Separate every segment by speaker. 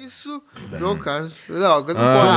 Speaker 1: isso. João Carlos. Não, não
Speaker 2: Ah,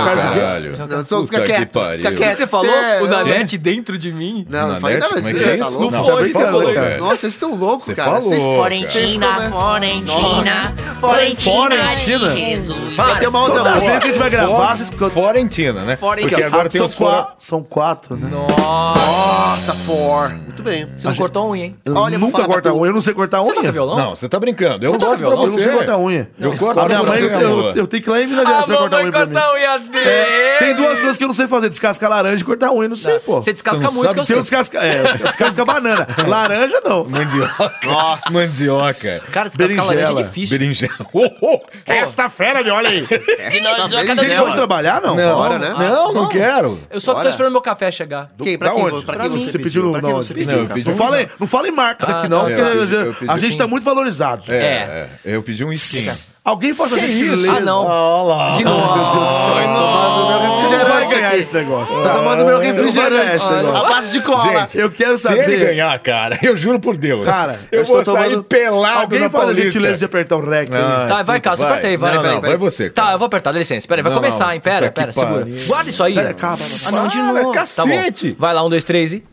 Speaker 1: porra.
Speaker 2: caralho.
Speaker 1: Não, tô, fica
Speaker 2: Puta que
Speaker 1: quieto.
Speaker 2: pariu.
Speaker 1: Fica
Speaker 3: O que
Speaker 1: quieto.
Speaker 3: você falou?
Speaker 1: Cê-
Speaker 3: O Nanete dentro de mim?
Speaker 1: Não, não
Speaker 2: Na
Speaker 1: falei
Speaker 2: net?
Speaker 1: nada
Speaker 2: Como é que
Speaker 1: disso.
Speaker 2: é
Speaker 1: tá
Speaker 2: isso?
Speaker 1: louco?
Speaker 3: Não foi, você falou,
Speaker 2: cara.
Speaker 1: Nossa, vocês estão loucos,
Speaker 2: Você
Speaker 1: cara. Vocês
Speaker 2: falou,
Speaker 1: forem,
Speaker 2: cara.
Speaker 1: vocês
Speaker 4: Florentina,
Speaker 1: comem.
Speaker 4: Florentina,
Speaker 5: Fora
Speaker 4: Florentina.
Speaker 5: em China?
Speaker 4: Jesus.
Speaker 1: Vai ter uma outra
Speaker 5: Toda
Speaker 1: boa.
Speaker 5: vez que a gente vai gravar, vocês...
Speaker 2: Fora- Florentina, né?
Speaker 3: Fora-
Speaker 2: Porque
Speaker 3: aqui, ó.
Speaker 2: agora tem
Speaker 5: são,
Speaker 2: os fora...
Speaker 5: qua- são quatro, né?
Speaker 3: Nossa.
Speaker 1: Nossa, for. Muito bem.
Speaker 3: Você não cortou a unha, hein?
Speaker 5: Eu
Speaker 1: Olha, eu vou
Speaker 5: nunca
Speaker 1: falar
Speaker 5: corto a
Speaker 1: da
Speaker 5: unha. Eu não sei cortar a unha.
Speaker 3: Você toca violão?
Speaker 2: Não, você tá brincando. Eu
Speaker 3: Você tá
Speaker 2: gosto pra
Speaker 3: violão?
Speaker 5: Eu não
Speaker 2: você.
Speaker 5: sei cortar a unha.
Speaker 2: Eu corto
Speaker 5: A minha
Speaker 2: pra
Speaker 5: mãe,
Speaker 2: você,
Speaker 5: eu,
Speaker 2: amor.
Speaker 5: eu tenho que ir lá em Minas Gerais
Speaker 3: Ah,
Speaker 5: pra cortar a
Speaker 3: mamãe
Speaker 5: unha pra mim.
Speaker 3: corta a unha dele.
Speaker 5: É, tem duas coisas que eu não sei fazer: descascar laranja e cortar a unha. eu Não sei, pô.
Speaker 3: Você descasca
Speaker 2: Você não
Speaker 3: muito,
Speaker 2: sabe
Speaker 3: que eu
Speaker 5: Se eu
Speaker 3: sei.
Speaker 5: descascar. É, descascar banana. Laranja, não.
Speaker 2: Mandioca.
Speaker 1: Nossa.
Speaker 2: Mandioca.
Speaker 3: Cara, descascar laranja é
Speaker 5: Berinjela.
Speaker 3: difícil.
Speaker 2: Berinjela. Oh, oh. Esta fera, me olha aí.
Speaker 4: De nós,
Speaker 1: Tá
Speaker 4: a cada
Speaker 1: bem,
Speaker 5: Gente,
Speaker 1: Não.
Speaker 5: vamos
Speaker 4: um.
Speaker 5: trabalhar, não?
Speaker 2: Não,
Speaker 1: Bora, né?
Speaker 2: não, não
Speaker 3: Vamos.
Speaker 2: quero.
Speaker 3: Eu só tô
Speaker 1: Bora.
Speaker 3: esperando meu café chegar. Ah,
Speaker 1: Quem? Pra
Speaker 5: Da
Speaker 1: quem,
Speaker 5: onde?
Speaker 1: vo- pra
Speaker 5: Pra
Speaker 1: quem
Speaker 5: mim.
Speaker 1: você
Speaker 5: Você
Speaker 1: pediu?
Speaker 5: pediu
Speaker 1: pra quem
Speaker 5: não,
Speaker 1: você
Speaker 5: eu
Speaker 1: pediu?
Speaker 2: pedi. um
Speaker 1: cara?
Speaker 2: Eu
Speaker 5: Não
Speaker 2: pedi
Speaker 1: Vamos
Speaker 5: falem, não falem marcas aqui, não,
Speaker 3: Ah,
Speaker 5: porque
Speaker 2: eu pedi-
Speaker 5: a
Speaker 2: eu
Speaker 5: gente-
Speaker 2: pedi
Speaker 5: a gente
Speaker 2: um-
Speaker 5: tá muito valorizado.
Speaker 2: É,
Speaker 3: É.
Speaker 2: é. eu pedi um skin.
Speaker 5: Alguém faça gentileza.
Speaker 3: Ah, não.
Speaker 2: Olá.
Speaker 3: De novo.
Speaker 1: Você já
Speaker 5: Você vai
Speaker 1: vai
Speaker 5: ganhar
Speaker 1: ganhar
Speaker 5: esse negócio.
Speaker 1: Tá tomando meu
Speaker 5: ganhar
Speaker 1: refrigerante.
Speaker 5: esse negócio.
Speaker 1: A base de cola.
Speaker 2: Gente,
Speaker 5: Eu quero
Speaker 2: Se ele
Speaker 5: saber.
Speaker 2: ganhar, cara, eu juro por Deus.
Speaker 5: Cara,
Speaker 2: eu,
Speaker 1: eu
Speaker 2: vou
Speaker 1: estou
Speaker 2: sair
Speaker 1: tomando-
Speaker 2: pelado
Speaker 5: Alguém
Speaker 2: na
Speaker 5: faz a
Speaker 2: Paulista.
Speaker 5: gentileza de apertar o rec.
Speaker 2: Ah,
Speaker 5: aí.
Speaker 3: Tá, vai,
Speaker 2: puta,
Speaker 3: Carlos, aperta aí, vai.
Speaker 2: Não,
Speaker 1: Peraí,
Speaker 2: não, vai
Speaker 1: peraí.
Speaker 2: você.
Speaker 3: Tá,
Speaker 2: cara.
Speaker 3: eu vou apertar, dá licença. Pera aí, vai
Speaker 2: Não,
Speaker 3: começar,
Speaker 2: não.
Speaker 3: hein? Pera,
Speaker 2: Puta
Speaker 3: pera,
Speaker 2: que
Speaker 3: segura.
Speaker 2: pariu.
Speaker 3: Guarda isso aí.
Speaker 5: Pera, calma,
Speaker 3: Ah, não, de
Speaker 2: Para,
Speaker 3: novo. Tá
Speaker 2: cacete.
Speaker 3: bom. Vai lá, um, dois, três e...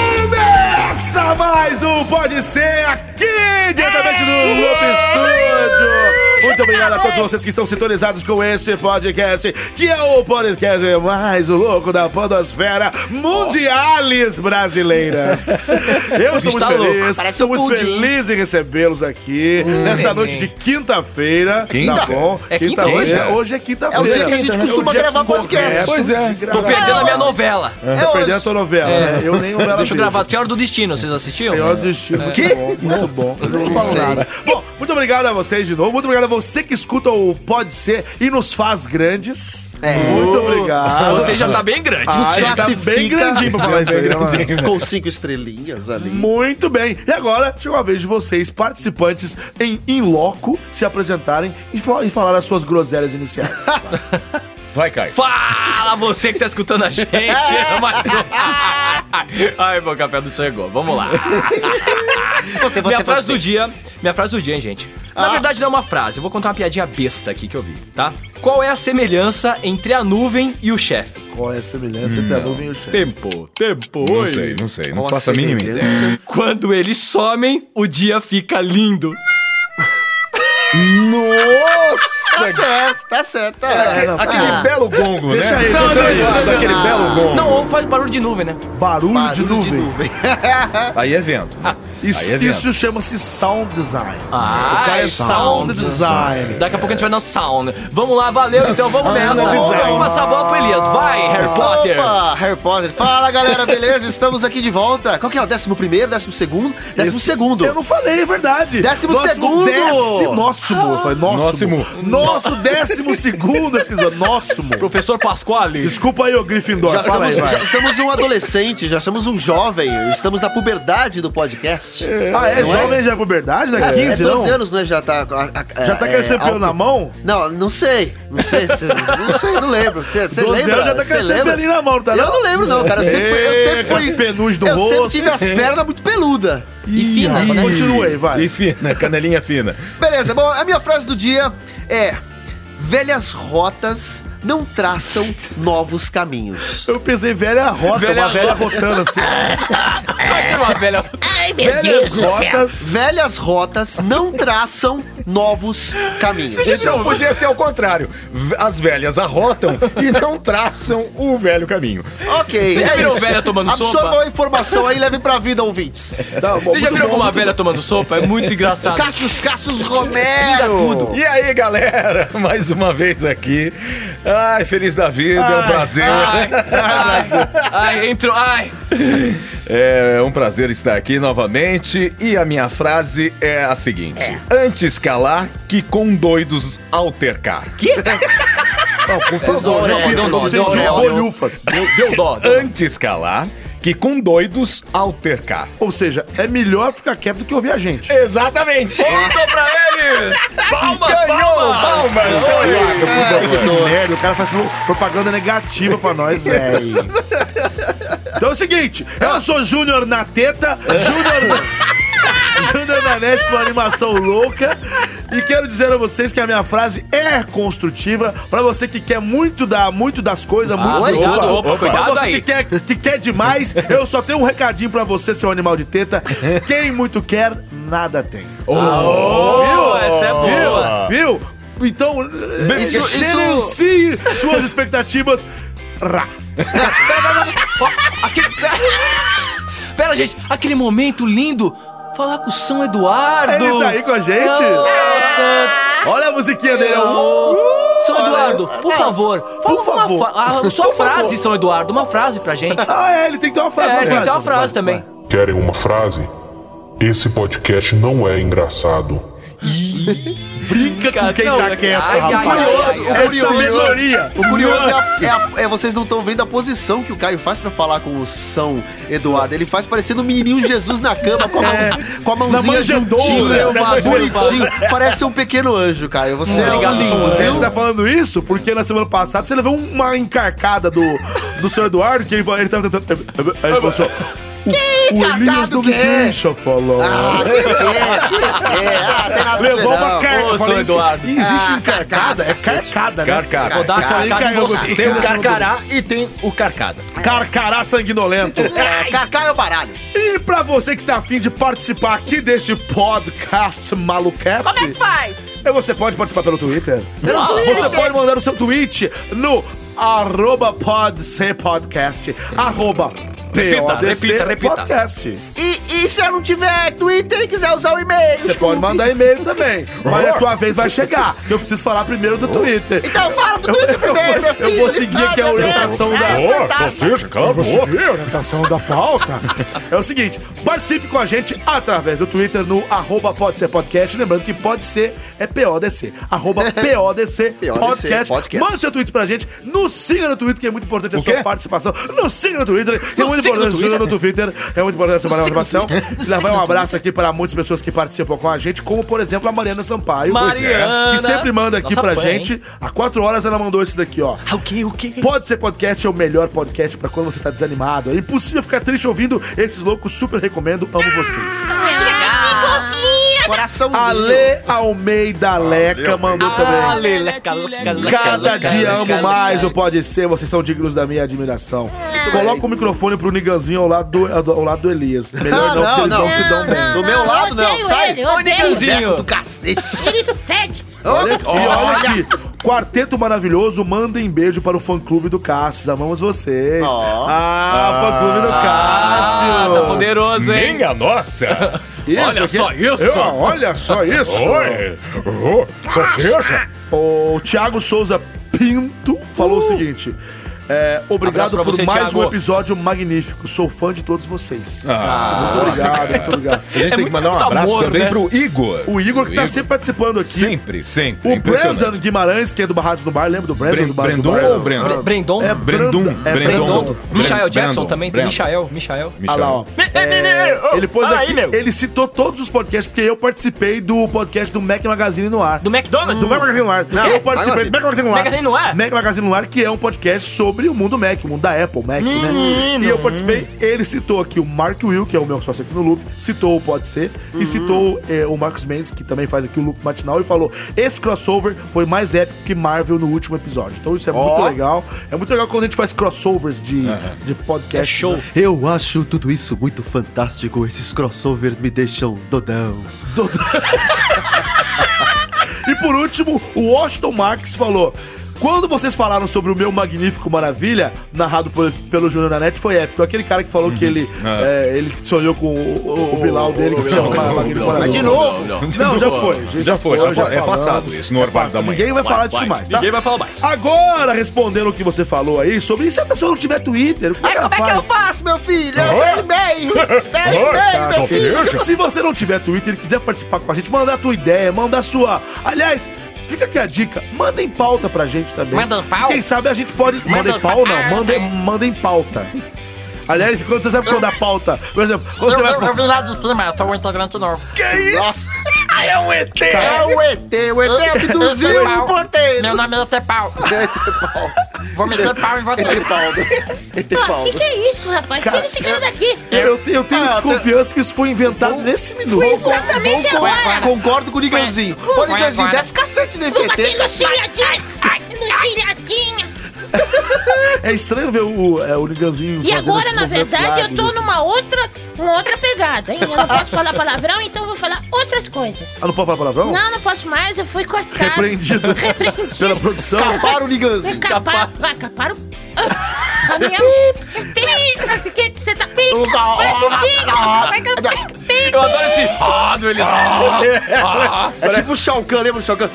Speaker 5: Começa mais um Pode Ser aqui diretamente do Globo Estúdio. Muito obrigado a todos vocês que estão sintonizados com esse podcast, que é o podcast mais louco da podosfera mundiales brasileiras. Eu estou
Speaker 3: bicho
Speaker 5: muito
Speaker 3: tá
Speaker 5: feliz,
Speaker 3: louco.
Speaker 4: Parece
Speaker 5: estou
Speaker 4: um
Speaker 5: muito
Speaker 4: pudim.
Speaker 5: feliz em recebê-los aqui nesta
Speaker 3: neném.
Speaker 5: noite de quinta-feira, tá
Speaker 2: Quinta?
Speaker 5: bom?
Speaker 3: É quinta
Speaker 5: hoje?
Speaker 2: hoje?
Speaker 5: Hoje é quinta-feira.
Speaker 1: É o dia que a gente
Speaker 5: É o
Speaker 1: costuma
Speaker 5: dia
Speaker 1: gravar podcast.
Speaker 5: correto
Speaker 2: Pois é.
Speaker 5: de
Speaker 3: Tô
Speaker 5: gravar.
Speaker 3: perdendo a minha novela.
Speaker 1: É
Speaker 5: Tá
Speaker 1: hoje.
Speaker 5: perdendo a tua novela, né? Eu nem novela
Speaker 3: Deixa
Speaker 5: vejo.
Speaker 3: eu gravar. Senhora do Destino, vocês assistiam?
Speaker 5: Senhor do Destino. Muito bom, muito bom. Eu não falo
Speaker 1: Sei.
Speaker 5: nada. Bom, muito obrigado a vocês de novo. Muito obrigado a você que escuta o Pode Ser e nos faz grandes.
Speaker 1: É.
Speaker 5: Muito obrigado.
Speaker 3: Você já tá bem grande.
Speaker 5: Ah, ele tá
Speaker 1: classifica-
Speaker 5: bem grandinho pra falar isso aí, né, mano?
Speaker 1: Com cinco estrelinhas ali.
Speaker 5: Muito bem. E agora chegou a vez de vocês, participantes em In Loco, se apresentarem e, fa- e falar as suas groselhas iniciais.
Speaker 2: Vai, Caio.
Speaker 3: Fala você que tá escutando a gente! É mais um. Ai, meu café não chegou. Vamos lá.
Speaker 1: Você,
Speaker 3: minha
Speaker 5: é
Speaker 1: você,
Speaker 3: frase
Speaker 1: você.
Speaker 3: do dia. Minha frase do dia, hein, gente. Na
Speaker 1: Ah.
Speaker 3: verdade, não é uma frase. Eu vou contar uma piadinha besta aqui que eu vi, tá? Qual é a semelhança entre a nuvem e o chefe?
Speaker 5: Qual é a semelhança entre a nuvem e o chefe?
Speaker 3: Tempo, tempo,
Speaker 2: Não
Speaker 3: oi.
Speaker 2: sei, não sei. Não
Speaker 1: Nossa,
Speaker 2: faço a mínima ideia.
Speaker 1: semelhança.
Speaker 3: Quando eles somem, o dia fica lindo.
Speaker 1: Tá certo, tá certo. Tá
Speaker 5: É, não,
Speaker 1: Aquele
Speaker 2: Aquele belo gongo,
Speaker 5: Deixa
Speaker 2: né?
Speaker 5: aí, deixa aí.
Speaker 2: Aquele
Speaker 5: Ah.
Speaker 2: belo gongo.
Speaker 3: Não, faz barulho de nuvem, né?
Speaker 5: Barulho,
Speaker 1: barulho
Speaker 5: de nuvem.
Speaker 2: Aí é vento.
Speaker 5: Isso,
Speaker 2: Aí é vento.
Speaker 5: isso chama-se sound design.
Speaker 3: Ah,
Speaker 5: o cara é sound, design.
Speaker 3: Daqui a pouco a gente vai no sound. Vamos lá, valeu, então vamos nessa.
Speaker 5: Sound design.
Speaker 3: Vamos passar a bola pro Elias. Vai, Harry Potter.
Speaker 1: Opa, Harry É, Potter. Fala, galera, beleza? Estamos aqui de volta. Qual que é o décimo primeiro, décimo segundo? Décimo
Speaker 5: Esse-
Speaker 1: segundo.
Speaker 5: Eu não falei, é verdade.
Speaker 1: Décimo segundo.
Speaker 5: Décimo, nosso, eu falei, nosso.
Speaker 2: Nócimo.
Speaker 5: Nosso décimo segundo episódio. Nosso.
Speaker 3: Professor Pasquale.
Speaker 5: Desculpa aí, ô Gryffindor.
Speaker 1: Já
Speaker 5: Fala
Speaker 1: somos,
Speaker 5: aí, vai.
Speaker 1: já somos um adolescente, já somos um jovem, estamos na puberdade do podcast.
Speaker 5: Ah, é?
Speaker 1: Não é?
Speaker 5: jovem já é puberdade, né?
Speaker 1: É,
Speaker 5: 15,
Speaker 1: é 12
Speaker 5: não?
Speaker 1: anos, né? Já tá. a- a-
Speaker 5: Já tá
Speaker 1: é,
Speaker 5: com esse pelo
Speaker 1: alto.
Speaker 5: na mão?
Speaker 1: Não, não sei. Não sei, cê- não sei, não lembro. Você
Speaker 5: 12
Speaker 1: lembra?
Speaker 5: anos já tá
Speaker 1: Cê
Speaker 5: com esse
Speaker 1: lembra?
Speaker 5: pelinho na mão, tá
Speaker 1: Eu não lembro, não, cara. Eu sempre, fui- eu sempre
Speaker 5: Com as
Speaker 1: fui.
Speaker 5: penugem do
Speaker 1: eu sempre
Speaker 5: rosto.
Speaker 1: tive as pernas muito peludas.
Speaker 3: E fina,
Speaker 5: Mas
Speaker 3: né?
Speaker 5: Continua aí, vai.
Speaker 2: E fina, canelinha fina.
Speaker 1: Beleza, bom, a minha frase do dia é: Velhas rotas não traçam novos caminhos.
Speaker 5: Eu pensei velha rota,
Speaker 3: Velha
Speaker 5: uma velha rotando assim.
Speaker 1: Ah,
Speaker 3: Pode ser é uma velha.
Speaker 5: Tá
Speaker 4: Ai, meu Deus
Speaker 5: Velhas
Speaker 4: do céu.
Speaker 5: rotas.
Speaker 1: Velhas rotas não traçam novos caminhos.
Speaker 2: Então podia ser ao contrário. V- As velhas arrotam e não traçam o velho caminho.
Speaker 1: Ok,
Speaker 3: Você já
Speaker 1: é
Speaker 3: virou
Speaker 1: isso.
Speaker 3: velha tomando
Speaker 1: Absorvam
Speaker 3: sopa?
Speaker 1: a informação aí e levem pra vida, ouvintes.
Speaker 5: Tá bom,
Speaker 3: Você
Speaker 5: muito
Speaker 3: já viu
Speaker 5: bom,
Speaker 3: alguma
Speaker 5: muito
Speaker 3: velha tomando sopa? É muito engraçado.
Speaker 1: Cassius, Cassius Romero.
Speaker 3: tudo.
Speaker 2: E aí, galera? Mais uma vez aqui. Ai, feliz da vida, é um prazer.
Speaker 3: Ai, ai, ai, entrou, ai.
Speaker 2: É um prazer estar aqui novamente. E a minha frase é a seguinte: Antes calar que com doidos altercar.
Speaker 1: Vocês não
Speaker 5: bom.
Speaker 1: olham,
Speaker 5: Repita,
Speaker 1: não,
Speaker 5: você
Speaker 1: não,
Speaker 5: pediu
Speaker 1: não, não.
Speaker 5: bolhufas.
Speaker 3: Deu, deu dó. deu dó.
Speaker 2: Antes calar que com doidos altercar.
Speaker 5: Ou seja, é melhor ficar quieto do que ouvir a gente.
Speaker 2: Exatamente.
Speaker 3: Voltou pra eles. Palmas, palmas.
Speaker 5: Que merda, o cara faz pro- propaganda negativa pra nós, velho. Então é o seguinte, eu sou Júnior na teta, Júnior... Júnior Nanete com animação louca. E quero dizer a vocês que a minha frase é construtiva pra você que quer muito dar, muito das coisas, muito
Speaker 1: opa,
Speaker 5: do-
Speaker 1: opa,
Speaker 6: opa, Ah, cuidado
Speaker 5: pra você que
Speaker 6: aí.
Speaker 5: quer, que quer demais, eu só tenho um recadinho pra você, seu animal de teta. Quem muito quer, nada tem.
Speaker 6: Viu? Essa é boa.
Speaker 5: Viu? Viu? Então,
Speaker 1: Isso- isso-
Speaker 5: gerencie suas expectativas. Rá.
Speaker 6: Aquele... Pera, gente, aquele momento lindo. Falar com o São Eduardo.
Speaker 5: Ele tá aí com a gente?
Speaker 6: Nossa.
Speaker 5: Olha a musiquinha dele. é um-
Speaker 6: São Eduardo, por favor,
Speaker 5: Por
Speaker 6: fala uma
Speaker 5: favor.
Speaker 6: fa- ah, sua frase, São Eduardo, uma frase pra gente.
Speaker 5: Ah, é, ele tem que ter uma frase.
Speaker 6: é, tem uma frase também.
Speaker 7: Querem uma frase? Esse podcast não é engraçado.
Speaker 5: Brinca com quem
Speaker 6: Não,
Speaker 5: tá quieto,
Speaker 6: ai, ai,
Speaker 5: rapaz.
Speaker 6: ai, ai, ai.
Speaker 5: Essa sabedoria.
Speaker 1: É O curioso é, a- é a- é vocês não estão vendo a posição que o Caio faz pra falar com o São Eduardo. Ele faz parecendo o menininho Jesus na cama com a, mãos-
Speaker 5: É.
Speaker 1: com a mãozinha
Speaker 5: manjedoura,
Speaker 1: juntinha,
Speaker 5: na manjedoura.
Speaker 1: bonitinho. Parece um pequeno anjo, Caio. Você é
Speaker 6: Obrigado,
Speaker 1: um
Speaker 6: São
Speaker 1: lindo.
Speaker 5: Ele tá falando isso porque na semana passada você levou uma encarcada do, do seu Eduardo, que ele, fa- ele tava tentando. Aí ele falou assim: ó, o, o Elias
Speaker 1: encarcado
Speaker 5: não me
Speaker 1: que é?"
Speaker 5: deixa falar.
Speaker 1: Ah, que que é, que é, ah, tem nada a ver,
Speaker 5: Levou
Speaker 1: não.
Speaker 5: uma
Speaker 6: Ô,
Speaker 5: carcada.
Speaker 6: seu Eduardo.
Speaker 5: Existe
Speaker 1: Ah,
Speaker 5: encarcada? É carcada, né?
Speaker 2: Carcara.
Speaker 6: Vou dar uma
Speaker 5: Caralho,
Speaker 6: facada em
Speaker 5: caiu,
Speaker 6: você.
Speaker 5: tem um cara-
Speaker 2: e tem o carcada.
Speaker 5: Carcará sanguinolento.
Speaker 1: É, ca- Caio Baralho.
Speaker 5: E pra você que tá afim de participar aqui deste podcast maluquete.
Speaker 8: Como é que faz?
Speaker 5: É, Você pode participar pelo Twitter.
Speaker 1: Pelo Twitter.
Speaker 5: Você pode mandar o seu tweet no arroba podc podcast. Arroba
Speaker 6: Repita,
Speaker 5: PODC
Speaker 6: repita, repita.
Speaker 5: podcast.
Speaker 1: E, e se eu não tiver Twitter e quiser usar o e-mail?
Speaker 5: Você pode mandar e-mail também. Mas a tua vez vai chegar. Eu preciso falar primeiro do Twitter.
Speaker 1: Então fala do
Speaker 5: Eu-
Speaker 1: Twitter
Speaker 5: eu-
Speaker 1: primeiro, meu
Speaker 5: eu
Speaker 1: filho.
Speaker 5: vou seguir
Speaker 1: Ah,
Speaker 5: aqui a
Speaker 1: meu Deus.
Speaker 5: orientação da-
Speaker 1: É, fantástico.
Speaker 7: cala a boca.
Speaker 5: a orientação da pauta? É o seguinte, participe com a gente através do Twitter no arroba pode ser podcast. Lembrando que pode ser é PODC. Arroba PODC podcast.
Speaker 1: podcast.
Speaker 5: Mande seu tweet pra gente. Nos siga no Twitter, que é muito importante a
Speaker 2: O
Speaker 5: sua
Speaker 2: quê?
Speaker 5: participação. Nos siga no Twitter, que é
Speaker 6: Nos
Speaker 5: muito
Speaker 6: siga no Twitter.
Speaker 5: importante. Siga no Twitter, é muito importante essa participação. E lá vai um abraço aqui para muitas pessoas que participam com a gente, como por exemplo a Mariana Sampaio.
Speaker 6: Mariana.
Speaker 5: Que sempre manda aqui
Speaker 6: é. Nossa
Speaker 5: pra
Speaker 6: fã,
Speaker 5: gente. Há quatro horas ela mandou esse daqui, ó.
Speaker 6: Ah, O que, o que?
Speaker 5: Pode ser podcast é o melhor podcast pra quando você tá desanimado. É impossível ficar triste ouvindo esses loucos, super recomendo, amo vocês.
Speaker 8: Ah,
Speaker 1: Coraçãozinho.
Speaker 5: Ale Almeida Leca mandou
Speaker 6: Ah,
Speaker 5: também. Cada dia amo mais o Pode Ser, vocês são dignos da minha admiração. Coloca o microfone pro Niganzinho ao lado do, ao lado do Elias. Melhor
Speaker 1: Ah,
Speaker 5: não,
Speaker 1: não,
Speaker 5: porque eles não,
Speaker 1: não.
Speaker 5: se dão bem.
Speaker 1: Do meu lado, não.
Speaker 8: odeio
Speaker 1: Sai.
Speaker 8: Ele, odeio ele.
Speaker 6: Niganzinho.
Speaker 1: Do cacete.
Speaker 8: Ele fede.
Speaker 5: Olha aqui, olha aqui. Quarteto maravilhoso, mandem beijo para o fã clube do Cássio. Amamos vocês.
Speaker 1: Ó.
Speaker 5: Ah, fã clube do
Speaker 6: Ah,
Speaker 5: Cássio.
Speaker 6: tá poderoso, hein?
Speaker 2: Minha nossa!
Speaker 5: Isso,
Speaker 6: Olha
Speaker 5: porque-
Speaker 6: só isso.
Speaker 5: Eu- Ah, olha só isso!
Speaker 7: Oi! Oh, Salsicha!
Speaker 5: O Thiago Souza Pinto falou o seguinte. é, obrigado
Speaker 6: Abraço pra
Speaker 5: por
Speaker 6: você,
Speaker 5: mais
Speaker 6: Thiago.
Speaker 5: um episódio magnífico. Sou fã de todos vocês.
Speaker 2: Ah,
Speaker 5: muito obrigado, É muito obrigado.
Speaker 2: a gente tem que
Speaker 6: muito-
Speaker 2: mandar um
Speaker 6: muito
Speaker 2: abraço
Speaker 6: amor,
Speaker 2: também
Speaker 6: né?
Speaker 2: pro Igor.
Speaker 5: O Igor que tá sempre participando aqui.
Speaker 2: Sempre, sempre.
Speaker 5: O
Speaker 2: Impressionante.
Speaker 5: Brandon Guimarães, que é do Barrados do Bar, lembra do Brandon
Speaker 2: Bren-
Speaker 5: É do Barrados do
Speaker 2: Brendon
Speaker 5: Bar?
Speaker 2: ou Brandon?
Speaker 5: Ah,
Speaker 6: Brendon.
Speaker 5: É
Speaker 2: Brendon.
Speaker 5: Brandon. É
Speaker 2: Brandon.
Speaker 5: Brandon.
Speaker 2: Brandon,
Speaker 6: Michael Jackson
Speaker 2: Brandon,
Speaker 6: também, tem
Speaker 2: Brandon.
Speaker 6: Michael, Michael.
Speaker 5: Ah lá, ó.
Speaker 6: É,
Speaker 5: Ele pôs
Speaker 6: fala
Speaker 5: aqui,
Speaker 6: aí, meu.
Speaker 5: ele citou todos os podcasts, porque eu participei do podcast do Mac Magazine no ar.
Speaker 6: Do McDonald's?
Speaker 5: Do Mac Magazine no ar.
Speaker 1: Não,
Speaker 5: eu participei do Mac Magazine no ar.
Speaker 6: Mac Magazine no ar?
Speaker 5: Mac Magazine no ar, que é um podcast sobre o mundo Mac, o mundo da Apple, Mac, né?
Speaker 6: Menino.
Speaker 5: E eu participei, ele citou aqui o Mark Will, que é o meu sócio aqui no Loop, citou o Pode Ser,
Speaker 6: Uhum.
Speaker 5: e citou é, o Marcos Mendes, que também faz aqui o Loop Matinal, e falou, esse crossover foi mais épico que Marvel no último episódio. Então isso é muito legal. É muito legal quando a gente faz crossovers de, de podcast.
Speaker 6: É show.
Speaker 5: né?
Speaker 1: Eu acho tudo isso muito fantástico. Esses crossovers me deixam dodão.
Speaker 5: E por último, o Washington Marx falou. Quando vocês falaram sobre o meu magnífico Maravilha, narrado por- pelo Júnior Nanete, foi épico. Aquele cara que falou que ele, é, ele sonhou com o, o- o Bilal dele, que chama Ma- Magnífico
Speaker 1: Mas de
Speaker 5: Maravilha.
Speaker 1: novo.
Speaker 5: Não, já foi.
Speaker 2: Já, foi, já, foi. é passado isso no Orvalho da Manhã.
Speaker 5: Ninguém vai falar disso mais, tá?
Speaker 6: Ninguém vai falar mais.
Speaker 5: Agora, respondendo o que você falou aí sobre e se a pessoa não tiver Twitter, como é
Speaker 1: Mas
Speaker 5: que ela
Speaker 1: como é que eu
Speaker 5: faz?
Speaker 1: faço, meu filho? Eu tenho e-mail. Tenho e-mail, meu filho.
Speaker 5: Se você não tiver Twitter e quiser participar com a gente, manda a tua ideia, manda a sua. Aliás, fica aqui a dica, mandem pauta pra gente também.
Speaker 8: Mandem pauta?
Speaker 5: Quem sabe a gente pode. Mandem
Speaker 8: Mandem
Speaker 5: pau, não,
Speaker 8: pauta.
Speaker 5: mandem, mandem pauta. Aliás, quando você sabe quando a pauta, por exemplo, quando
Speaker 8: Eu,
Speaker 5: você vai
Speaker 8: eu, eu
Speaker 5: falar.
Speaker 8: vim lá de cima, eu sou um integrante novo.
Speaker 1: Nossa.
Speaker 6: Ah, é um ET!
Speaker 1: É o ET, o ET abduziu o porteiro.
Speaker 4: Meu nome é Etepau. Vou meter pau em você.
Speaker 1: Etevaldo.
Speaker 8: O que,
Speaker 1: Etevaldo.
Speaker 8: que é isso, rapaz? Tira esse cara daqui.
Speaker 5: Eu, eu tenho
Speaker 1: Ah,
Speaker 5: desconfiança que isso foi inventado nesse minuto.
Speaker 8: Exatamente agora.
Speaker 1: Concordo com o Nigãozinho. Ô, Nigãozinho, desce cacete nesse
Speaker 8: Vou bater
Speaker 1: ET.
Speaker 8: lucilhadinhas. Lucilhadinhas.
Speaker 5: É estranho ver o, é, o Liganzinho
Speaker 8: E
Speaker 5: fazendo
Speaker 8: agora,
Speaker 5: esses
Speaker 8: na
Speaker 5: movimentos assim.
Speaker 8: verdade, eu tô
Speaker 5: largos.
Speaker 8: numa outra, uma outra pegada, hein? Eu não posso falar palavrão, então eu vou falar outras coisas.
Speaker 5: Ah, não pode falar palavrão?
Speaker 8: Não, não posso mais, eu fui cortado.
Speaker 5: Repreendido.
Speaker 8: Repreendido.
Speaker 5: Pela produção.
Speaker 1: Caparam o
Speaker 8: Me
Speaker 1: Nigãozinho.
Speaker 8: capar, vai capar o... Ah, A minha... Pica, que você tá pica, parece um pica, vai que pica, pica.
Speaker 6: Eu adoro esse ah do ele.
Speaker 1: É tipo o Shao Kahn, lembra o Shao Kahn?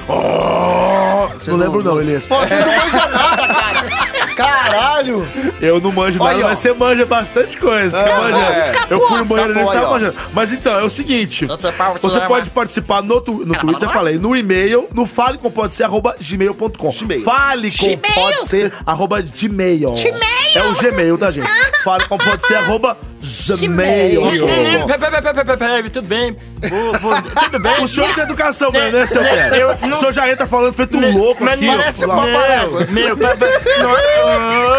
Speaker 5: Não lembro não, Elias.
Speaker 1: Pô, vocês não manjam nada, cara. Caralho.
Speaker 5: Eu não manjo
Speaker 1: Olha
Speaker 5: nada,
Speaker 1: aí, ó.
Speaker 5: mas você manja bastante coisa. Você
Speaker 1: Escapou,
Speaker 5: manja.
Speaker 8: escapou.
Speaker 5: Eu fui no banheiro e não
Speaker 1: Escapou,
Speaker 5: estava
Speaker 1: aí, ó.
Speaker 5: manjando. Mas então, é o seguinte.
Speaker 4: Doutor Paulo, te
Speaker 5: Você
Speaker 4: leva.
Speaker 5: pode participar no, tu- no Twitter, já falei, no e-mail, no fale com pode ser arroba gmail.com.
Speaker 1: Gmail.
Speaker 5: Fale com
Speaker 8: Gmail.
Speaker 5: pode ser arroba gmail.
Speaker 8: Gmail. Ah.
Speaker 5: É o gmail, tá, gente? Fale com pode ser arroba
Speaker 6: Peraí,
Speaker 5: gmail.com.
Speaker 6: peraí, peraí, peraí, peraí, tudo bem. Vou- vou- tudo bem.
Speaker 5: O senhor tem educação,
Speaker 6: Né,
Speaker 5: mano, né, seu
Speaker 6: né, eu
Speaker 5: Pedro? O
Speaker 6: não-
Speaker 5: senhor já entra falando feito
Speaker 6: Né,
Speaker 5: um louco
Speaker 6: mas
Speaker 5: aqui.
Speaker 6: não
Speaker 5: ó,
Speaker 6: parece
Speaker 5: lá.
Speaker 1: uma Papaléguas.
Speaker 6: Meu, papai.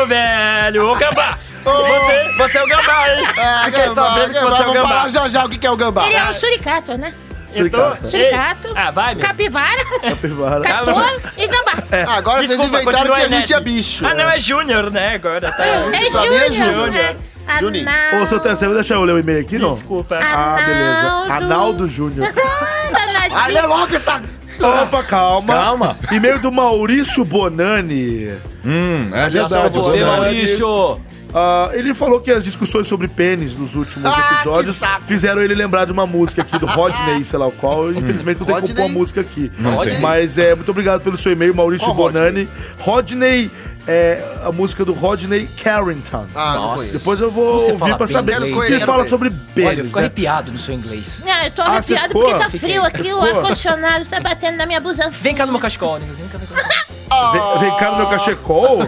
Speaker 6: Ô, velho, ô gambá. Você, você é o gambá, hein?
Speaker 1: Ah,
Speaker 6: Fiquei
Speaker 1: gambá,
Speaker 6: sabendo que
Speaker 1: gambá.
Speaker 6: você é o
Speaker 1: Vamos falar
Speaker 6: gambá.
Speaker 1: já já o que que é o gambá.
Speaker 8: Ele é um suricato, né?
Speaker 5: Suricato.
Speaker 6: Ei,
Speaker 8: Suricato,
Speaker 6: Ah, vai, meu.
Speaker 8: capivara,
Speaker 5: Capivara.
Speaker 8: castor e gambá. É
Speaker 1: Ah, Agora vocês
Speaker 6: Desculpa,
Speaker 1: inventaram que
Speaker 6: continua,
Speaker 1: a gente
Speaker 6: Ned.
Speaker 1: é bicho.
Speaker 6: Ah, não, é Júnior, né? Agora tá.
Speaker 8: É
Speaker 1: Pra mim é
Speaker 8: Júnior, né?
Speaker 1: Júnior. Juninho.
Speaker 5: Ô, seu Pedro, você vai deixar eu ler o e-mail aqui, não?
Speaker 6: Desculpa.
Speaker 5: Ah, beleza. Arnaldo Júnior.
Speaker 8: Ah, danadinho.
Speaker 1: Olha é logo essa...
Speaker 5: Opa, calma.
Speaker 2: Calma.
Speaker 5: E-mail do Maurício Bonani.
Speaker 2: Hum, é
Speaker 1: Já
Speaker 2: verdade.
Speaker 1: salvou.
Speaker 2: você
Speaker 1: Você, um
Speaker 2: não-
Speaker 1: Maurício.
Speaker 5: Ah, ele falou que as discussões sobre pênis nos últimos
Speaker 1: Ah,
Speaker 5: episódios
Speaker 1: que saco. Hum.
Speaker 5: fizeram ele lembrar de uma música aqui do Rodney, sei lá o qual. Infelizmente não tem como
Speaker 1: Rodney?
Speaker 5: pôr a música aqui.
Speaker 2: Não tem.
Speaker 5: Mas é, muito obrigado pelo seu e-mail, Maurício
Speaker 1: Qual
Speaker 5: Bonani. Rodney, é a música do Rodney Carrington.
Speaker 1: Ah, não
Speaker 6: Nossa.
Speaker 1: conheço.
Speaker 5: Depois eu vou
Speaker 4: Você fala
Speaker 5: ouvir pra
Speaker 4: bem
Speaker 5: saber
Speaker 1: inglês,
Speaker 5: que
Speaker 1: né?
Speaker 5: ele fala
Speaker 1: Quero
Speaker 5: sobre
Speaker 4: Olha, eu
Speaker 5: pênis,
Speaker 4: fico
Speaker 5: né?
Speaker 4: arrepiado no seu inglês.
Speaker 8: Não, eu tô
Speaker 5: Ah, você
Speaker 8: arrepiado
Speaker 5: ficou?
Speaker 8: porque tá frio aqui, o
Speaker 5: Ficou?
Speaker 8: ar-condicionado tá batendo na minha buzina.
Speaker 4: Vem cá no meu cachecol, Nicolas. Vem cá no meu cachecol.
Speaker 5: Vem, vem cá no meu cachecol?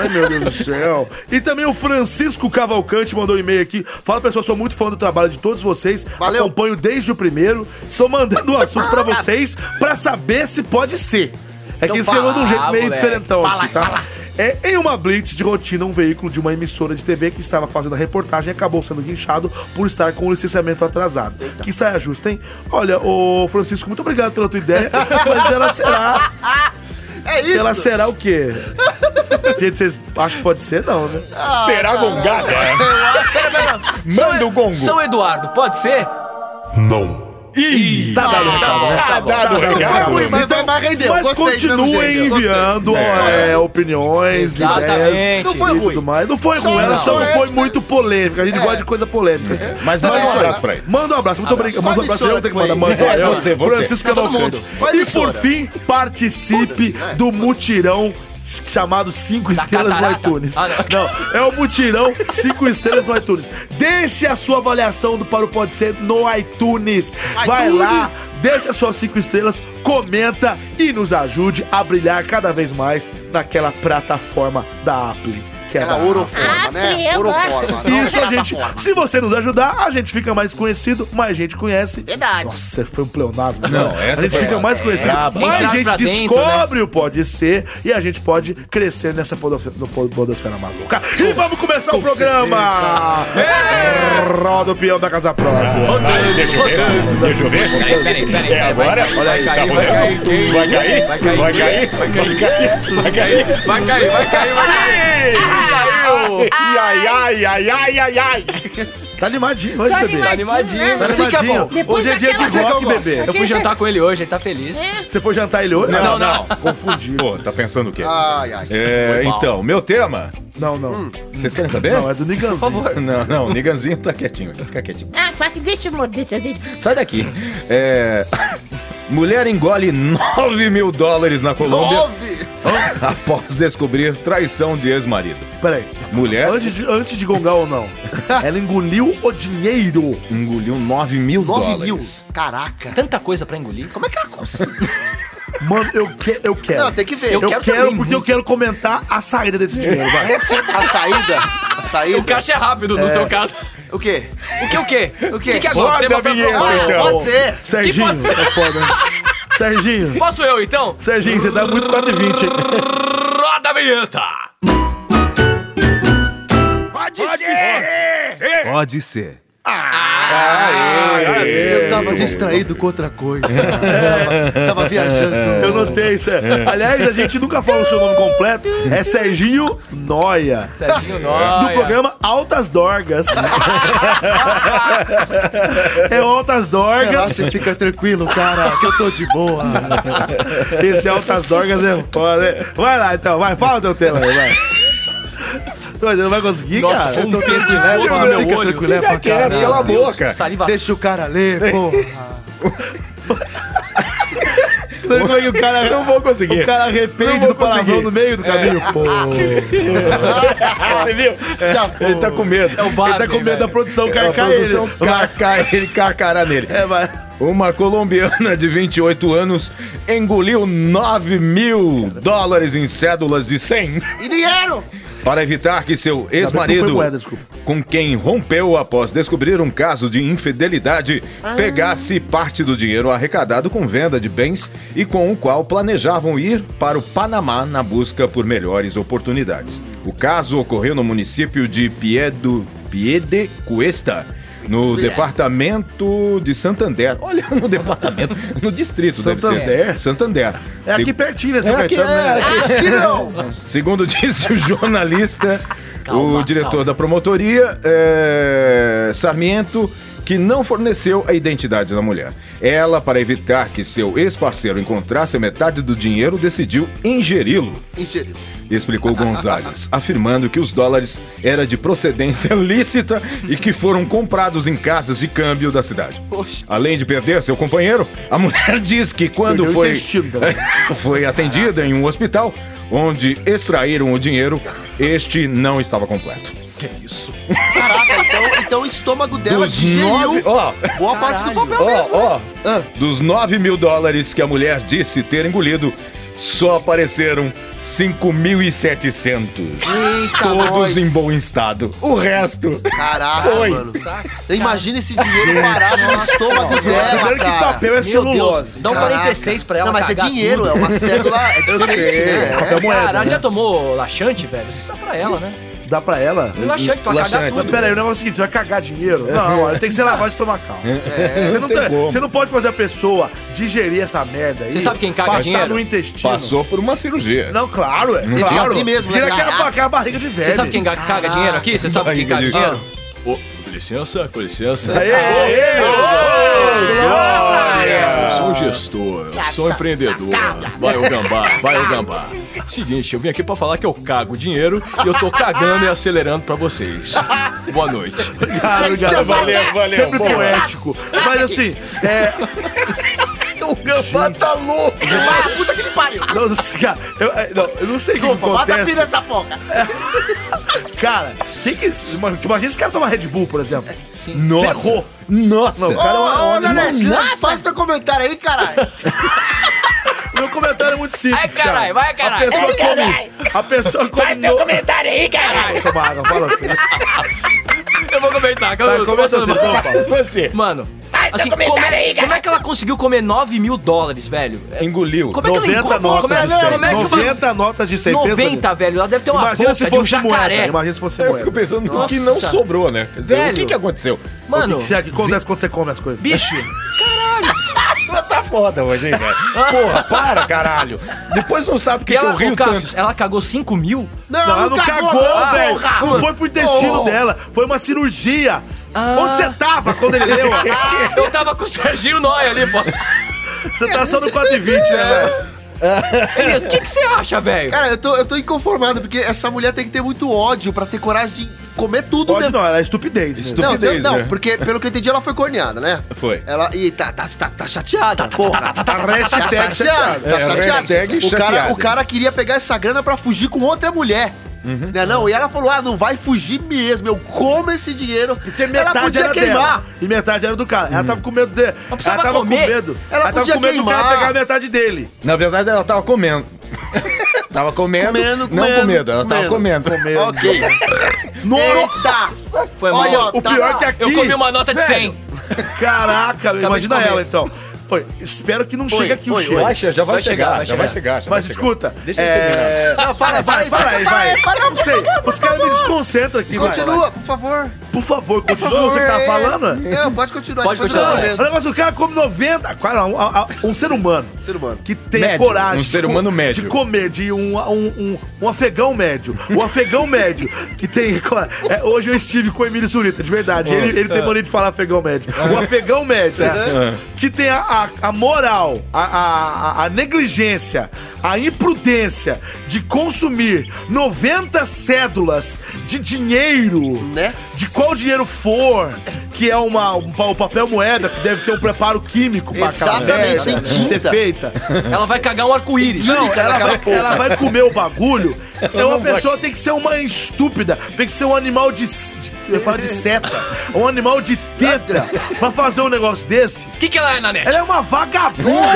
Speaker 5: Ai, meu Deus do céu. E também o Francisco Cavalcante mandou um e-mail aqui. Fala, pessoal, sou muito fã do trabalho de todos vocês.
Speaker 1: Valeu.
Speaker 5: Acompanho desde o primeiro. Tô mandando o assunto pra vocês pra saber se pode ser. É
Speaker 6: Então
Speaker 5: que ele escreveu de
Speaker 6: fala,
Speaker 5: um jeito meio
Speaker 6: moleque.
Speaker 5: diferentão
Speaker 4: Fala,
Speaker 5: aqui, tá?
Speaker 4: fala.
Speaker 5: É, em uma blitz de rotina, um veículo de uma emissora de TV que estava fazendo a reportagem acabou sendo guinchado por estar com o licenciamento atrasado. Que saia justa, hein? Olha, ô Francisco, muito obrigado pela tua ideia, mas ela será
Speaker 1: É isso.
Speaker 5: ela será o quê? Gente, vocês acham que pode ser? Não, né?
Speaker 2: Será gongada? Manda o gongo.
Speaker 4: São Eduardo, pode ser?
Speaker 7: Não.
Speaker 2: Ih,
Speaker 5: Tá dado o recado, né?
Speaker 2: tá dado o recado.
Speaker 1: ruim, mas vai- mas rendeu.
Speaker 5: Mas
Speaker 1: Gostei, né, do mesmo
Speaker 5: continuem
Speaker 1: jeito, eu gostei.
Speaker 5: enviando é, opiniões, ideias.
Speaker 4: Exatamente.
Speaker 1: Não foi
Speaker 5: E
Speaker 1: ruim.
Speaker 5: tudo mais. Não foi
Speaker 1: Só
Speaker 5: ruim, ela
Speaker 1: não.
Speaker 5: só não
Speaker 1: É.
Speaker 5: foi muito polêmica. A gente gosta de coisa polêmica.
Speaker 2: Mas manda um abraço pra ele.
Speaker 5: Manda um abraço, muito obrigado. Manda um abraço,
Speaker 1: Vai,
Speaker 5: eu tenho que mandar.
Speaker 1: vai.
Speaker 5: Manda
Speaker 2: É,
Speaker 5: eu.
Speaker 2: você, você.
Speaker 5: Francisco Cavalcante.
Speaker 1: Vai,
Speaker 5: E por
Speaker 1: emissora.
Speaker 5: fim, participe
Speaker 1: Foda-se, né?
Speaker 5: do mutirão chamado 5 estrelas no
Speaker 4: catarata.
Speaker 5: iTunes.
Speaker 4: Ah,
Speaker 5: não. é o mutirão 5 estrelas no iTunes. Deixe a sua avaliação do Para o Pode Ser no iTunes. Vai
Speaker 1: iTunes.
Speaker 5: lá, deixa as suas 5 estrelas, comenta e nos ajude a brilhar cada vez mais naquela plataforma da Apple. Que é
Speaker 1: Ela
Speaker 5: da
Speaker 1: oroforma,
Speaker 8: Ah,
Speaker 1: né?
Speaker 8: eu
Speaker 1: Oroforma. não
Speaker 5: isso, a gente.
Speaker 1: plataforma.
Speaker 5: Se você nos ajudar, a gente fica mais conhecido, mais gente conhece.
Speaker 8: Verdade.
Speaker 5: Nossa, foi um pleonasmo.
Speaker 2: Não,
Speaker 5: cara.
Speaker 2: essa
Speaker 5: A gente
Speaker 2: foi
Speaker 5: fica
Speaker 2: uma-
Speaker 5: mais conhecido,
Speaker 4: braba.
Speaker 5: mais
Speaker 4: Entrar
Speaker 5: gente
Speaker 4: pra dentro,
Speaker 5: descobre o Pode Ser e a gente pode crescer nessa podosfera, no pod- podosfera maluca. E vamos começar o programa! É. Roda o peão da casa própria.
Speaker 2: Deixa eu ver. Deixa eu ver.
Speaker 6: Peraí, peraí, peraí.
Speaker 2: É agora? Olha aí, tá rodando? Vai cair? Vai cair? Vai cair? Vai cair? Vai cair?
Speaker 6: Vai cair, vai cair, vai cair.
Speaker 2: Ai, ai, ai, ai, ai, ai.
Speaker 5: Tá animadinho hoje,
Speaker 8: Tô
Speaker 5: bebê.
Speaker 8: animadinho, né?
Speaker 5: Tá
Speaker 1: Assim que é
Speaker 5: animadinho.
Speaker 1: bom.
Speaker 8: Depois
Speaker 5: hoje é dia de
Speaker 8: daquela-
Speaker 1: Esse
Speaker 5: rock,
Speaker 1: é que eu
Speaker 5: bebê.
Speaker 6: Eu fui jantar com ele hoje, ele tá feliz.
Speaker 8: É.
Speaker 5: Você foi jantar ele hoje?
Speaker 2: Não,
Speaker 6: não.
Speaker 5: Confundi.
Speaker 2: Pô, tá pensando o quê?
Speaker 1: Ai, ai.
Speaker 2: É, então, meu tema.
Speaker 5: Não, não.
Speaker 2: Vocês querem saber?
Speaker 5: Hum. Não, é do Niganzinho.
Speaker 2: Não, não, o Niganzinho tá quietinho aqui, fica quietinho.
Speaker 8: Ah, quase que deixa eu morder seu dedo.
Speaker 2: Sai daqui. É. Mulher engole 9 mil dólares na Colômbia
Speaker 1: Nove.
Speaker 2: após descobrir traição de ex-marido.
Speaker 5: Peraí.
Speaker 2: Mulher
Speaker 5: Antes de, antes de gongar ou não, ela engoliu o dinheiro.
Speaker 2: engoliu 9 mil
Speaker 1: Nove mil.
Speaker 2: dólares.
Speaker 1: Caraca.
Speaker 3: Então,
Speaker 4: Tanta coisa pra engolir.
Speaker 1: Como é que ela consegue?
Speaker 5: Mano, eu, que, eu quero.
Speaker 1: Não, tem que ver.
Speaker 5: Eu,
Speaker 4: quero
Speaker 5: quero,
Speaker 4: também
Speaker 5: porque eu quero comentar a saída desse dinheiro, vai.
Speaker 1: A saída. A saída.
Speaker 6: O caixa é rápido no seu caso.
Speaker 1: O quê?
Speaker 3: O que, o quê?
Speaker 1: O
Speaker 3: O
Speaker 1: quê?
Speaker 3: que, que é Globo?
Speaker 2: Roda
Speaker 3: Tem
Speaker 2: a
Speaker 3: papel
Speaker 2: vinheta,
Speaker 1: Ah,
Speaker 3: Globo?
Speaker 2: então.
Speaker 1: pode ser.
Speaker 5: Serginho, é foda. né? Serginho,
Speaker 3: Posso eu, então?
Speaker 5: Serginho, você dá muito 4 e 20.
Speaker 3: Roda a vinheta! Pode, ser!
Speaker 2: Pode ser.
Speaker 1: Eu tava distraído com outra coisa. Tava, tava
Speaker 5: Eu
Speaker 1: viajando.
Speaker 5: notei isso. é. Aliás, a gente nunca fala o seu nome completo. É Serginho Noia.
Speaker 3: Serginho
Speaker 5: Do
Speaker 3: Noia.
Speaker 5: programa Altas Dorgas. é Altas Dorgas.
Speaker 1: Relaxa, fica tranquilo, cara, que eu tô de boa.
Speaker 5: Esse Altas Dorgas é foda. né? Vai lá então, vai, fala teu tema aí, vai. Mas não vai conseguir,
Speaker 3: Nossa,
Speaker 5: cara.
Speaker 3: foi
Speaker 1: Eu
Speaker 3: um
Speaker 1: tô
Speaker 3: dedo de
Speaker 1: tranquilo,
Speaker 3: fogo no
Speaker 1: cara,
Speaker 3: meu
Speaker 1: fica
Speaker 3: olho.
Speaker 1: tranquilo, pra
Speaker 2: quieto,
Speaker 1: caralho.
Speaker 2: cala a boca.
Speaker 3: Saliva
Speaker 1: Deixa o cara ler, porra.
Speaker 5: Sabe como é que o cara,
Speaker 2: Não vou conseguir.
Speaker 5: o cara arrepende
Speaker 2: Não vou
Speaker 5: do palavrão
Speaker 2: conseguir.
Speaker 5: no
Speaker 3: É.
Speaker 5: meio do caminho? Pô.
Speaker 2: Você viu? ele tá com medo.
Speaker 3: É o bar,
Speaker 5: Ele tá com medo da produção
Speaker 2: A
Speaker 5: carcar ele.
Speaker 2: produção carcar ele, carcará nele.
Speaker 5: É, vai.
Speaker 2: Uma colombiana de 28 anos engoliu 9 mil dólares em cédulas de 100
Speaker 1: E dinheiro!
Speaker 2: para evitar que seu
Speaker 5: Não foi
Speaker 2: ex-marido,
Speaker 5: moeda, desculpa.
Speaker 2: com quem rompeu após descobrir um caso de infidelidade, pegasse parte do dinheiro arrecadado com venda de bens e com o qual planejavam ir para o Panamá na busca por melhores oportunidades. O caso ocorreu no município de Piedo, Piede Cuesta. No departamento de Santander. Olha, no departamento. No distrito, deve ser.
Speaker 5: Santander?
Speaker 2: Santander.
Speaker 5: É
Speaker 2: Se-
Speaker 5: aqui pertinho, né, seu
Speaker 2: aqui,
Speaker 5: Caetano?
Speaker 2: é,
Speaker 5: né?
Speaker 2: Segundo disse o jornalista,
Speaker 4: Calma,
Speaker 2: o diretor da promotoria, é, Sarmiento, que não forneceu a identidade da mulher. Ela, para evitar que seu ex-parceiro encontrasse a metade do dinheiro, decidiu ingeri-lo,
Speaker 1: Mentira.
Speaker 2: explicou Gonzalez, afirmando que os dólares era de procedência lícita e que foram comprados em casas de câmbio da cidade.
Speaker 1: Poxa.
Speaker 2: Além de perder seu companheiro, a mulher diz que quando
Speaker 5: Perdeu o
Speaker 2: foi,
Speaker 5: intestino né? também.
Speaker 2: foi atendida em um hospital, onde extraíram o dinheiro, este não estava completo.
Speaker 1: Caraca, então, então o estômago dela
Speaker 2: Dos nove,
Speaker 1: digeriu
Speaker 2: ó,
Speaker 1: boa parte do papel
Speaker 2: ó,
Speaker 1: mesmo.
Speaker 2: ó,
Speaker 5: Ah.
Speaker 2: dos 9 mil dólares que a mulher disse ter engolido, só apareceram 5.700.
Speaker 1: Eita,
Speaker 2: Todos
Speaker 1: nós.
Speaker 2: em bom estado. O resto.
Speaker 1: Caraca,
Speaker 2: Oi.
Speaker 1: mano. Imagina esse dinheiro parado no estômago dela,
Speaker 5: Primeiro que
Speaker 1: cara.
Speaker 5: papel é
Speaker 3: Meu Deus,
Speaker 5: celulose.
Speaker 3: dá um
Speaker 1: Caraca.
Speaker 3: 46 pra ela
Speaker 1: Não, mas é
Speaker 3: cagar
Speaker 1: dinheiro, é uma cédula. É diferente, né?
Speaker 5: É moeda.
Speaker 3: Cara,
Speaker 5: né?
Speaker 3: já tomou laxante, velho? Isso dá pra ela, né?
Speaker 5: Dá pra ela?
Speaker 3: Laxante pra
Speaker 2: Laxante.
Speaker 3: cagar tudo.
Speaker 5: Pera aí, o negócio é o seguinte, você vai cagar dinheiro? Não, olha, tem que ser lavagem estomacal.
Speaker 1: É.
Speaker 5: você, não
Speaker 2: tem
Speaker 5: tá-
Speaker 2: como.
Speaker 5: você não pode fazer a pessoa digerir essa merda aí.
Speaker 3: Você sabe quem caga
Speaker 5: Passar
Speaker 3: dinheiro?
Speaker 5: no intestino.
Speaker 2: Passou por uma cirurgia.
Speaker 5: Não, claro, é.
Speaker 1: de
Speaker 5: Claro.
Speaker 1: abrir mesmo, né?
Speaker 5: Vira aquela,
Speaker 1: Garrafa.
Speaker 5: aquela barriga de velho.
Speaker 3: Você sabe quem ga- caga dinheiro aqui? Você sabe quem
Speaker 2: Barriga
Speaker 3: caga
Speaker 2: de-
Speaker 3: dinheiro? Ô, com licença, com licença.
Speaker 5: Aê, aê, aê,
Speaker 3: Eu sou um gestor, eu sou um empreendedor. Vai o gambá, vai o gambá. Seguinte, eu vim aqui pra falar que eu cago dinheiro e eu tô cagando e acelerando pra vocês. Boa noite.
Speaker 5: Cara, cara,
Speaker 2: Valeu, valeu.
Speaker 5: Sempre
Speaker 2: boa.
Speaker 5: poético. Mas assim, é. o gambá tá louco.
Speaker 4: Puta que ele pariu.
Speaker 5: Não, não sei, cara, eu, é, não, eu não sei o que que
Speaker 4: Bota a
Speaker 5: acontece.
Speaker 4: pilha nessa porca.
Speaker 5: Cara, quem que. Mano, imagina esse cara tomar Red Bull, por exemplo.
Speaker 2: Nossa.
Speaker 5: Ferrou.
Speaker 2: Nossa.
Speaker 5: Não, o cara é uma-
Speaker 1: Ô,
Speaker 5: uma-
Speaker 1: Dona Lesley, faz teu comentário aí, caralho.
Speaker 5: Meu comentário é muito simples,
Speaker 3: Vai,
Speaker 5: cara.
Speaker 3: caralho, vai, caralho.
Speaker 5: A pessoa
Speaker 4: Ei,
Speaker 5: come.
Speaker 4: caralho.
Speaker 5: A pessoa come. Vai teu comentário aí, caralho. Toma água, fala assim.
Speaker 3: Eu vou comentar, calma
Speaker 5: Vai,
Speaker 3: eu
Speaker 5: começa
Speaker 3: começo
Speaker 5: assim,
Speaker 3: no-
Speaker 5: então,
Speaker 2: Mas
Speaker 5: Paulo.
Speaker 2: você
Speaker 3: Mano, assim, como,
Speaker 4: comentário
Speaker 3: é-
Speaker 4: aí,
Speaker 3: como é que ela conseguiu comer 9 mil dólares, velho? É,
Speaker 2: engoliu.
Speaker 3: Como é que ela
Speaker 5: 90
Speaker 3: engorda? Como é-
Speaker 5: notas de
Speaker 3: não,
Speaker 5: 100.
Speaker 3: como é que você-
Speaker 5: 90 notas de 100. pensa
Speaker 3: 90, velho. Ela deve ter uma
Speaker 5: Imagina
Speaker 3: boca
Speaker 5: se
Speaker 3: de um
Speaker 5: fosse
Speaker 3: jacaré.
Speaker 5: moeda. Imagina se fosse
Speaker 2: Eu fico
Speaker 5: moeda.
Speaker 2: pensando no que não
Speaker 3: Nossa.
Speaker 2: sobrou, né? Quer dizer,
Speaker 3: Velho.
Speaker 2: o que, que aconteceu?
Speaker 3: Mano,
Speaker 5: O que, que acontece quando você come as coisas?
Speaker 3: bicho,
Speaker 2: Tá foda hoje, hein, velho? Porra, para, caralho. Depois não sabe o
Speaker 3: e
Speaker 5: é
Speaker 2: que, que eu
Speaker 3: ela,
Speaker 2: rio
Speaker 3: ô, Cassius,
Speaker 2: tanto.
Speaker 3: ela cagou 5 mil?
Speaker 5: Não, ela não cagou,
Speaker 3: não,
Speaker 5: velho.
Speaker 3: porra.
Speaker 5: Não foi pro intestino
Speaker 1: Oh.
Speaker 5: dela. Foi uma cirurgia.
Speaker 3: Ah.
Speaker 5: Onde você tava quando ele deu?
Speaker 3: Eu tava com o Serginho Noia ali, pô.
Speaker 5: Você tá só no 4,20, né, velho?
Speaker 3: Elias, o que que você acha, velho?
Speaker 1: Cara, eu tô, eu tô inconformado, porque essa mulher tem que ter muito ódio pra ter coragem de comer tudo
Speaker 5: Pode
Speaker 1: mesmo.
Speaker 5: não, ela é estupidez. mesmo.
Speaker 2: Estu-
Speaker 1: Não, não,
Speaker 2: Estupidez,
Speaker 1: não,
Speaker 2: né?
Speaker 1: porque pelo que eu entendi, ela foi corneada, né?
Speaker 2: Foi.
Speaker 1: Ela. E tá, tá, tá, tá chateada, porra. Tá
Speaker 5: hashtag
Speaker 1: chateada.
Speaker 2: É,
Speaker 1: Tá chateada.
Speaker 2: hashtag
Speaker 1: O cara,
Speaker 2: chateada.
Speaker 1: o cara queria pegar essa grana pra fugir com outra mulher. Né, não? E ela falou: ah, não vai fugir mesmo, eu como esse dinheiro.
Speaker 5: Porque metade
Speaker 1: ela podia
Speaker 5: era
Speaker 1: queimar.
Speaker 5: dela. E metade era do cara. Ela tava com medo dele. Ela
Speaker 3: precisava
Speaker 5: tava
Speaker 3: comer.
Speaker 5: com medo.
Speaker 1: Ela
Speaker 5: tava
Speaker 1: podia
Speaker 5: com medo do
Speaker 1: queimar.
Speaker 5: cara pegar a metade dele.
Speaker 2: Na verdade, ela tava comendo. tava comendo.
Speaker 1: Comendo,
Speaker 2: Não
Speaker 1: comendo,
Speaker 2: com medo, ela tava comendo.
Speaker 1: Ok.
Speaker 5: Nossa!
Speaker 1: Eita!
Speaker 6: Foi mal.
Speaker 1: Olha, ó,
Speaker 5: O
Speaker 1: tá
Speaker 5: pior
Speaker 1: lá.
Speaker 5: que aqui.
Speaker 6: Eu comi uma nota de 100.
Speaker 5: Caraca,
Speaker 6: de
Speaker 5: imagina
Speaker 6: comer.
Speaker 5: ela então. Oi, espero que não chegue aqui o
Speaker 1: oi,
Speaker 5: cheiro.
Speaker 2: Vai, che- já vai,
Speaker 6: Vai chegar,
Speaker 2: chegar,
Speaker 6: vai
Speaker 2: já vai chegar. já
Speaker 5: Mas
Speaker 2: vai chegar.
Speaker 5: escuta.
Speaker 2: Deixa eu
Speaker 5: é...
Speaker 1: Não, fala,
Speaker 5: Vai, fala aí, vai. Não sei. Os caras me desconcentram aqui. vai.
Speaker 1: Continua, por favor.
Speaker 5: Por favor, continua você que tá falando.
Speaker 1: Não, pode continuar.
Speaker 6: Pode
Speaker 1: depois eu
Speaker 6: continuar.
Speaker 1: tô
Speaker 5: O
Speaker 1: lendo.
Speaker 5: negócio do cara come 90. Quase, um, a- a- um ser humano
Speaker 1: Ser humano.
Speaker 5: que tem
Speaker 2: Médio,
Speaker 5: coragem
Speaker 2: um ser
Speaker 5: de co-
Speaker 2: humano médio.
Speaker 5: de comer de um, um, um, um afegão médio. O afegão médio que tem. cora- é, hoje eu estive com o Emílio Surita, de verdade. Ele, ele
Speaker 2: Ah.
Speaker 5: tem mania de falar afegão médio.
Speaker 2: É.
Speaker 5: O afegão médio né, que tem a, a- a moral, a, a- a- a negligência, a imprudência de consumir 90 cédulas de dinheiro
Speaker 1: Né?
Speaker 5: de qual dinheiro for, que é uma, um, pa- um papel moeda, que deve ter um preparo químico pra aquela
Speaker 1: Exatamente,
Speaker 5: merda
Speaker 1: tem tinta.
Speaker 5: ser feita.
Speaker 6: Ela vai cagar um arco-íris.
Speaker 5: Não, ela
Speaker 1: naquela
Speaker 5: vai,
Speaker 1: porra.
Speaker 5: ela vai comer o bagulho. Então a
Speaker 2: não vai-
Speaker 5: pessoa tem que ser uma estúpida, tem que ser um animal de. s- de- eu ia falar de seta, um animal de teta pra fazer um negócio desse.
Speaker 6: O que, que ela é, Nanete?
Speaker 5: Ela é uma vagabunda.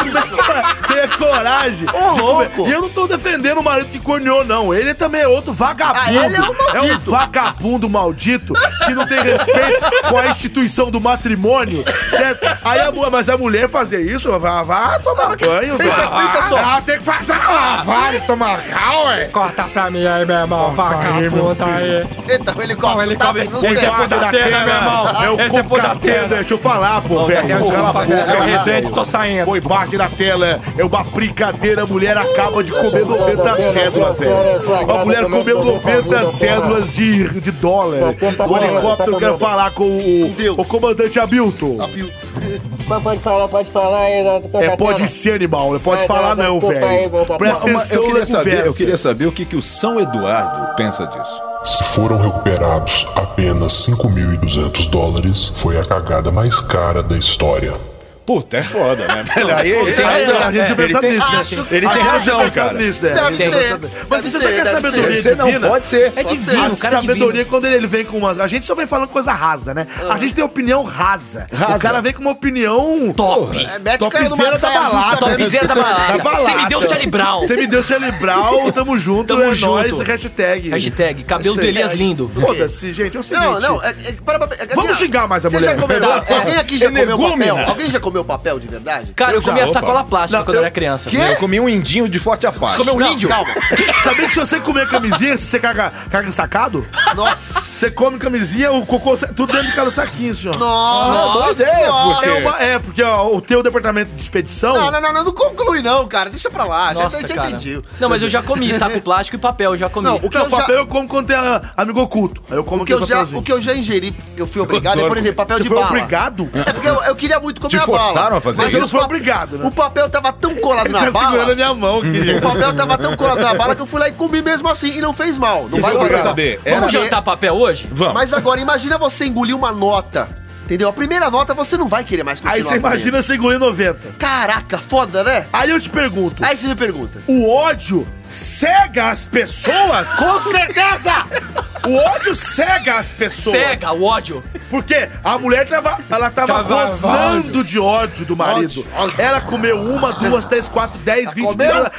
Speaker 5: Tem coragem. de comer. E eu não tô defendendo o marido que corneou, não. Ele também é outro vagabundo.
Speaker 1: Ah, ele é um maldito.
Speaker 5: vagabundo maldito que não tem respeito com a instituição do matrimônio, certo? Aí a, mu- mas a mulher fazer isso, vai, vai tomar banho.
Speaker 1: Pensa-
Speaker 5: vai.
Speaker 1: pensa só.
Speaker 5: Ela tem que fazer uma
Speaker 1: Ah,
Speaker 5: lavagem estomacal, ué. tá
Speaker 9: Corta pra mim aí, meu irmão. Vagabundo aí.
Speaker 1: Eita, o helicóptero.
Speaker 9: O helicóptero.
Speaker 1: Não
Speaker 9: Esse
Speaker 1: sei.
Speaker 9: é
Speaker 5: Cuca
Speaker 9: da terra, meu irmão.
Speaker 5: É o
Speaker 9: Esse é
Speaker 5: Cuca
Speaker 9: da
Speaker 5: da terra.
Speaker 9: terra.
Speaker 5: Deixa eu falar, pô, velho. Cala a
Speaker 9: Desculpa,
Speaker 5: boca,
Speaker 9: eu
Speaker 5: velho.
Speaker 9: resente, é tô saindo.
Speaker 5: Põe parte da tela. É uma brincadeira. A mulher acaba de comer 90 cédulas, velho. A mulher comeu 90 cédulas de, de dólar. O helicóptero quer falar com o, o comandante É, Abilton.
Speaker 10: Mas pode falar, pode falar aí, da- da-
Speaker 5: É,
Speaker 10: da-
Speaker 5: pode
Speaker 10: da-
Speaker 5: ser animal, não pode
Speaker 10: Vai,
Speaker 5: falar
Speaker 10: vai,
Speaker 5: não,
Speaker 10: desculpa aí,
Speaker 5: velho.
Speaker 10: meu papai.
Speaker 5: Presta
Speaker 2: Mas
Speaker 5: atenção
Speaker 2: eu
Speaker 5: na
Speaker 2: queria, saber, eu
Speaker 5: conversa.
Speaker 2: queria saber o que, que o São Eduardo pensa disso.
Speaker 7: Se foram recuperados apenas 5.200 dólares, foi a cagada mais cara da história.
Speaker 2: Puta, é foda, né? velho? Aí,
Speaker 5: Ele tem
Speaker 1: Mas,
Speaker 5: razão,
Speaker 1: é,
Speaker 5: a gente tinha pensado nisso, né?
Speaker 1: acho-
Speaker 5: Ele
Speaker 2: acho
Speaker 5: tem
Speaker 2: que
Speaker 5: razão,
Speaker 2: É, tem
Speaker 5: cara.
Speaker 2: razão nisso,
Speaker 1: Deve ser.
Speaker 5: Mas
Speaker 1: Deve
Speaker 5: você
Speaker 1: ser,
Speaker 5: sabe que a
Speaker 1: deve
Speaker 5: sabedoria
Speaker 1: ser.
Speaker 2: Você não
Speaker 5: divina-
Speaker 2: pode ser.
Speaker 6: É divino,
Speaker 5: A
Speaker 6: o cara é divino.
Speaker 5: sabedoria, quando ele vem com uma. A gente só vem falando coisa rasa, né? A
Speaker 1: Ah.
Speaker 5: gente tem opinião rasa. O cara vem com uma opinião.
Speaker 6: Top.
Speaker 1: É, mete o cara numa
Speaker 5: Topzera da
Speaker 1: saia
Speaker 5: balada.
Speaker 3: Ah,
Speaker 1: justa mesmo.
Speaker 3: tá
Speaker 1: Tá
Speaker 6: Topzera da balada.
Speaker 5: balada.
Speaker 6: Você me deu o Charlie Brown.
Speaker 5: Você me deu celebral, tamo junto,
Speaker 6: Tamo
Speaker 5: é
Speaker 6: junto.
Speaker 5: nóis, hashtag.
Speaker 6: Hashtag cabelo
Speaker 5: Isso aí.
Speaker 6: do Elias lindo.
Speaker 5: Foda-se, gente, é o seguinte.
Speaker 1: Não, não, é, é, para, para, é,
Speaker 5: Vamos xingar mais a
Speaker 1: você
Speaker 5: mulher.
Speaker 1: Já comeu,
Speaker 5: Verdade.
Speaker 1: Alguém aqui já comeu
Speaker 2: Energúmena.
Speaker 1: papel? Alguém já comeu papel de verdade?
Speaker 6: Cara, eu,
Speaker 5: já-
Speaker 6: comi a
Speaker 5: opa.
Speaker 6: sacola plástica
Speaker 5: Não,
Speaker 6: quando
Speaker 5: eu-
Speaker 6: eu era criança.
Speaker 1: Quê?
Speaker 2: Eu comi um indinho de forte apache.
Speaker 6: Você comeu um
Speaker 1: Não,
Speaker 6: índio?
Speaker 1: Calma.
Speaker 5: Sabia que se você comer camisinha, se você caga, caga em sacado,
Speaker 1: Nossa.
Speaker 5: você come camisinha, o cocô, sai- tudo dentro de cada saquinho, senhor.
Speaker 1: Nossa.
Speaker 2: boa ideia,
Speaker 1: senhora.
Speaker 5: É, uma- é, porque ó, o teu departamento de expedição.
Speaker 1: Não, não, não, não, não conclui não, cara. Deixa pra lá.
Speaker 5: Então
Speaker 1: Já-
Speaker 6: Nossa,
Speaker 1: já,
Speaker 6: cara.
Speaker 1: entendi.
Speaker 6: Não, mas eu já comi saco plástico e papel, eu já comi.
Speaker 1: Não, o que
Speaker 5: Não,
Speaker 1: eu já-
Speaker 5: papel eu como quando tem ah, amigo oculto. Aí eu como
Speaker 1: O que, eu já,
Speaker 5: papelzinho.
Speaker 1: o que eu já ingeri, eu fui obrigado, é, por exemplo, papel
Speaker 5: Você
Speaker 1: de
Speaker 5: foi
Speaker 1: bala.
Speaker 5: obrigado?
Speaker 1: É porque eu, eu queria muito comer
Speaker 2: Te
Speaker 1: a bala.
Speaker 2: forçaram a fazer
Speaker 1: mas
Speaker 5: isso?
Speaker 1: o
Speaker 5: Você foi
Speaker 1: pa-
Speaker 5: obrigado, né?
Speaker 1: O papel tava tão colado
Speaker 5: Ele
Speaker 1: na
Speaker 5: tá
Speaker 1: bala.
Speaker 5: segurando a minha mão aqui,
Speaker 1: O
Speaker 5: gente.
Speaker 1: papel tava tão colado na bala que eu fui lá e comi mesmo assim e não fez mal. Não
Speaker 2: Você
Speaker 1: vai
Speaker 2: só
Speaker 1: fazer
Speaker 2: quer
Speaker 1: mal.
Speaker 2: saber, era-
Speaker 5: é
Speaker 1: Vamos
Speaker 6: Vamos
Speaker 1: jantar.
Speaker 6: jantar papel hoje?
Speaker 2: Vamos.
Speaker 1: Mas agora, imagina você engolir uma nota. Entendeu? A primeira nota você não vai querer mais
Speaker 5: Aí você
Speaker 1: comendo.
Speaker 5: imagina você engolir 90.
Speaker 1: Caraca, foda, né?
Speaker 5: Aí eu te pergunto,
Speaker 1: Aí você me pergunta.
Speaker 5: o ódio cega as pessoas?
Speaker 1: Com certeza!
Speaker 5: O ódio cega as pessoas.
Speaker 6: Cega, o ódio.
Speaker 5: Porque a mulher tava, ela tava rosnando de ódio do marido. Ela comeu uma, duas, três, quatro, dez, vinte,
Speaker 1: comeu
Speaker 5: trinta,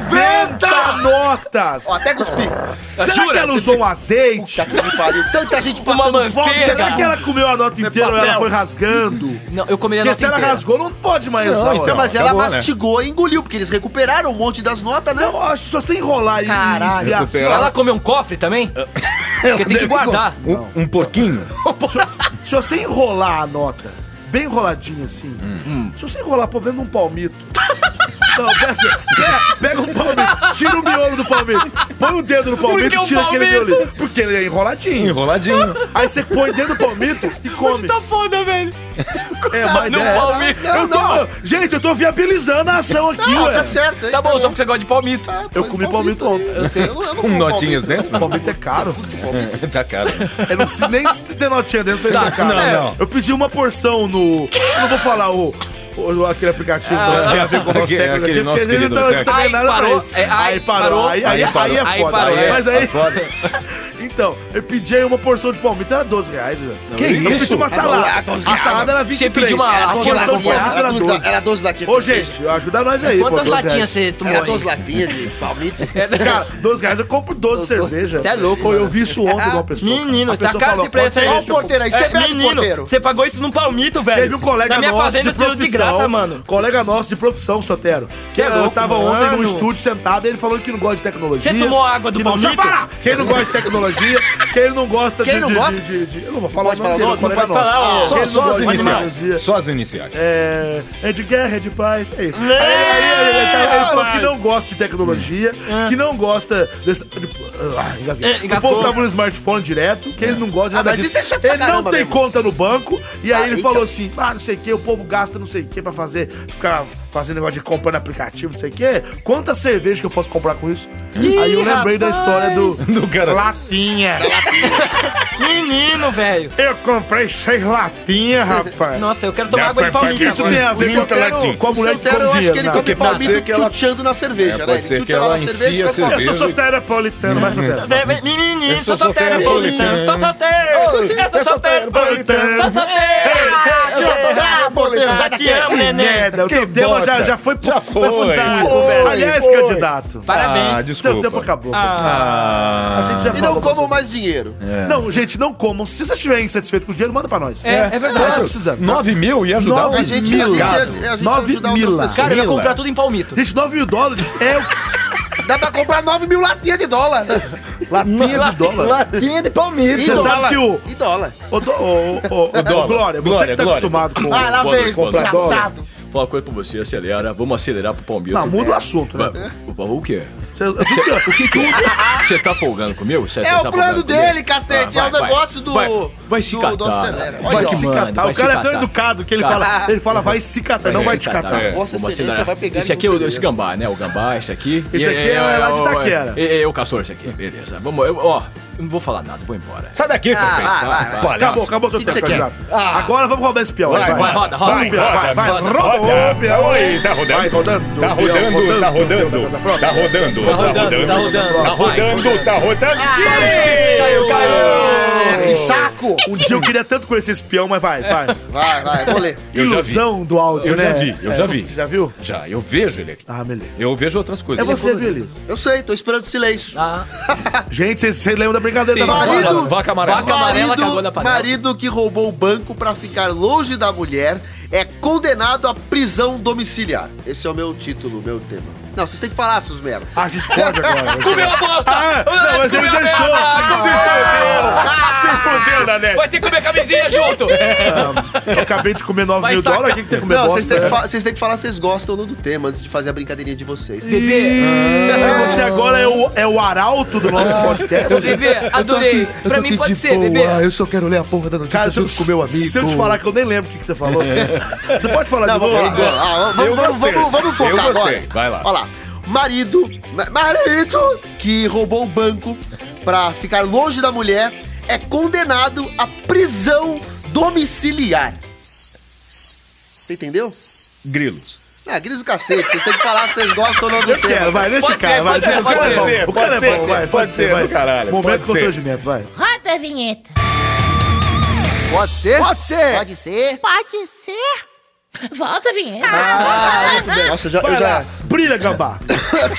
Speaker 5: noventa notas.
Speaker 1: Ó, até cuspir.
Speaker 5: Será
Speaker 6: Jura?
Speaker 5: que ela
Speaker 6: Você
Speaker 5: usou um azeite?
Speaker 1: Puta que me pariu. Tanta gente passando
Speaker 6: Uma
Speaker 1: fome. né?
Speaker 6: manteiga.
Speaker 1: Será
Speaker 5: Será que ela comeu a nota inteira ou ela
Speaker 1: papel.
Speaker 5: foi rasgando?
Speaker 6: Não, eu comeria na
Speaker 5: Porque se ela rasgou, não pode mais usar.
Speaker 1: Não, então, mas ela
Speaker 2: acabou, né?
Speaker 1: mastigou e engoliu, porque eles recuperaram um monte das notas, né?
Speaker 5: Eu acho, só você enrolar e
Speaker 1: Caralho.
Speaker 5: enfiar assim, ó.
Speaker 6: Ela comeu um cofre também? Porque tem que guardar.
Speaker 2: Um, um pouquinho?
Speaker 5: Se você enrolar a nota, bem enroladinha assim, se você enrolar por dentro de um palmito. Não, pega, assim, pega, pega um palmito, tira o miolo do palmito, põe o dedo no palmito
Speaker 6: que
Speaker 5: e
Speaker 6: um
Speaker 5: tira aquele
Speaker 6: palmito?
Speaker 5: miolo. Porque ele é enroladinho.
Speaker 2: Enroladinho.
Speaker 5: Aí você põe dentro do palmito e come.
Speaker 3: tá
Speaker 6: foda, velho.
Speaker 5: É, mas
Speaker 6: No
Speaker 5: é-
Speaker 6: palmito.
Speaker 5: Eu tô, Gente, eu tô viabilizando a ação aqui,
Speaker 1: Não,
Speaker 5: ué.
Speaker 1: tá certo. hein?
Speaker 6: Tá bom, só porque você gosta de palmito.
Speaker 1: Ah,
Speaker 5: É, Eu
Speaker 1: foi
Speaker 5: comi palmito ontem.
Speaker 1: Eu sei. Eu não, eu não
Speaker 2: Com
Speaker 1: como
Speaker 2: notinhas dentro?
Speaker 5: Palmito é caro.
Speaker 2: tá caro.
Speaker 5: Eu não preciso nem ter notinha dentro pra esse cara.
Speaker 2: não,
Speaker 5: É,
Speaker 2: não.
Speaker 5: Eu pedi uma porção no. Eu não vou falar o. o- aquele aplicativo não tem a ver com o nosso
Speaker 2: Aquele-
Speaker 5: técnico
Speaker 2: aquele
Speaker 5: aqui,
Speaker 2: nosso
Speaker 5: porque ele
Speaker 2: querido
Speaker 5: não tá
Speaker 2: técnico.
Speaker 5: ganhando
Speaker 6: Ai,
Speaker 5: nada pra
Speaker 6: parou.
Speaker 5: isso.
Speaker 6: É, ai,
Speaker 5: aí parou,
Speaker 6: parou.
Speaker 2: Aí
Speaker 5: aí, aí, aí é
Speaker 2: parou.
Speaker 5: foda.
Speaker 6: Aí parou.
Speaker 5: Mas aí,
Speaker 2: É foda.
Speaker 5: Então, eu pedi aí uma porção de palmito, era 12 reais, velho.
Speaker 2: Que
Speaker 5: Eu
Speaker 2: isso? É,
Speaker 5: pedi uma
Speaker 1: lá,
Speaker 5: salada.
Speaker 1: 12
Speaker 5: a
Speaker 1: reais.
Speaker 5: salada era 23.
Speaker 11: pediu uma-
Speaker 5: a
Speaker 11: aquela
Speaker 5: porção de
Speaker 11: lá,
Speaker 5: palmito era 12.
Speaker 1: Era 12 latinhas. de
Speaker 5: Ô,
Speaker 1: cerveja.
Speaker 5: gente, ajuda nós aí.
Speaker 11: Quantas
Speaker 5: pô, 12 reais. É,
Speaker 11: latinhas você tomou
Speaker 1: Era
Speaker 11: aí?
Speaker 1: 12 latinhas de palmito.
Speaker 3: É,
Speaker 5: Cara, 12 reais, eu compro 12 cerveja.
Speaker 11: Cê é louco,
Speaker 5: Pô, eu vi isso ontem de uma pessoa.
Speaker 11: Menino,
Speaker 5: A
Speaker 11: tá
Speaker 5: pessoa
Speaker 11: caro
Speaker 5: falou,
Speaker 11: esse preço
Speaker 5: "Quanto
Speaker 11: aí.
Speaker 5: é
Speaker 1: Olha
Speaker 5: isso?"
Speaker 1: o porteiro aí, você bebe o porteiro.
Speaker 11: Você pagou isso num palmito,
Speaker 3: É
Speaker 11: velho.
Speaker 5: Teve um colega
Speaker 11: Na minha
Speaker 5: nosso
Speaker 11: fazenda
Speaker 5: de
Speaker 11: tudo
Speaker 5: profissão,
Speaker 11: de graça, mano.
Speaker 5: colega nosso de profissão, Sotero, que
Speaker 11: Cê é
Speaker 5: eu
Speaker 11: louco,
Speaker 5: tava
Speaker 11: mano.
Speaker 5: ontem no estúdio sentado, ele falou que não gosta de tecnologia.
Speaker 11: Você tomou água do
Speaker 5: que não- Deixa eu
Speaker 11: palmito?
Speaker 5: falar! Quem não gosta de tecnologia, quem não gosta
Speaker 1: Quem
Speaker 5: de...
Speaker 1: não
Speaker 5: de-
Speaker 1: gosta?
Speaker 5: de- de- Eu não vou falar
Speaker 1: Pode
Speaker 5: o
Speaker 1: falar
Speaker 5: nome dele,
Speaker 1: o nome?
Speaker 5: colega
Speaker 11: Pode falar,
Speaker 5: nosso.
Speaker 2: Só,
Speaker 5: Quem
Speaker 11: ó.
Speaker 5: não
Speaker 2: só as
Speaker 5: gosta de tecnologia?
Speaker 2: iniciais. Só as iniciais.
Speaker 5: É, é de guerra, é de paz. É isso. Aí,
Speaker 11: É,
Speaker 5: aí, ele, tá- ele falou
Speaker 11: rapaz.
Speaker 5: que não gosta de tecnologia, que não gosta desse. de- ah, engasguei.
Speaker 11: Ah. É,
Speaker 5: o
Speaker 11: engasgou.
Speaker 5: povo tava no smartphone direto, que ele não gosta de
Speaker 1: Ah,
Speaker 5: nada
Speaker 1: mas
Speaker 5: disso.
Speaker 1: isso é chato pra
Speaker 5: ele não
Speaker 1: caramba
Speaker 5: tem
Speaker 1: mesmo.
Speaker 5: conta no banco, e aí
Speaker 1: Ah,
Speaker 5: ele
Speaker 1: então.
Speaker 5: falou assim: ah, não sei o que, o povo gasta não sei o que pra fazer, ficar fazendo negócio de comprando aplicativo, não sei o que. Quantas cervejas que eu posso comprar com isso? aí eu lembrei da
Speaker 11: rapaz.
Speaker 5: história do.
Speaker 2: Do cara.
Speaker 5: Latinha!
Speaker 11: Menino, velho.
Speaker 5: Eu comprei seis latinhas, rapaz!
Speaker 11: Nossa, eu quero tomar água de palmito.
Speaker 5: Isso tem a ver com,
Speaker 2: latinha.
Speaker 5: Sotero, com a
Speaker 1: O
Speaker 5: mulher que
Speaker 1: Santero,
Speaker 5: come
Speaker 1: eu acho
Speaker 5: dinheiro,
Speaker 1: que ele
Speaker 5: né?
Speaker 2: Porque
Speaker 1: come
Speaker 2: pode ser
Speaker 1: palmito
Speaker 2: que ela-
Speaker 1: chuteando na cerveja, né?
Speaker 2: É, pode
Speaker 1: Ele
Speaker 2: ser
Speaker 1: chuta
Speaker 2: que ela
Speaker 1: na cerveja e
Speaker 2: enfia a
Speaker 1: fica com-
Speaker 2: cerveja.
Speaker 5: Eu sou soteropolitano, vai sotero.
Speaker 11: Menino,
Speaker 2: Eu
Speaker 11: sou
Speaker 2: sou
Speaker 11: solteiro,
Speaker 2: solteiro.
Speaker 11: politano. Sou solteiro. Eu sou solteiro, politano. Sou solteiro.
Speaker 1: Ah, seu safado, porteiro, sai
Speaker 11: Eu
Speaker 1: daqui.
Speaker 11: te amo, neném.
Speaker 5: Merda, o teu tema já, já foi pro
Speaker 2: Já foi.
Speaker 5: pro saco,
Speaker 2: Foi,
Speaker 5: velho. Aliás,
Speaker 2: foi.
Speaker 5: candidato,
Speaker 2: Ah,
Speaker 11: Parabéns.
Speaker 2: desculpa.
Speaker 5: seu tempo acabou.
Speaker 2: Ah,
Speaker 5: A gente já
Speaker 1: E
Speaker 5: falou
Speaker 1: não comam mais dinheiro.
Speaker 5: bastante. Não, gente, não comam. Se você estiver insatisfeito com o dinheiro, manda pra nós.
Speaker 11: É, é
Speaker 5: Não tá
Speaker 11: verdade.
Speaker 5: precisando.
Speaker 2: 9 mil ia ajudar
Speaker 5: Nove
Speaker 1: A
Speaker 2: uns
Speaker 1: gente, a
Speaker 2: mil
Speaker 1: gente,
Speaker 2: gatos.
Speaker 1: a gente
Speaker 5: Nove
Speaker 1: ajudar
Speaker 5: mil
Speaker 1: outras
Speaker 5: lá.
Speaker 1: pessoas.
Speaker 11: Cara, eu ia
Speaker 2: Mila.
Speaker 11: comprar tudo em palmito.
Speaker 5: Gente, 9 mil dólares é o-
Speaker 1: Dá pra comprar 9 mil latinhas de dólar.
Speaker 5: latinha de dólar.
Speaker 11: Latinha de palmito.
Speaker 5: Você sabe que o...
Speaker 1: E dólar.
Speaker 5: O, do, o, o, o
Speaker 2: dólar.
Speaker 5: Glória, você
Speaker 2: Glória,
Speaker 5: que tá
Speaker 2: Glória.
Speaker 5: acostumado com...
Speaker 1: Ah, lá
Speaker 6: boa
Speaker 1: vem,
Speaker 6: noite, boa noite.
Speaker 1: desgraçado.
Speaker 6: Falar uma coisa pra você, acelera. Vamos acelerar pro Palmeiras.
Speaker 5: Não, muda o assunto, né?
Speaker 6: O, o quê?
Speaker 5: Você- o que que é?
Speaker 6: O que que Você tá folgando comigo? Você
Speaker 1: É
Speaker 6: tá
Speaker 1: o plano
Speaker 6: folgando comigo?
Speaker 1: dele, cacete.
Speaker 6: Ah,
Speaker 1: É o negócio
Speaker 6: Vai,
Speaker 1: do.
Speaker 6: vai se
Speaker 1: do-
Speaker 6: catar.
Speaker 1: do acelera.
Speaker 6: Vai
Speaker 1: Olha,
Speaker 5: Vai
Speaker 6: que
Speaker 1: ó,
Speaker 5: se
Speaker 6: manda,
Speaker 5: catar.
Speaker 6: vai
Speaker 5: O
Speaker 6: se
Speaker 5: cara é tão
Speaker 6: catar.
Speaker 5: educado que ele
Speaker 6: Cara.
Speaker 5: fala, ele fala, vai se catar, não vai te catar.
Speaker 2: É.
Speaker 1: Vossa
Speaker 6: Vamos
Speaker 1: Excelência
Speaker 6: acelerar.
Speaker 1: vai pegar
Speaker 6: Esse
Speaker 1: ele
Speaker 6: aqui é
Speaker 1: no
Speaker 6: o, esse
Speaker 1: celular.
Speaker 6: gambá, né? O gambá, esse aqui.
Speaker 5: Esse
Speaker 6: E-
Speaker 5: aqui é lá de
Speaker 6: o-
Speaker 5: Itaquera.
Speaker 6: É, é o castor, esse aqui. Beleza. Vamos, eu, ó, eu não vou falar nada, vou embora.
Speaker 2: Sai
Speaker 5: Ah,
Speaker 2: daqui, prefeito.
Speaker 1: vai, vai,
Speaker 2: Palhaço.
Speaker 5: Acabou, acabou seu
Speaker 1: que
Speaker 5: tempo,
Speaker 1: você quer?
Speaker 5: candidato. Agora vamos rodar esse peão.
Speaker 2: Vai, vai,
Speaker 6: roda, roda.
Speaker 5: Vai, vai, vai.
Speaker 6: Roda,
Speaker 5: Roda o peão.
Speaker 2: Oi, tá rodando.
Speaker 5: Vai, rodando.
Speaker 2: Tá rodando, tá rodando, tá rodando, tá rodando,
Speaker 11: tá rodando.
Speaker 2: tá rodando, tá rodando.
Speaker 11: Caiu, caiu.
Speaker 1: Que saco!
Speaker 5: Um dia eu queria tanto conhecer esse peão, mas vai, vai.
Speaker 1: Vai, vai, vou ler.
Speaker 2: Eu já vi.
Speaker 5: Ilusão do áudio,
Speaker 2: Eu já
Speaker 5: né?
Speaker 2: vi, eu já vi.
Speaker 5: Você já viu?
Speaker 2: Já, eu vejo ele aqui.
Speaker 5: Ah, beleza.
Speaker 2: Eu vejo outras coisas.
Speaker 5: É você, viu, Elis?
Speaker 1: Eu sei, tô esperando silêncio.
Speaker 11: Ah,
Speaker 5: Gente, vocês vocês lembram da brincadeira
Speaker 11: Sim.
Speaker 5: da
Speaker 1: Marido-
Speaker 5: Marido?
Speaker 2: Vaca amarela.
Speaker 11: Vaca- amarela cagou na panela.
Speaker 1: marido que roubou o banco pra ficar longe da mulher é condenado à prisão domiciliar. Esse é o meu título, meu tema. Não, vocês têm que falar, seus merda.
Speaker 5: Ah, a gente pode agora.
Speaker 11: comeu a bosta!
Speaker 5: Ah, não, mas ele
Speaker 11: Comeu a
Speaker 5: deixou. Ah,
Speaker 11: merda.
Speaker 2: Fudeu, Nanete.
Speaker 11: Vai ter que comer a camisinha junto!
Speaker 5: Eu acabei de comer 9
Speaker 11: Vai
Speaker 5: mil
Speaker 11: sacar.
Speaker 5: dólares, o que que tem que comer
Speaker 1: Não, vocês
Speaker 5: bosta?
Speaker 1: têm, que
Speaker 5: né?
Speaker 1: fa- vocês têm que falar se vocês gostam ou não do tema antes de fazer a brincadeirinha de vocês.
Speaker 5: Ih, Você agora é o, é o arauto do nosso podcast?
Speaker 11: Bebê, adorei. Pra mim pode ser, bebê.
Speaker 1: eu só quero ler a porra da notícia
Speaker 5: Cara, se eu, se eu te falar que eu nem lembro o que, que você falou. Você pode falar
Speaker 1: Não,
Speaker 5: de
Speaker 1: vou
Speaker 5: novo?
Speaker 1: falar. Ah, vamos,
Speaker 2: Eu
Speaker 1: vamos,
Speaker 2: gostei.
Speaker 1: vamos, vamos focar
Speaker 2: Eu gostei.
Speaker 1: agora.
Speaker 2: Vai lá.
Speaker 1: Olha lá. Marido, ma- marido que roubou o banco pra ficar longe da mulher é condenado à prisão domiciliar. Você entendeu?
Speaker 2: Grilos.
Speaker 1: Ah, gris do cacete, vocês têm que falar se vocês gostam ou não do
Speaker 5: Eu quero,
Speaker 1: tema.
Speaker 5: vai, deixa
Speaker 11: Pode
Speaker 5: o cara,
Speaker 11: ser,
Speaker 5: vai.
Speaker 11: pode ser,
Speaker 5: o cara
Speaker 11: pode
Speaker 5: é bom,
Speaker 2: ser,
Speaker 5: o cara
Speaker 2: pode
Speaker 5: é bom,
Speaker 2: ser,
Speaker 5: vai, pode
Speaker 2: pode
Speaker 5: ser,
Speaker 2: ser,
Speaker 5: vai.
Speaker 2: do caralho,
Speaker 5: Momento
Speaker 2: pode
Speaker 5: de
Speaker 2: ser.
Speaker 5: constrangimento, vai.
Speaker 8: Roda a vinheta.
Speaker 1: Pode ser? Pode ser! Pode ser!
Speaker 8: Pode ser? Volta a vinheta.
Speaker 5: Ah,
Speaker 1: Ah, Nossa, eu já.
Speaker 5: Vai
Speaker 1: Eu
Speaker 5: lá,
Speaker 1: já...
Speaker 5: brilha, gambá.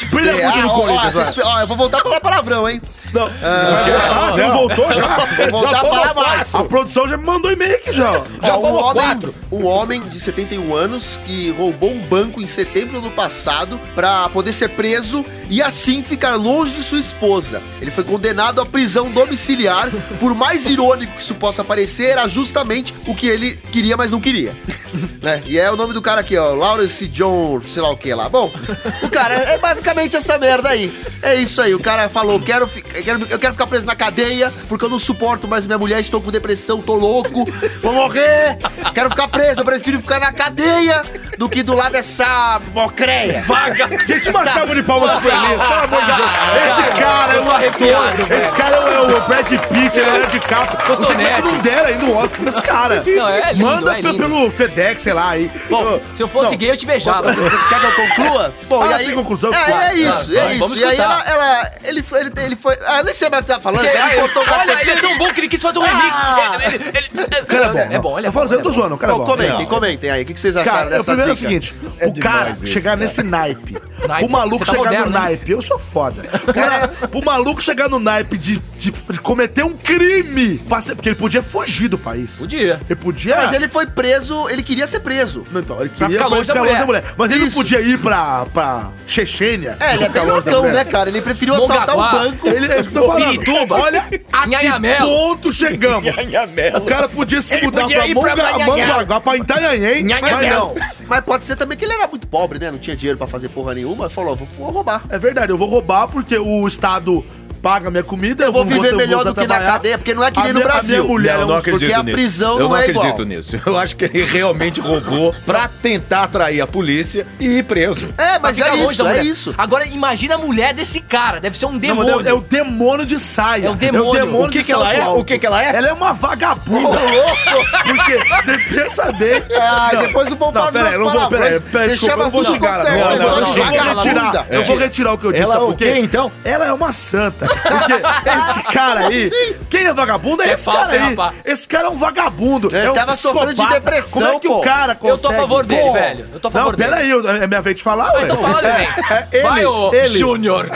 Speaker 5: Brilha
Speaker 1: É,
Speaker 5: muito
Speaker 1: ah,
Speaker 5: no
Speaker 1: ó, ó,
Speaker 5: Corinthians, vai.
Speaker 1: vocês pe- ó, eu vou voltar a falar palavrão, hein?
Speaker 5: Não, ah, você não voltou já?
Speaker 1: Eu vou voltar a falar mais.
Speaker 5: A produção já me mandou e-mail aqui já. ó.
Speaker 1: Ó, um homem, Um homem de 71 anos que roubou um banco em setembro do passado pra poder ser preso e assim ficar longe de sua esposa. Ele foi condenado à prisão domiciliar. Por mais irônico que isso possa parecer, era justamente o que ele queria, mas não queria. né? E é o nome do cara aqui, ó, Lawrence John, sei lá o que lá. Bom, o cara é basicamente essa merda aí. É isso aí, o cara falou, quero, fi- eu quero, eu quero ficar preso na cadeia, porque eu não suporto mais minha mulher, estou com depressão, tô louco, vou morrer, quero ficar preso, eu prefiro ficar na cadeia do que do lado dessa mocreia.
Speaker 11: Vaga!
Speaker 5: Gente, uma salva de palmas pro Elias, pelo amor de Deus. Esse cara é um
Speaker 11: arrepiado,
Speaker 5: ator, esse cara é o Brad Pitt, ele é o Leonardo DiCaprio. Não sei como é que não deram ainda o um Oscar pra esse cara.
Speaker 11: Não, é lindo,
Speaker 5: Manda
Speaker 11: é
Speaker 5: pe-
Speaker 11: lindo.
Speaker 5: pelo FedEx, sei lá, aí.
Speaker 6: Bom, se eu fosse gay, eu te beijava.
Speaker 1: Quer que eu conclua? Bom,
Speaker 5: Ah,
Speaker 1: e aí,
Speaker 5: tem conclusão?
Speaker 1: É, é
Speaker 5: Claro.
Speaker 1: isso,
Speaker 5: Ah,
Speaker 1: é
Speaker 5: vai,
Speaker 1: isso.
Speaker 5: vamos
Speaker 1: e aí ela,
Speaker 5: escutar.
Speaker 1: ela- ele, foi, ele, ele foi... Ah, eu nem sei mais o que você tá falando.
Speaker 5: Que-
Speaker 1: ele botou o
Speaker 6: Olha, ele é
Speaker 1: cacete-
Speaker 6: tão bom que ele quis fazer um remix.
Speaker 5: Ah.
Speaker 6: Ele- ele- ele-
Speaker 5: Cara bom.
Speaker 6: É bom, olha.
Speaker 5: Eu falo assim, eu tô zoando, o cara é
Speaker 1: Bom,
Speaker 5: bom.
Speaker 1: comentem,
Speaker 5: Não.
Speaker 1: comentem aí. O que que vocês acharam
Speaker 5: Cara, o
Speaker 1: dessa
Speaker 5: primeiro é o
Speaker 1: zica?
Speaker 5: seguinte: o cara
Speaker 1: demais isso,
Speaker 5: chegar nesse naipe,
Speaker 1: Naipe.
Speaker 5: o maluco
Speaker 1: Você tá
Speaker 5: chegar
Speaker 1: moderno,
Speaker 5: no
Speaker 1: hein?
Speaker 5: naipe, eu sou foda. O cara- O maluco chegar no naipe de, de- de cometer um crime, pra ser- porque ele podia fugir do país.
Speaker 6: Podia.
Speaker 5: Ele podia.
Speaker 1: Mas ele foi preso, ele queria ser preso.
Speaker 5: Não, então, ele
Speaker 1: Pra
Speaker 5: queria
Speaker 1: ficar longe da mulher.
Speaker 5: Mas ele não
Speaker 1: Isso.
Speaker 5: podia ir pra, pra Chechênia.
Speaker 1: É, ele é
Speaker 5: Ficar
Speaker 1: bem
Speaker 5: longe da
Speaker 1: loucão,
Speaker 5: mulher.
Speaker 1: né, cara? Ele preferiu assaltar um
Speaker 5: Mongaguá.
Speaker 1: banco.
Speaker 5: Ele, é isso que eu tô falando.
Speaker 1: Pirituba.
Speaker 5: Olha a que
Speaker 1: Nhanhamelo.
Speaker 5: ponto chegamos.
Speaker 1: Nhanhamelo.
Speaker 5: O cara podia se
Speaker 1: Ele
Speaker 5: mudar
Speaker 1: podia
Speaker 5: pra
Speaker 1: ir pra
Speaker 5: Monga-
Speaker 1: Nhanhamelo.
Speaker 5: Mongaguá, pra Itanhaém, mas não.
Speaker 1: Mas pode ser também que ele era muito pobre, né? Não tinha dinheiro pra fazer porra nenhuma. Falou, vou, vou roubar.
Speaker 5: É verdade, eu vou roubar porque o Estado paga minha comida.
Speaker 1: Eu vou
Speaker 5: não
Speaker 1: viver
Speaker 5: ter-
Speaker 1: melhor
Speaker 5: vou
Speaker 1: do que na
Speaker 5: trabalhar.
Speaker 1: cadeia, porque não é que
Speaker 5: A
Speaker 1: nem no
Speaker 5: minha- a
Speaker 1: Brasil.
Speaker 5: minha mulher
Speaker 2: Não, eu
Speaker 5: é
Speaker 2: não
Speaker 5: um-
Speaker 2: acredito
Speaker 1: porque a
Speaker 2: nisso.
Speaker 1: prisão
Speaker 2: eu
Speaker 1: não é
Speaker 2: acredito
Speaker 1: igual.
Speaker 2: nisso. Eu acho que ele realmente roubou pra tentar atrair a polícia e ir preso.
Speaker 1: É,
Speaker 6: Pra
Speaker 1: mas
Speaker 6: ficar
Speaker 1: é
Speaker 6: longe
Speaker 1: isso,
Speaker 6: da
Speaker 1: é
Speaker 6: mulher.
Speaker 1: isso.
Speaker 6: Agora, imagina a mulher desse cara. Deve ser um
Speaker 5: Não, mas
Speaker 6: demônio.
Speaker 5: é o demônio de saia.
Speaker 6: É o demônio.
Speaker 2: O que
Speaker 5: de
Speaker 2: que ela
Speaker 5: salto
Speaker 2: é?
Speaker 5: alto.
Speaker 2: O que que ela é?
Speaker 5: Ela é uma vagabunda. louco! Porque você pensa bem.
Speaker 1: Ah, depois o bom fala
Speaker 5: peraí,
Speaker 1: umas
Speaker 5: eu não vou,
Speaker 1: palavrões.
Speaker 5: peraí, peraí,
Speaker 1: Você
Speaker 5: desculpa, eu
Speaker 1: chama
Speaker 5: não vou
Speaker 1: tudo
Speaker 5: xingar
Speaker 1: quanto é
Speaker 5: agora.
Speaker 1: coisa
Speaker 5: Não,
Speaker 1: de
Speaker 5: não, não, eu vou
Speaker 1: vagabunda.
Speaker 5: retirar, eu
Speaker 1: É.
Speaker 5: vou retirar o que eu disse,
Speaker 2: Ela
Speaker 5: É, sabe
Speaker 2: o
Speaker 5: por
Speaker 2: quê,
Speaker 5: quê?
Speaker 2: então?
Speaker 5: Ela é uma santa. Porque esse cara aí,
Speaker 1: Sim.
Speaker 5: quem é vagabundo é,
Speaker 6: É
Speaker 5: esse
Speaker 6: falso,
Speaker 5: cara
Speaker 6: hein,
Speaker 5: aí.
Speaker 6: rapá?
Speaker 5: Esse cara é um vagabundo.
Speaker 1: Ele
Speaker 5: é um
Speaker 1: tava sofrendo de
Speaker 5: psicopata.
Speaker 1: depressão,
Speaker 5: Como é que o
Speaker 1: pô.
Speaker 5: cara
Speaker 6: tô a
Speaker 5: consegue?
Speaker 6: favor dele,
Speaker 5: Pô.
Speaker 6: velho. Eu tô a favor
Speaker 5: Não, peraí, eu- é minha vez de falar, ué.
Speaker 6: então fala,
Speaker 5: É,
Speaker 6: neném.
Speaker 5: é ele,
Speaker 6: Vai, ô
Speaker 5: ele,
Speaker 6: Júnior.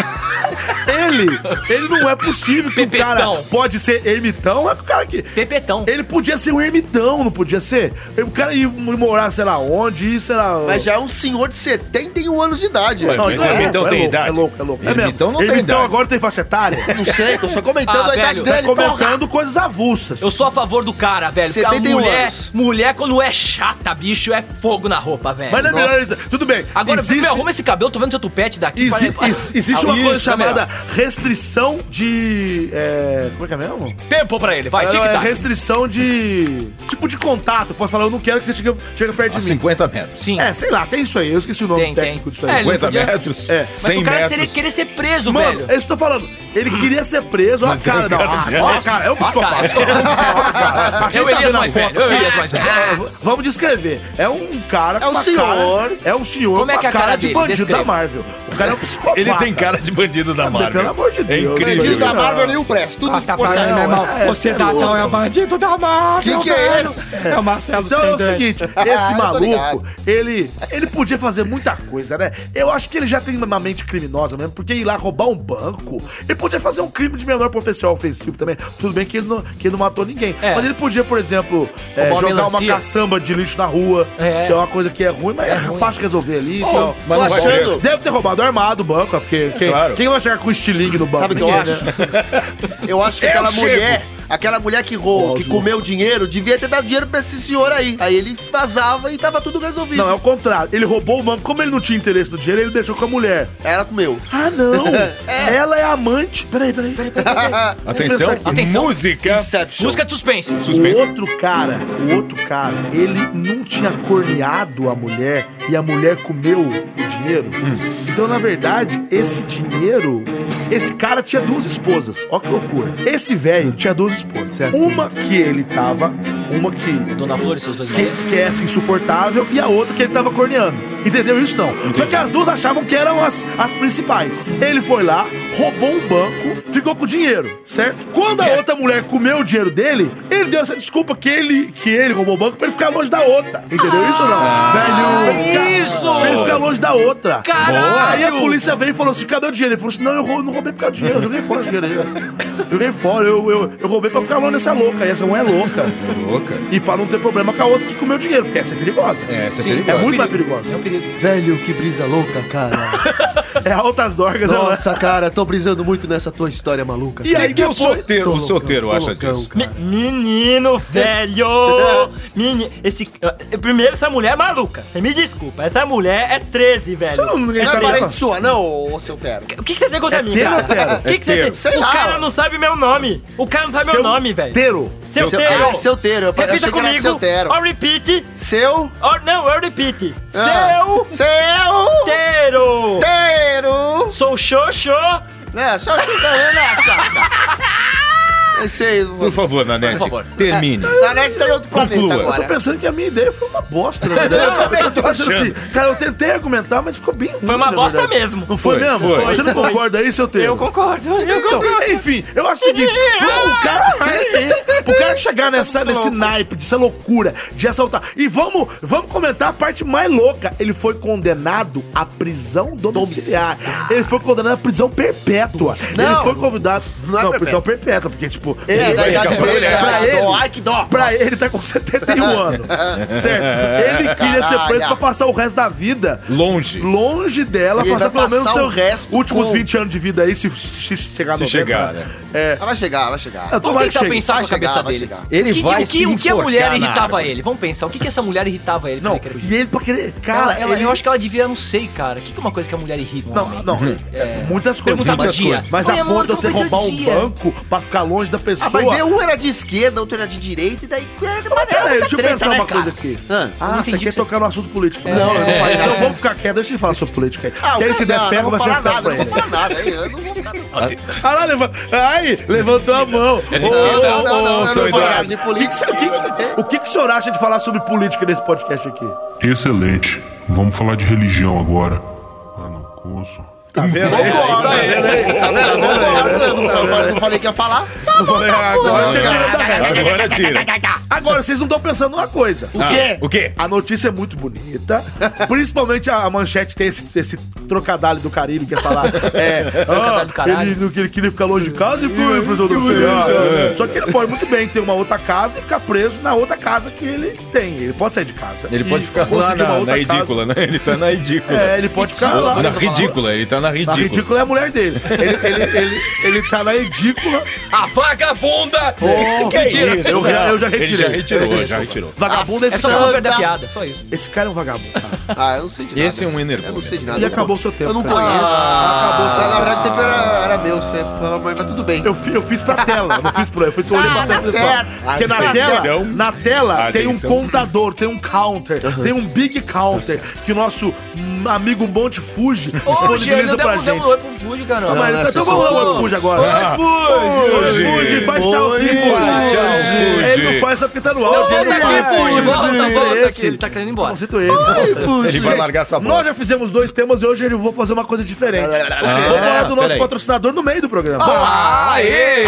Speaker 5: ele, ele não é possível que
Speaker 6: Pepetão.
Speaker 5: o cara pode ser ermitão, é que o cara que.
Speaker 6: Pepetão.
Speaker 5: Ele podia ser um ermitão, não podia ser? O cara ia morar, sei lá onde, ir, sei lá.
Speaker 1: Mas já é um senhor de 71 anos de idade.
Speaker 2: Ué,
Speaker 1: Não,
Speaker 2: mas
Speaker 1: então é.
Speaker 2: ermitão
Speaker 5: é
Speaker 2: tem
Speaker 5: louco,
Speaker 2: idade?
Speaker 5: É louco, é louco. É mesmo.
Speaker 2: Ermitão não tem
Speaker 5: Ermitão
Speaker 2: idade.
Speaker 5: agora tem faixa etária?
Speaker 1: Não sei, tô só comentando
Speaker 6: Ah,
Speaker 1: a idade
Speaker 6: velho, tá
Speaker 5: Tá
Speaker 1: dele, porra.
Speaker 5: comentando coisas avulsas.
Speaker 6: Eu sou a favor do cara, velho. Porque a
Speaker 1: 71
Speaker 6: mulher,
Speaker 1: anos.
Speaker 6: mulher, quando é chata, bicho, é fogo na roupa, velho.
Speaker 5: Mas não é
Speaker 6: Nossa.
Speaker 5: melhor isso. Tudo bem.
Speaker 6: Agora,
Speaker 5: existe,
Speaker 6: meu, arruma esse cabelo, tô vendo seu tupete daqui.
Speaker 5: exi-
Speaker 6: parece-
Speaker 5: ex- existe uma
Speaker 6: Isso,
Speaker 5: coisa
Speaker 6: tá
Speaker 5: chamada
Speaker 6: melhor.
Speaker 5: restrição de. é, como é que é mesmo?
Speaker 6: Tempo pra ele, vai,
Speaker 5: É, é
Speaker 6: tic-tac.
Speaker 5: restrição de. Tipo de contato. Posso falar, eu não quero que você chegue, chegue perto
Speaker 2: A
Speaker 5: de mim.
Speaker 2: 50 metros.
Speaker 6: Sim.
Speaker 5: É, sei lá, tem isso aí. Eu esqueci o nome
Speaker 6: Assim. Tem, tem.
Speaker 5: técnico disso
Speaker 6: É,
Speaker 5: aí.
Speaker 6: ele
Speaker 2: 50
Speaker 6: podia-
Speaker 2: metros,
Speaker 5: É.
Speaker 6: Mas o
Speaker 2: 100
Speaker 6: cara seria,
Speaker 2: metros.
Speaker 6: querer ser preso,
Speaker 5: Mano,
Speaker 6: velho.
Speaker 5: é isso que eu tô falando. Ele queria ser preso. Olha a cara. Não, ah, olha a cara. É um
Speaker 6: Ó, cara,
Speaker 5: psicopata.
Speaker 6: é psicopata.
Speaker 5: A gente
Speaker 6: Eu
Speaker 5: tá
Speaker 6: Elias
Speaker 5: vendo a
Speaker 6: mais velho,
Speaker 5: foto.
Speaker 6: eu Elias mais velho.
Speaker 5: Ah, v- Vamos descrever. É um cara
Speaker 1: É um
Speaker 5: uma
Speaker 1: senhor.
Speaker 5: cara- é um senhor
Speaker 6: Como é
Speaker 5: com
Speaker 6: que é
Speaker 5: a
Speaker 6: a cara
Speaker 5: cara de
Speaker 6: dele?
Speaker 5: bandido
Speaker 6: Descreva.
Speaker 5: da Marvel. O cara é um psicopata.
Speaker 2: Ele tem cara de bandido da
Speaker 5: Mas,
Speaker 2: Marvel.
Speaker 5: pelo amor de
Speaker 2: É
Speaker 5: Deus, né?
Speaker 2: incrível.
Speaker 1: Bandido da
Speaker 5: Não.
Speaker 1: Marvel nenhum presta. Tudo
Speaker 9: Ah, tá
Speaker 1: porra,
Speaker 9: parando,
Speaker 1: não,
Speaker 9: meu irmão.
Speaker 1: é-
Speaker 9: O cidadão é bandido da máfia,
Speaker 1: Que que é
Speaker 9: velho.
Speaker 1: esse?
Speaker 9: É o Marcelo
Speaker 5: Então é o
Speaker 9: Sendente.
Speaker 5: seguinte,
Speaker 1: Ah,
Speaker 5: esse
Speaker 1: eu tô
Speaker 5: maluco,
Speaker 1: ligado.
Speaker 5: ele, ele podia fazer muita coisa, né? Eu acho que ele já tem uma mente criminosa mesmo, porque ir lá roubar um banco, ele podia fazer um crime de menor potencial ofensivo também. Tudo bem que ele não, que ele não matou ninguém.
Speaker 6: É.
Speaker 5: Mas ele podia, por exemplo, é,
Speaker 6: Roubar uma
Speaker 5: jogar uma
Speaker 6: melancia.
Speaker 5: caçamba de lixo na rua,
Speaker 6: É.
Speaker 5: que é uma coisa que é ruim, mas é, fácil de resolver ali. então.
Speaker 1: Tô
Speaker 2: não vai
Speaker 1: achando...
Speaker 5: Deve ter roubado armado o banco, porque quem,
Speaker 2: Claro.
Speaker 5: quem vai chegar com estilingue no banco?
Speaker 1: Sabe o que eu
Speaker 5: Ninguém,
Speaker 1: acho?
Speaker 5: né?
Speaker 1: Eu acho que
Speaker 2: Eu
Speaker 1: aquela
Speaker 2: chego.
Speaker 1: mulher, aquela mulher que roubou,
Speaker 5: Nossa.
Speaker 1: que comeu dinheiro, devia ter dado dinheiro pra esse senhor aí. Aí ele vazava e tava tudo resolvido.
Speaker 5: Não, é o contrário. Ele roubou o banco. Como ele não tinha interesse no dinheiro, ele deixou com a mulher.
Speaker 1: Ela comeu.
Speaker 5: Ah, não! Ela é amante. Peraí, peraí, peraí. peraí, peraí.
Speaker 2: Atenção,
Speaker 5: Vamos pensar aqui.
Speaker 6: Atenção.
Speaker 2: música.
Speaker 1: Inception.
Speaker 6: Música de suspense.
Speaker 5: O
Speaker 2: Suspense.
Speaker 5: outro cara, o outro cara, ele não tinha corneado a mulher e a mulher comeu o dinheiro. Então, na verdade, esse dinheiro. Esse cara tinha duas esposas. Ó que loucura. Esse velho tinha duas esposas. Uma que ele tava, uma que.
Speaker 6: Dona Flor e seus dois maridos.
Speaker 5: que, que é essa insuportável e a outra que ele tava corneando. Entendeu isso não? Só que as duas achavam que eram as, as principais. Ele foi lá, roubou um banco, ficou com o dinheiro, certo? Quando a
Speaker 6: Certo.
Speaker 5: outra mulher comeu o dinheiro dele, ele deu essa desculpa que ele, que ele roubou o banco pra ele ficar longe da outra. Entendeu isso ou não? Velho!
Speaker 6: Ah, isso!
Speaker 5: Pra ele ficar longe da outra.
Speaker 6: Caralho!
Speaker 5: Aí a polícia veio e falou assim: cadê o dinheiro? Ele falou assim: não, eu rou- não roubei por causa do dinheiro, eu joguei fora o dinheiro aí. ó. Joguei fora, eu, eu, eu roubei pra ficar longe dessa louca. E essa mulher é louca.
Speaker 2: Louca.
Speaker 5: E pra não ter problema com a outra que comeu dinheiro, porque essa é perigosa.
Speaker 2: É, essa é
Speaker 6: Sim,
Speaker 5: É
Speaker 2: perigosa.
Speaker 5: muito mais
Speaker 6: É
Speaker 5: perigosa.
Speaker 6: um perigo.
Speaker 1: Velho, que brisa louca, cara.
Speaker 5: É altas dorgas, ela.
Speaker 1: Nossa, cara, tô brisando muito nessa tua história maluca.
Speaker 5: E aí
Speaker 2: que o
Speaker 5: depois...
Speaker 2: solteiro,
Speaker 1: Tô
Speaker 2: o solteiro
Speaker 1: loucão,
Speaker 2: acha
Speaker 1: tô loucão,
Speaker 2: disso?
Speaker 1: cara.
Speaker 11: Menino velho! Meni... Esse... Primeiro, essa mulher é maluca. Você me desculpa, essa mulher é 13, velho.
Speaker 5: Você não, ninguém
Speaker 1: Não é
Speaker 5: sabe
Speaker 1: parente sua, não, ô seu Tero?
Speaker 11: O que, que você tem contra
Speaker 5: É
Speaker 11: mim,
Speaker 5: tero
Speaker 11: cara?
Speaker 5: ou tero?
Speaker 11: O que, que você
Speaker 2: tero.
Speaker 11: tem?
Speaker 1: Sei
Speaker 11: o
Speaker 1: lá,
Speaker 11: cara
Speaker 1: ó.
Speaker 11: não sabe meu nome. O cara não sabe meu nome, velho.
Speaker 5: Teiro.
Speaker 11: Seu,
Speaker 1: Seu-
Speaker 11: tero.
Speaker 1: ah, seu tero. Eu pa- eu achei
Speaker 11: Repita
Speaker 1: que era
Speaker 11: comigo.
Speaker 1: seu tero.
Speaker 11: Eu repeat.
Speaker 1: Seu?
Speaker 11: Or, não, eu repeat.
Speaker 1: Ah.
Speaker 11: Seu
Speaker 1: Seu?
Speaker 11: tero.
Speaker 1: Tero!
Speaker 11: Sou xoxo.
Speaker 5: tá né,
Speaker 1: É, só chutando, né, cara? Eu sei, eu vou-
Speaker 2: Por favor, Nanete,
Speaker 1: Por favor.
Speaker 2: termine.
Speaker 1: É, Nanete tá em outro planeta
Speaker 2: Conclua.
Speaker 1: agora.
Speaker 5: Eu tô pensando que a minha ideia foi uma bosta, na verdade.
Speaker 1: Eu também
Speaker 5: tô
Speaker 1: tô
Speaker 5: pensando assim, cara, eu tentei argumentar, mas ficou bem ruim.
Speaker 11: Foi uma
Speaker 5: na
Speaker 11: bosta
Speaker 5: é verdade.
Speaker 11: mesmo.
Speaker 5: Não foi,
Speaker 2: Foi,
Speaker 5: mesmo?
Speaker 2: foi.
Speaker 5: Você não
Speaker 11: Foi.
Speaker 5: concorda aí, seu Teu?
Speaker 11: Eu concordo, eu
Speaker 5: Então,
Speaker 11: concordo.
Speaker 5: enfim, eu acho o seguinte: o cara, o cara chegar nessa, nesse naipe, dessa loucura de assaltar. E vamos, vamos comentar a parte mais louca. Ele foi condenado à prisão domiciliar. Ele foi condenado à prisão perpétua. ele
Speaker 1: Não.
Speaker 5: foi convidado.
Speaker 1: Não
Speaker 5: Não,
Speaker 1: é
Speaker 5: prisão perpétua, porque, tipo.
Speaker 1: É, da
Speaker 5: vai
Speaker 1: idade
Speaker 5: ficar pra
Speaker 1: dele,
Speaker 5: ele.
Speaker 1: é.
Speaker 5: Pra
Speaker 1: Ai, que
Speaker 5: ele,
Speaker 1: dó, ai, que dó.
Speaker 5: pra ele tá com 71 anos. certo? Ele queria ser preso
Speaker 1: Caralho.
Speaker 5: pra passar o resto da vida
Speaker 2: Longe.
Speaker 5: longe dela,
Speaker 1: E ele
Speaker 5: passar
Speaker 1: vai
Speaker 5: pelo menos
Speaker 1: passar o
Speaker 5: seus
Speaker 1: resto
Speaker 5: últimos
Speaker 1: com-
Speaker 5: 20 anos de vida aí, se, se chegar
Speaker 2: Se
Speaker 5: no
Speaker 2: chegar,
Speaker 5: É.
Speaker 1: Ah, vai chegar, vai chegar.
Speaker 5: Eu
Speaker 10: Vamos
Speaker 5: tomara que
Speaker 10: tentar
Speaker 5: chegue.
Speaker 10: pensar
Speaker 1: Vai
Speaker 10: na cabeça
Speaker 1: chegar, vai
Speaker 10: dele.
Speaker 1: chegar.
Speaker 2: Ele
Speaker 10: O que-
Speaker 6: tipo,
Speaker 2: vai
Speaker 10: o que,
Speaker 2: se
Speaker 10: o que a
Speaker 2: enforcar
Speaker 10: mulher
Speaker 2: na
Speaker 10: irritava
Speaker 2: árvore.
Speaker 10: ele? Vamos pensar, o que, que essa mulher irritava ele?
Speaker 5: Não,
Speaker 10: pra ele querer
Speaker 5: e ele pra querer... Cara,
Speaker 10: Cara, ela,
Speaker 5: ele...
Speaker 10: eu acho que ela devia, não sei, cara. O que, que uma coisa que a mulher irrita? um
Speaker 5: Não,
Speaker 10: homem?
Speaker 5: não, é, muitas coisas.
Speaker 10: Perguntar
Speaker 5: muitas
Speaker 10: bom dia.
Speaker 5: coisas. Mas
Speaker 10: Oi,
Speaker 5: a
Speaker 10: amor,
Speaker 5: ponto
Speaker 10: como
Speaker 5: de você
Speaker 10: foi seu
Speaker 5: roubar um
Speaker 10: dia?
Speaker 5: banco pra ficar longe da pessoa...
Speaker 1: Ah, vai ver, um era de esquerda, outro era de direita, e daí... É, mas é
Speaker 5: Peraí,
Speaker 1: muita
Speaker 5: deixa eu
Speaker 1: treta,
Speaker 5: pensar
Speaker 1: né,
Speaker 5: uma
Speaker 1: cara?
Speaker 5: coisa aqui.
Speaker 1: Ah.
Speaker 5: Ah, você quer tocar no assunto político, né?
Speaker 1: Não, eu não
Speaker 5: É.
Speaker 1: falei nada.
Speaker 5: Então vamos ficar quieto, deixa ele falar sobre política aí.
Speaker 1: Ah,
Speaker 5: Porque aí se der
Speaker 1: não,
Speaker 5: ferro,
Speaker 1: não
Speaker 5: vai
Speaker 1: vou falar
Speaker 5: ser ferro
Speaker 1: nada,
Speaker 5: pra
Speaker 1: não vou
Speaker 5: ele.
Speaker 1: falar nada, hein, eu não vou falar nada.
Speaker 5: Ah lá, leva... Ai, levantou a mão. Ô,
Speaker 1: Não,
Speaker 5: ô,
Speaker 1: não, não,
Speaker 5: ô,
Speaker 1: eu
Speaker 5: seu
Speaker 1: não vou falar
Speaker 5: Eduardo.
Speaker 1: de
Speaker 5: O que que você-
Speaker 1: política.
Speaker 5: o que que- O que que o senhor acha de falar sobre política nesse podcast aqui?
Speaker 7: Excelente. Vamos falar de religião agora. Ah, não, curso.
Speaker 1: Concordo, tá vendo? Eu Concordo, eu não falei- eu não falei que ia falar.
Speaker 5: Não falei, agora
Speaker 2: Não,
Speaker 5: eu tiro da
Speaker 2: "Ah,
Speaker 5: reta.
Speaker 2: Agora tira.
Speaker 5: Agora, vocês não estão pensando numa coisa.
Speaker 2: O quê? O quê?
Speaker 5: A notícia é muito bonita. Principalmente a a manchete tem esse, esse trocadalho do carinho que é falar. É, ah,
Speaker 10: do caralho.
Speaker 5: ele, não- ele queria ficar longe de casa e ficou em prisão domiciliar. Só que ele pode muito bem ter uma outra casa e ficar preso na outra casa que ele tem. Ele pode sair de casa.
Speaker 2: Ele
Speaker 5: e
Speaker 2: pode ficar lá
Speaker 5: conseguir uma
Speaker 2: na,
Speaker 5: outra
Speaker 2: na
Speaker 5: casa.
Speaker 2: ridícula, né? Ele tá na ridícula.
Speaker 5: É, ele pode ficar lá.
Speaker 2: na ridícula, ele tá na
Speaker 5: Na
Speaker 2: ridícula.
Speaker 5: ridícula é a mulher dele. Ele, ele, ele, ele tá na ridícula.
Speaker 6: A vagabunda!
Speaker 5: Mentira, eu, já- eu já
Speaker 2: Ele
Speaker 5: retirei.
Speaker 2: já retirou, Ah, já retirou.
Speaker 5: Vagabundo é
Speaker 10: É
Speaker 5: esse
Speaker 10: só pra
Speaker 5: cara.
Speaker 10: perder a piada, só isso.
Speaker 5: Esse cara é um vagabundo.
Speaker 1: Ah, eu não sei de nada.
Speaker 2: Esse é um
Speaker 1: Eu
Speaker 2: energúmeno.
Speaker 1: não sei de nada.
Speaker 5: E acabou o seu tempo.
Speaker 1: Eu não
Speaker 5: cara.
Speaker 1: conheço.
Speaker 5: Acabou o seu
Speaker 1: Ah, na
Speaker 5: tempo.
Speaker 1: verdade, o tempo era, era meu, você falou, mas mas tudo bem.
Speaker 5: Eu, fi- eu fiz pra tela, não fiz pra eu fiz eu olhei pra
Speaker 1: Ah, tá
Speaker 5: tela e falei só.
Speaker 1: certo.
Speaker 5: Porque na
Speaker 1: Atenção.
Speaker 5: tela, na tela tem um
Speaker 2: Atenção.
Speaker 5: contador, tem um counter, tem um big counter que o nosso hum, amigo Monte Fuji
Speaker 10: Hoje ele
Speaker 5: disponibiliza
Speaker 10: não
Speaker 5: pra
Speaker 10: deu
Speaker 5: gente.
Speaker 10: um oi pro Fuji, caramba.
Speaker 5: Ah, mas ele tá
Speaker 1: Não,
Speaker 5: então
Speaker 1: essa
Speaker 5: vamos
Speaker 1: só-
Speaker 5: lá, Monte Fuji
Speaker 2: Ah,
Speaker 5: agora.
Speaker 2: Fuji!
Speaker 5: Fuji, faz tchauzinho, Fuji.
Speaker 2: Fuji.
Speaker 5: Ele não faz essa porque tá no áudio. Ele não
Speaker 10: Olha
Speaker 5: faz.
Speaker 10: aqui, Fuji, volta,
Speaker 5: Esse,
Speaker 10: volta aqui,
Speaker 5: esse.
Speaker 10: ele tá querendo ir embora.
Speaker 5: Concito esse.
Speaker 2: Ele vai largar essa
Speaker 5: Nós
Speaker 2: bola.
Speaker 5: já fizemos dois temas e hoje eu vou fazer uma coisa diferente. vou falar do nosso
Speaker 2: Ah, peraí.
Speaker 5: patrocinador no meio do programa.
Speaker 1: Aí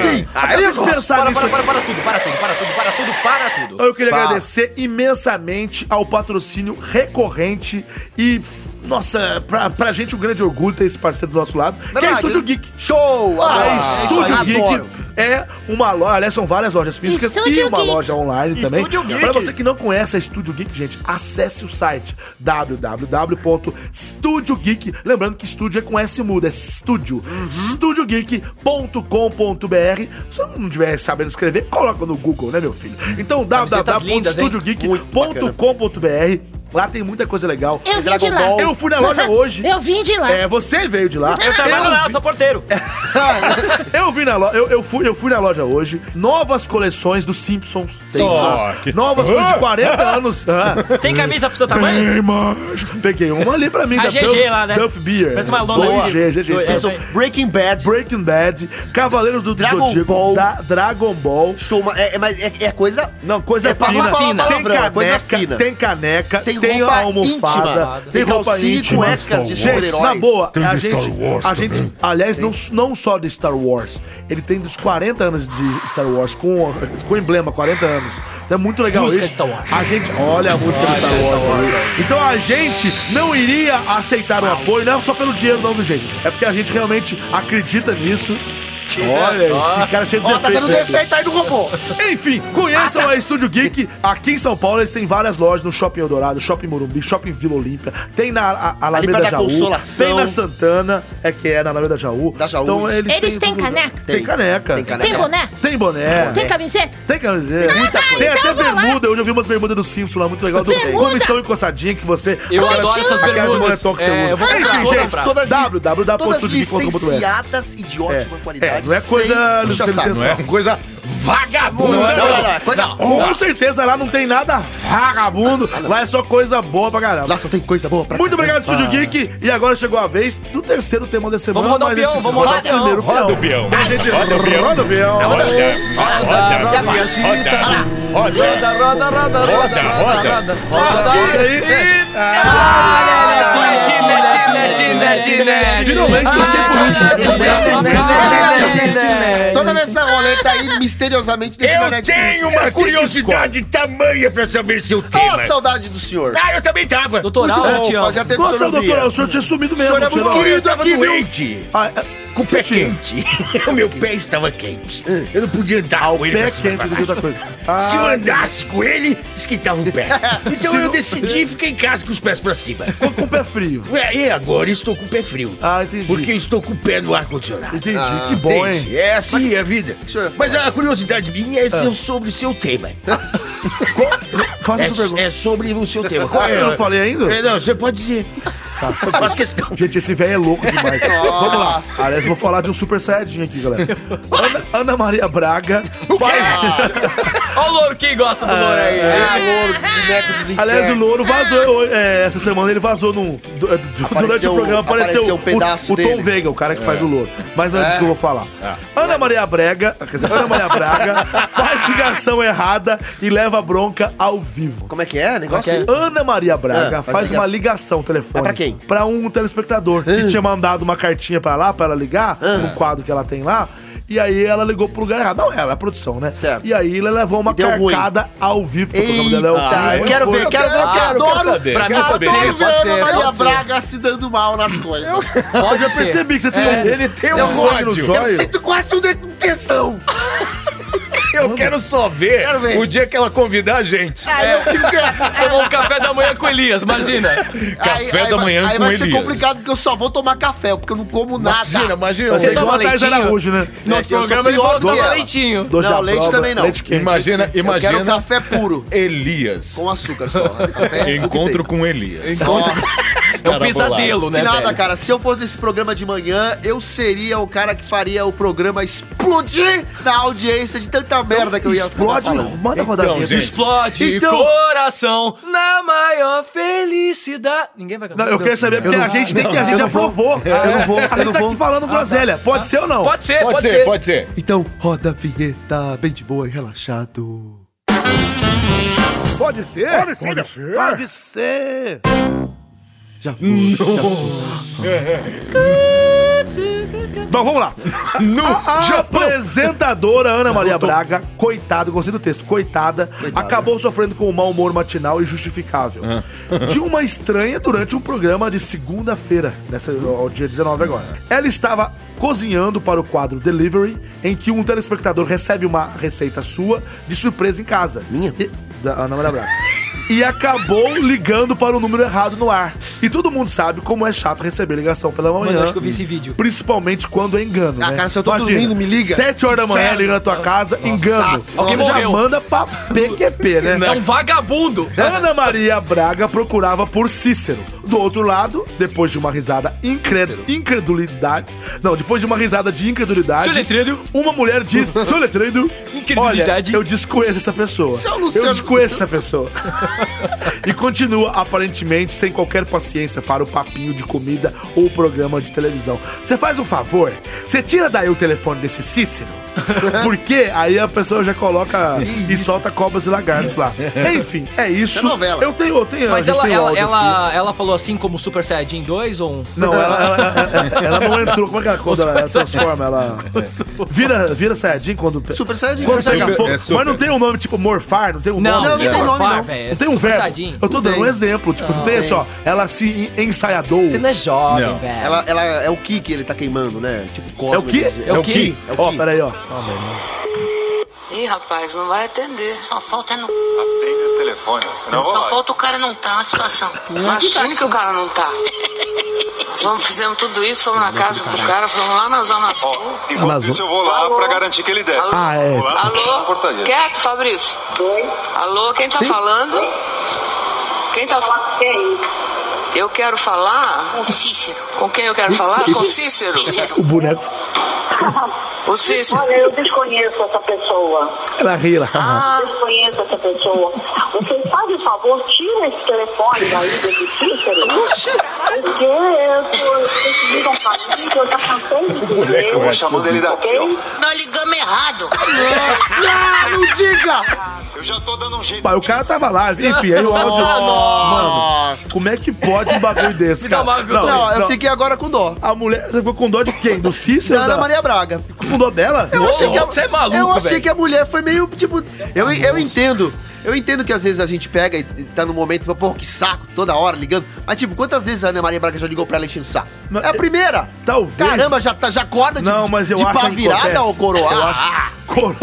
Speaker 1: sim!
Speaker 5: Aí eu vou pensar
Speaker 10: Ah, Para,
Speaker 5: nisso
Speaker 10: para, para,
Speaker 5: aqui.
Speaker 10: para tudo, para tudo, para tudo, para tudo, para tudo.
Speaker 5: Eu queria agradecer imensamente ao patrocínio recorrente e. Nossa, pra, pra gente um grande orgulho ter esse parceiro do nosso lado, que é a
Speaker 1: Verdade.
Speaker 5: Estúdio Geek.
Speaker 1: Show!
Speaker 5: A
Speaker 1: adoro.
Speaker 5: Ah, é
Speaker 1: É
Speaker 5: Estúdio
Speaker 1: Adoro.
Speaker 5: Geek é uma loja, aliás, são várias lojas físicas e
Speaker 8: Estúdio
Speaker 5: uma
Speaker 8: Geek.
Speaker 5: loja online também.
Speaker 11: Estúdio Geek.
Speaker 5: Para você que não conhece a Estúdio Geek, gente, acesse o site www.studiogeek, lembrando que estúdio é com S mudo, é estúdio, estudiogeek.com.br. Se você não tiver sabendo escrever, coloca no Google, né, meu filho? Então,
Speaker 10: Camisetas lindas, hein?
Speaker 5: www.studiogeek.com.br, lá tem muita coisa legal.
Speaker 8: Eu vim
Speaker 1: Dragon
Speaker 8: de lá.
Speaker 1: Ball.
Speaker 5: Eu fui na loja hoje.
Speaker 8: Eu vim de lá.
Speaker 5: É, você veio de lá.
Speaker 11: Eu trabalho lá,
Speaker 5: vi-
Speaker 11: sou porteiro.
Speaker 5: eu vi na loja, eu, eu fui, eu fui na loja hoje. Novas coleções dos Simpsons. Tem,
Speaker 2: Só que-
Speaker 5: Novas coisas de 40 anos. Ah.
Speaker 11: Tem camisa pro seu tamanho?
Speaker 5: Ei, mas- Peguei uma ali pra mim,
Speaker 11: A
Speaker 5: da
Speaker 11: GG
Speaker 5: Duff,
Speaker 11: lá, né?
Speaker 5: Duff Beer.
Speaker 11: Parece uma lona
Speaker 5: Boa.
Speaker 11: ali.
Speaker 5: GG, GG.
Speaker 11: Dois,
Speaker 5: Simpsons,
Speaker 11: é,
Speaker 1: Breaking Bad.
Speaker 5: Breaking Bad, Cavaleiros do
Speaker 1: Dragon
Speaker 5: Zodíaco,
Speaker 1: Ball.
Speaker 5: da Dragon Ball.
Speaker 1: Show, mas é, é- mas é- é coisa.
Speaker 5: Não, coisa
Speaker 1: É pra não
Speaker 5: fina.
Speaker 1: falar
Speaker 5: Tem
Speaker 1: palavrão, é coisa
Speaker 5: caneca,
Speaker 1: fina.
Speaker 5: tem caneca, tem,
Speaker 1: Tem roupa
Speaker 5: almofada,
Speaker 1: íntima,
Speaker 5: tem
Speaker 1: tem
Speaker 5: roupa
Speaker 1: calcinha e
Speaker 5: íntima.
Speaker 1: cuecas de
Speaker 5: gente,
Speaker 1: super-heróis.
Speaker 5: na boa,
Speaker 7: Tem
Speaker 5: a
Speaker 7: de Star
Speaker 5: gente,
Speaker 7: Wars
Speaker 5: a gente,
Speaker 7: também.
Speaker 5: aliás, não, não só de Star Wars, ele tem dos 40 anos de Star Wars com com emblema 40 anos. Então é muito legal
Speaker 10: Música
Speaker 5: isso.
Speaker 10: de Star Wars.
Speaker 5: A gente, olha a música do Star Wars. ali. Então a gente não iria aceitar o apoio, não é só pelo dinheiro não, do gente. É porque a gente realmente acredita nisso. Olha, que cara cheio de
Speaker 1: Ó, tá
Speaker 5: defeito,
Speaker 1: tendo
Speaker 5: né?
Speaker 1: defeito aí no robô.
Speaker 5: Enfim, conheçam a Estúdio Geek. Aqui em São Paulo eles têm várias lojas no Shopping Eldorado, Shopping Morumbi, Shopping Vila Olímpia. Tem na a, a Alameda
Speaker 1: perto da
Speaker 5: Jaú.
Speaker 1: Consolação.
Speaker 5: Tem na Santana, é que é na Alameda Jaú.
Speaker 1: Da Jaú.
Speaker 5: Então eles,
Speaker 8: Eles têm
Speaker 5: tudo.
Speaker 8: caneca?
Speaker 5: Tem
Speaker 1: Tem.
Speaker 5: caneca.
Speaker 1: Tem caneca.
Speaker 8: Tem boné?
Speaker 5: Tem boné.
Speaker 8: Tem camiseta?
Speaker 5: Tem camiseta.
Speaker 8: Muita coisa.
Speaker 5: Tem até
Speaker 8: Então vai lá.
Speaker 5: bermuda. Hoje eu vi umas bermudas do Simpson lá, muito legal. Do
Speaker 8: Bermuda.
Speaker 5: Comissão Encoçadinha que você...
Speaker 10: Eu
Speaker 5: aquelas-
Speaker 10: adoro essas
Speaker 5: aquelas de
Speaker 10: bermudas.
Speaker 5: moletom que você
Speaker 10: É, eu vou
Speaker 5: usa.
Speaker 10: comprar,
Speaker 5: Enfim,
Speaker 10: vou
Speaker 5: gente,
Speaker 10: comprar.
Speaker 1: Todas- Todas
Speaker 5: www.estudiogeek.com.br
Speaker 1: licenciadas e de ótima
Speaker 5: é,
Speaker 1: qualidade.
Speaker 5: não é
Speaker 1: sem
Speaker 5: coisa
Speaker 1: puxação.
Speaker 5: licença-
Speaker 2: Não é uma coisa
Speaker 5: vagabundo.
Speaker 1: Não, não, não, é coisa
Speaker 5: Com certeza lá não tem nada vagabundo. Lá é só coisa boa pra caramba.
Speaker 1: Lá só tem coisa boa pra
Speaker 5: Muito obrigado, Estúdio Geek. E agora chegou a vez do terceiro tema da semana.
Speaker 10: rodar o
Speaker 5: mas
Speaker 10: peão,
Speaker 5: antes de
Speaker 10: vamos rodar o peão.
Speaker 5: primeiro
Speaker 2: Roda o peão.
Speaker 5: Tem gente-
Speaker 2: Roda o peão. É
Speaker 5: Roda o peão.
Speaker 2: Roda, roda,
Speaker 10: Roda,
Speaker 2: roda,
Speaker 10: Piacita.
Speaker 2: roda,
Speaker 10: Roda, roda, roda, roda,
Speaker 2: Roda, roda.
Speaker 10: roda, roda, roda.
Speaker 5: E aí?
Speaker 10: Ah,
Speaker 5: Finalmente, nós temos um último.
Speaker 1: Toda vez essa roleta aí misteriosamente deixa
Speaker 7: é
Speaker 1: na
Speaker 2: Eu tenho uma curiosidade tamanha pra saber seu
Speaker 1: Ó,
Speaker 2: tema.
Speaker 1: saudade do senhor.
Speaker 2: Ah, eu também tava.
Speaker 10: Doutoral,
Speaker 1: Bom,
Speaker 10: eu te amo.
Speaker 1: fazia tempo que o
Speaker 5: Nossa,
Speaker 1: senhor não
Speaker 5: doutor,
Speaker 1: via.
Speaker 5: o senhor tinha sumido
Speaker 1: O
Speaker 5: mesmo.
Speaker 1: senhor é muito
Speaker 5: tirou-
Speaker 1: querido.
Speaker 2: Eu tava
Speaker 1: tava doente.
Speaker 2: doente.
Speaker 5: Ah, é-
Speaker 2: Com o pé
Speaker 5: Sim.
Speaker 2: quente. O meu pé estava quente. Eu não podia andar com ele.
Speaker 5: É. Ah, Pé
Speaker 2: pra cima
Speaker 5: quente
Speaker 2: e
Speaker 5: do
Speaker 2: pra
Speaker 5: que outra
Speaker 2: baixo.
Speaker 5: coisa. Ah,
Speaker 2: Se eu andasse com ele, esquentava o pé. Então
Speaker 5: Se
Speaker 2: eu
Speaker 5: não-
Speaker 2: decidi ficar em casa com os pés pra cima.
Speaker 5: ficou com o pé frio.
Speaker 2: É, E agora estou com o pé frio.
Speaker 5: Ah, entendi.
Speaker 2: Porque Ah, estou com o pé no ar-condicionado.
Speaker 5: Entendi, que bom,
Speaker 2: Entende?
Speaker 5: hein? Ah.
Speaker 2: É assim a vida.
Speaker 1: senhor ia
Speaker 2: Mas a curiosidade minha é seu- sobre o seu tema.
Speaker 5: Faça sua pergunta.
Speaker 2: É, é sobre o seu tema. Qual é?
Speaker 5: Eu não falei ainda?
Speaker 2: É, não, você pode dizer.
Speaker 10: Tá.
Speaker 2: Eu faço questão.
Speaker 5: Gente, esse velho é louco demais. Vamos lá. Aliás, vou falar de um super saiyajin aqui, galera. Ana, Ana Maria Braga faz.
Speaker 10: Olha o louro, quem gosta do louro aí?
Speaker 1: Ah, louro, boneco dos
Speaker 5: É, Aliás, o
Speaker 1: infernos.
Speaker 5: Louro vazou. hoje, é, essa semana ele vazou num, du- du- durante
Speaker 1: Apareceu-
Speaker 5: o programa. Apareceu,
Speaker 1: apareceu um pedaço
Speaker 5: o, o Tom
Speaker 1: dele.
Speaker 5: Veiga, o cara que faz o Louro. Mas não é disso que eu vou falar. Ana Maria Braga, quer dizer, Ana Maria Braga faz ligação errada e leva bronca ao vivo.
Speaker 1: Como é que é? Negócio aí?
Speaker 5: Ana Maria Braga
Speaker 1: Ah, faz
Speaker 5: faz, uma
Speaker 1: ligação.
Speaker 5: ligação telefônica.
Speaker 1: Mas pra quem?
Speaker 5: Pra um telespectador que
Speaker 1: Ah.
Speaker 5: tinha mandado uma cartinha pra lá, pra ela ligar,
Speaker 1: Hum.
Speaker 5: no quadro que ela tem lá. E aí ela ligou pro lugar errado. Não, ela, a produção, né?
Speaker 1: Certo.
Speaker 5: E aí ela levou uma
Speaker 1: E deu ruim.
Speaker 5: carcada ao vivo, porque o programa dela é o
Speaker 1: Eita, eu quero ver, quero ver, eu
Speaker 3: Ah,
Speaker 10: Claro,
Speaker 1: quero
Speaker 10: quero
Speaker 1: adoro.
Speaker 6: saber,
Speaker 1: pra
Speaker 6: quero
Speaker 1: mim,
Speaker 6: saber.
Speaker 1: Adoro
Speaker 6: Pode
Speaker 1: ver a
Speaker 10: ser,
Speaker 1: Ana Maria
Speaker 10: pode ser.
Speaker 1: Braga se dando mal nas coisas.
Speaker 5: Eu
Speaker 10: Pode
Speaker 5: já
Speaker 10: ser.
Speaker 5: percebi que você tem um. tá
Speaker 2: Ele tem
Speaker 1: Eu
Speaker 2: um
Speaker 1: gosto,
Speaker 2: ódio.
Speaker 1: eu sinto quase um de- um tensão.
Speaker 2: Eu quero só ver,
Speaker 1: Quero ver.
Speaker 2: o dia que ela convidar a gente.
Speaker 1: Aí eu fico.
Speaker 10: Tomou um café da manhã com Elias, imagina.
Speaker 1: Aí-
Speaker 2: Café
Speaker 1: aí
Speaker 2: da
Speaker 1: vai-
Speaker 2: manhã
Speaker 1: Aí
Speaker 2: com
Speaker 1: vai ser
Speaker 2: Elias.
Speaker 1: complicado Ah, tá. porque eu só vou tomar café, porque eu não como
Speaker 2: Imagina,
Speaker 1: nada.
Speaker 2: imagina.
Speaker 5: Vai ser
Speaker 2: Você
Speaker 5: igual a Thais
Speaker 10: leitinho?
Speaker 5: Araújo, né?
Speaker 1: No
Speaker 10: No programa ele
Speaker 1: do
Speaker 10: botava leitinho.
Speaker 5: Doce
Speaker 1: Não,
Speaker 5: à
Speaker 1: leite
Speaker 5: prova,
Speaker 1: também não.
Speaker 5: Leite quente.
Speaker 2: Imagina,
Speaker 1: Eu quero
Speaker 2: imagina
Speaker 1: café puro,
Speaker 2: Elias.
Speaker 1: com açúcar só. Café é o que tem.
Speaker 2: Encontro com Elias.
Speaker 1: Nossa,
Speaker 10: É um pesadelo,
Speaker 1: que
Speaker 10: né,
Speaker 1: nada,
Speaker 10: velho?
Speaker 1: cara. Se eu fosse nesse programa de manhã, eu seria o cara que faria o programa explodir na audiência de tanta merda que eu ia ficar
Speaker 5: Explode,
Speaker 1: falando.
Speaker 5: manda rodar a
Speaker 2: Então,
Speaker 5: vinheta.
Speaker 2: gente.
Speaker 10: Explode
Speaker 1: Então-
Speaker 10: coração na maior felicidade. Ninguém vai cantar.
Speaker 5: Não, eu quero saber, porque a gente tem que. A gente aprovou. Eu não vou. A gente tá aqui falando groselha. Pode ser ou não?
Speaker 10: Pode ser,
Speaker 2: Pode ser, pode ser.
Speaker 1: Então, roda a vinheta bem de boa e relaxado.
Speaker 5: Pode ser? Pode ser. Pode ser. Pode ser.
Speaker 1: Já foi.
Speaker 5: Bom, vamos lá.
Speaker 10: Ah,
Speaker 5: a apresentadora Ana Maria Braga, coitada, eu gostei do texto, coitada, acabou sofrendo com um mau humor matinal e justificável.
Speaker 10: Ah.
Speaker 5: De uma estranha durante um programa de segunda-feira, nessa, ao dia 19 agora. Ela estava cozinhando para o quadro Delivery, em que um telespectador recebe uma receita sua de surpresa em casa. Minha? da Ana Maria Braga. e acabou ligando para o número errado no ar. E todo mundo sabe como é chato receber ligação pela manhã.
Speaker 10: Mano, eu acho que eu vi esse vídeo.
Speaker 5: Principalmente quando é engano.
Speaker 1: Ah,
Speaker 5: né?
Speaker 1: cara, se eu tô dormindo, me liga.
Speaker 5: Sete horas da manhã, liga na tua casa, engano.
Speaker 10: Alguém
Speaker 5: Já
Speaker 10: morreu.
Speaker 5: manda pra PQP, né? Então,
Speaker 10: É um vagabundo.
Speaker 5: Ana Maria Braga procurava por Cícero. Do outro lado, depois de uma risada incre- incredulidade. Não, depois de uma risada de incredulidade.
Speaker 10: Soletrando.
Speaker 5: Uma mulher diz: Soletrando.
Speaker 10: Incredulidade.
Speaker 5: Olha, eu desconheço essa pessoa.
Speaker 1: Seu Luciano-
Speaker 5: Eu desconheço essa pessoa. e continua, aparentemente, sem qualquer paciência para o papinho de comida ou programa de televisão. Você faz um favor? Você tira daí o telefone desse Cícero? Porque aí a pessoa já coloca e solta cobras e lagartos lá. Enfim, é isso.
Speaker 1: Isso é novela.
Speaker 5: Eu tenho, eu tenho.
Speaker 10: Mas
Speaker 5: a gente
Speaker 10: ela,
Speaker 5: tem o
Speaker 10: ela,
Speaker 5: um áudio aqui.
Speaker 10: ela, ela falou assim como Super Saiyajin 2 ou um...
Speaker 5: Não, ela, ela, ela- ela não entrou. Como é que ela quando ela, ela transforma? Ela. Vira, vira Saiyajin quando. pe-
Speaker 1: Super Saiyajin.
Speaker 5: Quando
Speaker 1: Super
Speaker 5: pega
Speaker 2: Saiyajin.
Speaker 5: fogo.
Speaker 2: É super.
Speaker 5: Mas não tem um nome tipo morfar, não tem um
Speaker 10: Não,
Speaker 5: nome.
Speaker 1: não tem
Speaker 10: é
Speaker 1: nome,
Speaker 10: morfar,
Speaker 1: não.
Speaker 10: velho, é
Speaker 5: Não tem um
Speaker 10: Super
Speaker 5: verbo.
Speaker 10: Saiyajin.
Speaker 5: Eu tô dando
Speaker 1: tem.
Speaker 5: um exemplo. Tipo, não, tem, só. Ela se en- ensaiadou.
Speaker 10: Você não é jovem,
Speaker 2: Não.
Speaker 10: velho.
Speaker 1: Ela, ela é o Ki que ele tá queimando, né? Tipo, cosmo.
Speaker 5: É o quê?
Speaker 1: É
Speaker 10: É
Speaker 1: o
Speaker 10: o Ki.
Speaker 1: Ki. É o
Speaker 5: Ó,
Speaker 1: Ki.
Speaker 5: peraí, ó.
Speaker 12: Ih, rapaz, não vai atender.
Speaker 4: Só falta no.
Speaker 12: Atende esse telefone, senão
Speaker 4: Só falta o cara não tá na situação.
Speaker 12: Imagina que o cara não tá.
Speaker 4: Nós vamos fizemos tudo isso, fomos na casa do cara, fomos Tá lá na zona sul.
Speaker 12: Enquanto
Speaker 5: Amazon.
Speaker 12: isso, eu vou lá pra garantir que ele desce.
Speaker 5: Ah, é.
Speaker 12: Vou lá na
Speaker 4: Alô?
Speaker 12: portaria.
Speaker 4: Quieto, Fabrício. Alô, quem tá falando? Quem tá falando? Eu quero falar. Com Cícero. Com quem eu quero falar? Com Cícero.
Speaker 5: O boneco.
Speaker 12: O Cícero.
Speaker 4: Olha, eu desconheço essa pessoa.
Speaker 5: Ela ri lá.
Speaker 4: Ah, eu desconheço essa pessoa. Você faz o favor, tira esse telefone daí desse Cícero. Porque eu- vocês ligam pra mim que eu já cansei de dizer.
Speaker 12: Eu vou chamando ele daqui,
Speaker 4: ok? Nós ligamos errado.
Speaker 1: Não, Ah, não diga!
Speaker 12: Eu já tô dando um jeito.
Speaker 5: Pai, o cara tava lá, enfim, aí o áudio. Mano, como é que pode um bagulho desse,
Speaker 1: Me dá
Speaker 5: cara?
Speaker 1: uma aguda. Não, eu fiquei agora com dó.
Speaker 5: A mulher, você ficou com dó de quem? Do Cícero?
Speaker 1: Da Ana Maria Braga.
Speaker 5: Ficou com dó dela?
Speaker 1: Eu achei que a,
Speaker 5: Você é maluco,
Speaker 1: eu achei
Speaker 5: velho.
Speaker 1: que a mulher foi meio, tipo... Eu, eu entendo. Eu entendo que às vezes a gente pega e e tá no momento, tipo, pô, que saco, toda hora ligando. Mas, tipo, quantas vezes a Ana Maria Braga já ligou pra ela enchendo o saco? é a primeira.
Speaker 5: Talvez.
Speaker 1: Caramba, já, tá- já acorda de,
Speaker 5: Não, mas eu
Speaker 1: de
Speaker 5: acho
Speaker 1: pá
Speaker 5: que
Speaker 1: virada
Speaker 5: acontece.
Speaker 1: ou coroa?
Speaker 5: Eu acho- Coroa.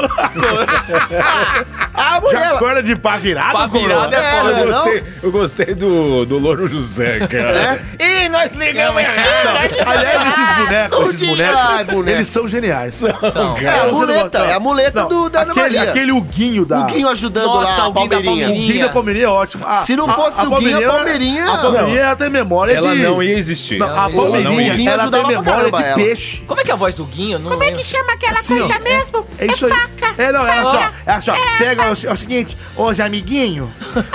Speaker 1: Ah, mulher.
Speaker 5: Já acorda de pá virada,
Speaker 1: Pá
Speaker 5: coroa?
Speaker 1: virada é foda,
Speaker 2: eu,
Speaker 1: não?
Speaker 2: gostei, eu gostei do, do Louro José, cara.
Speaker 1: né? Ih, nós ligamos
Speaker 5: Não, Aliás, esses bonecos,
Speaker 1: Ah, Não
Speaker 5: esses
Speaker 1: diga,
Speaker 5: bonecos,
Speaker 1: ai, boneco.
Speaker 5: eles são geniais.
Speaker 1: São,
Speaker 5: cara.
Speaker 1: É a
Speaker 5: Você não
Speaker 1: muleta,
Speaker 5: gosta? né?
Speaker 1: é a muleta do- da Ana
Speaker 5: aquele,
Speaker 1: Maria.
Speaker 5: Aquele Huguinho da...
Speaker 1: O Guinho ajudando lá, a
Speaker 5: O Guinho da Palmeirinha é ótimo. Ah,
Speaker 1: Se não fosse
Speaker 5: a,
Speaker 1: o Guinho, a Palmeirinha-
Speaker 5: A Palmeirinha ela tem memória
Speaker 2: Ela
Speaker 5: de...
Speaker 2: não ia existir.
Speaker 5: Não,
Speaker 2: Ela não
Speaker 5: a
Speaker 2: ia-
Speaker 5: Palmeirinha,
Speaker 2: O Guinho
Speaker 5: ela tem
Speaker 2: ajudava pra
Speaker 5: memória de
Speaker 2: caramba ela.
Speaker 5: peixe.
Speaker 10: Como é que é a voz do Guinho? Eu Não Como
Speaker 8: que chama aquela
Speaker 5: Assim,
Speaker 8: coisa
Speaker 5: ó.
Speaker 8: mesmo?
Speaker 5: É isso aí.
Speaker 8: faca.
Speaker 5: É, não, ela só,
Speaker 8: Faca.
Speaker 5: ela só pega o, é o seguinte, os amiguinhos,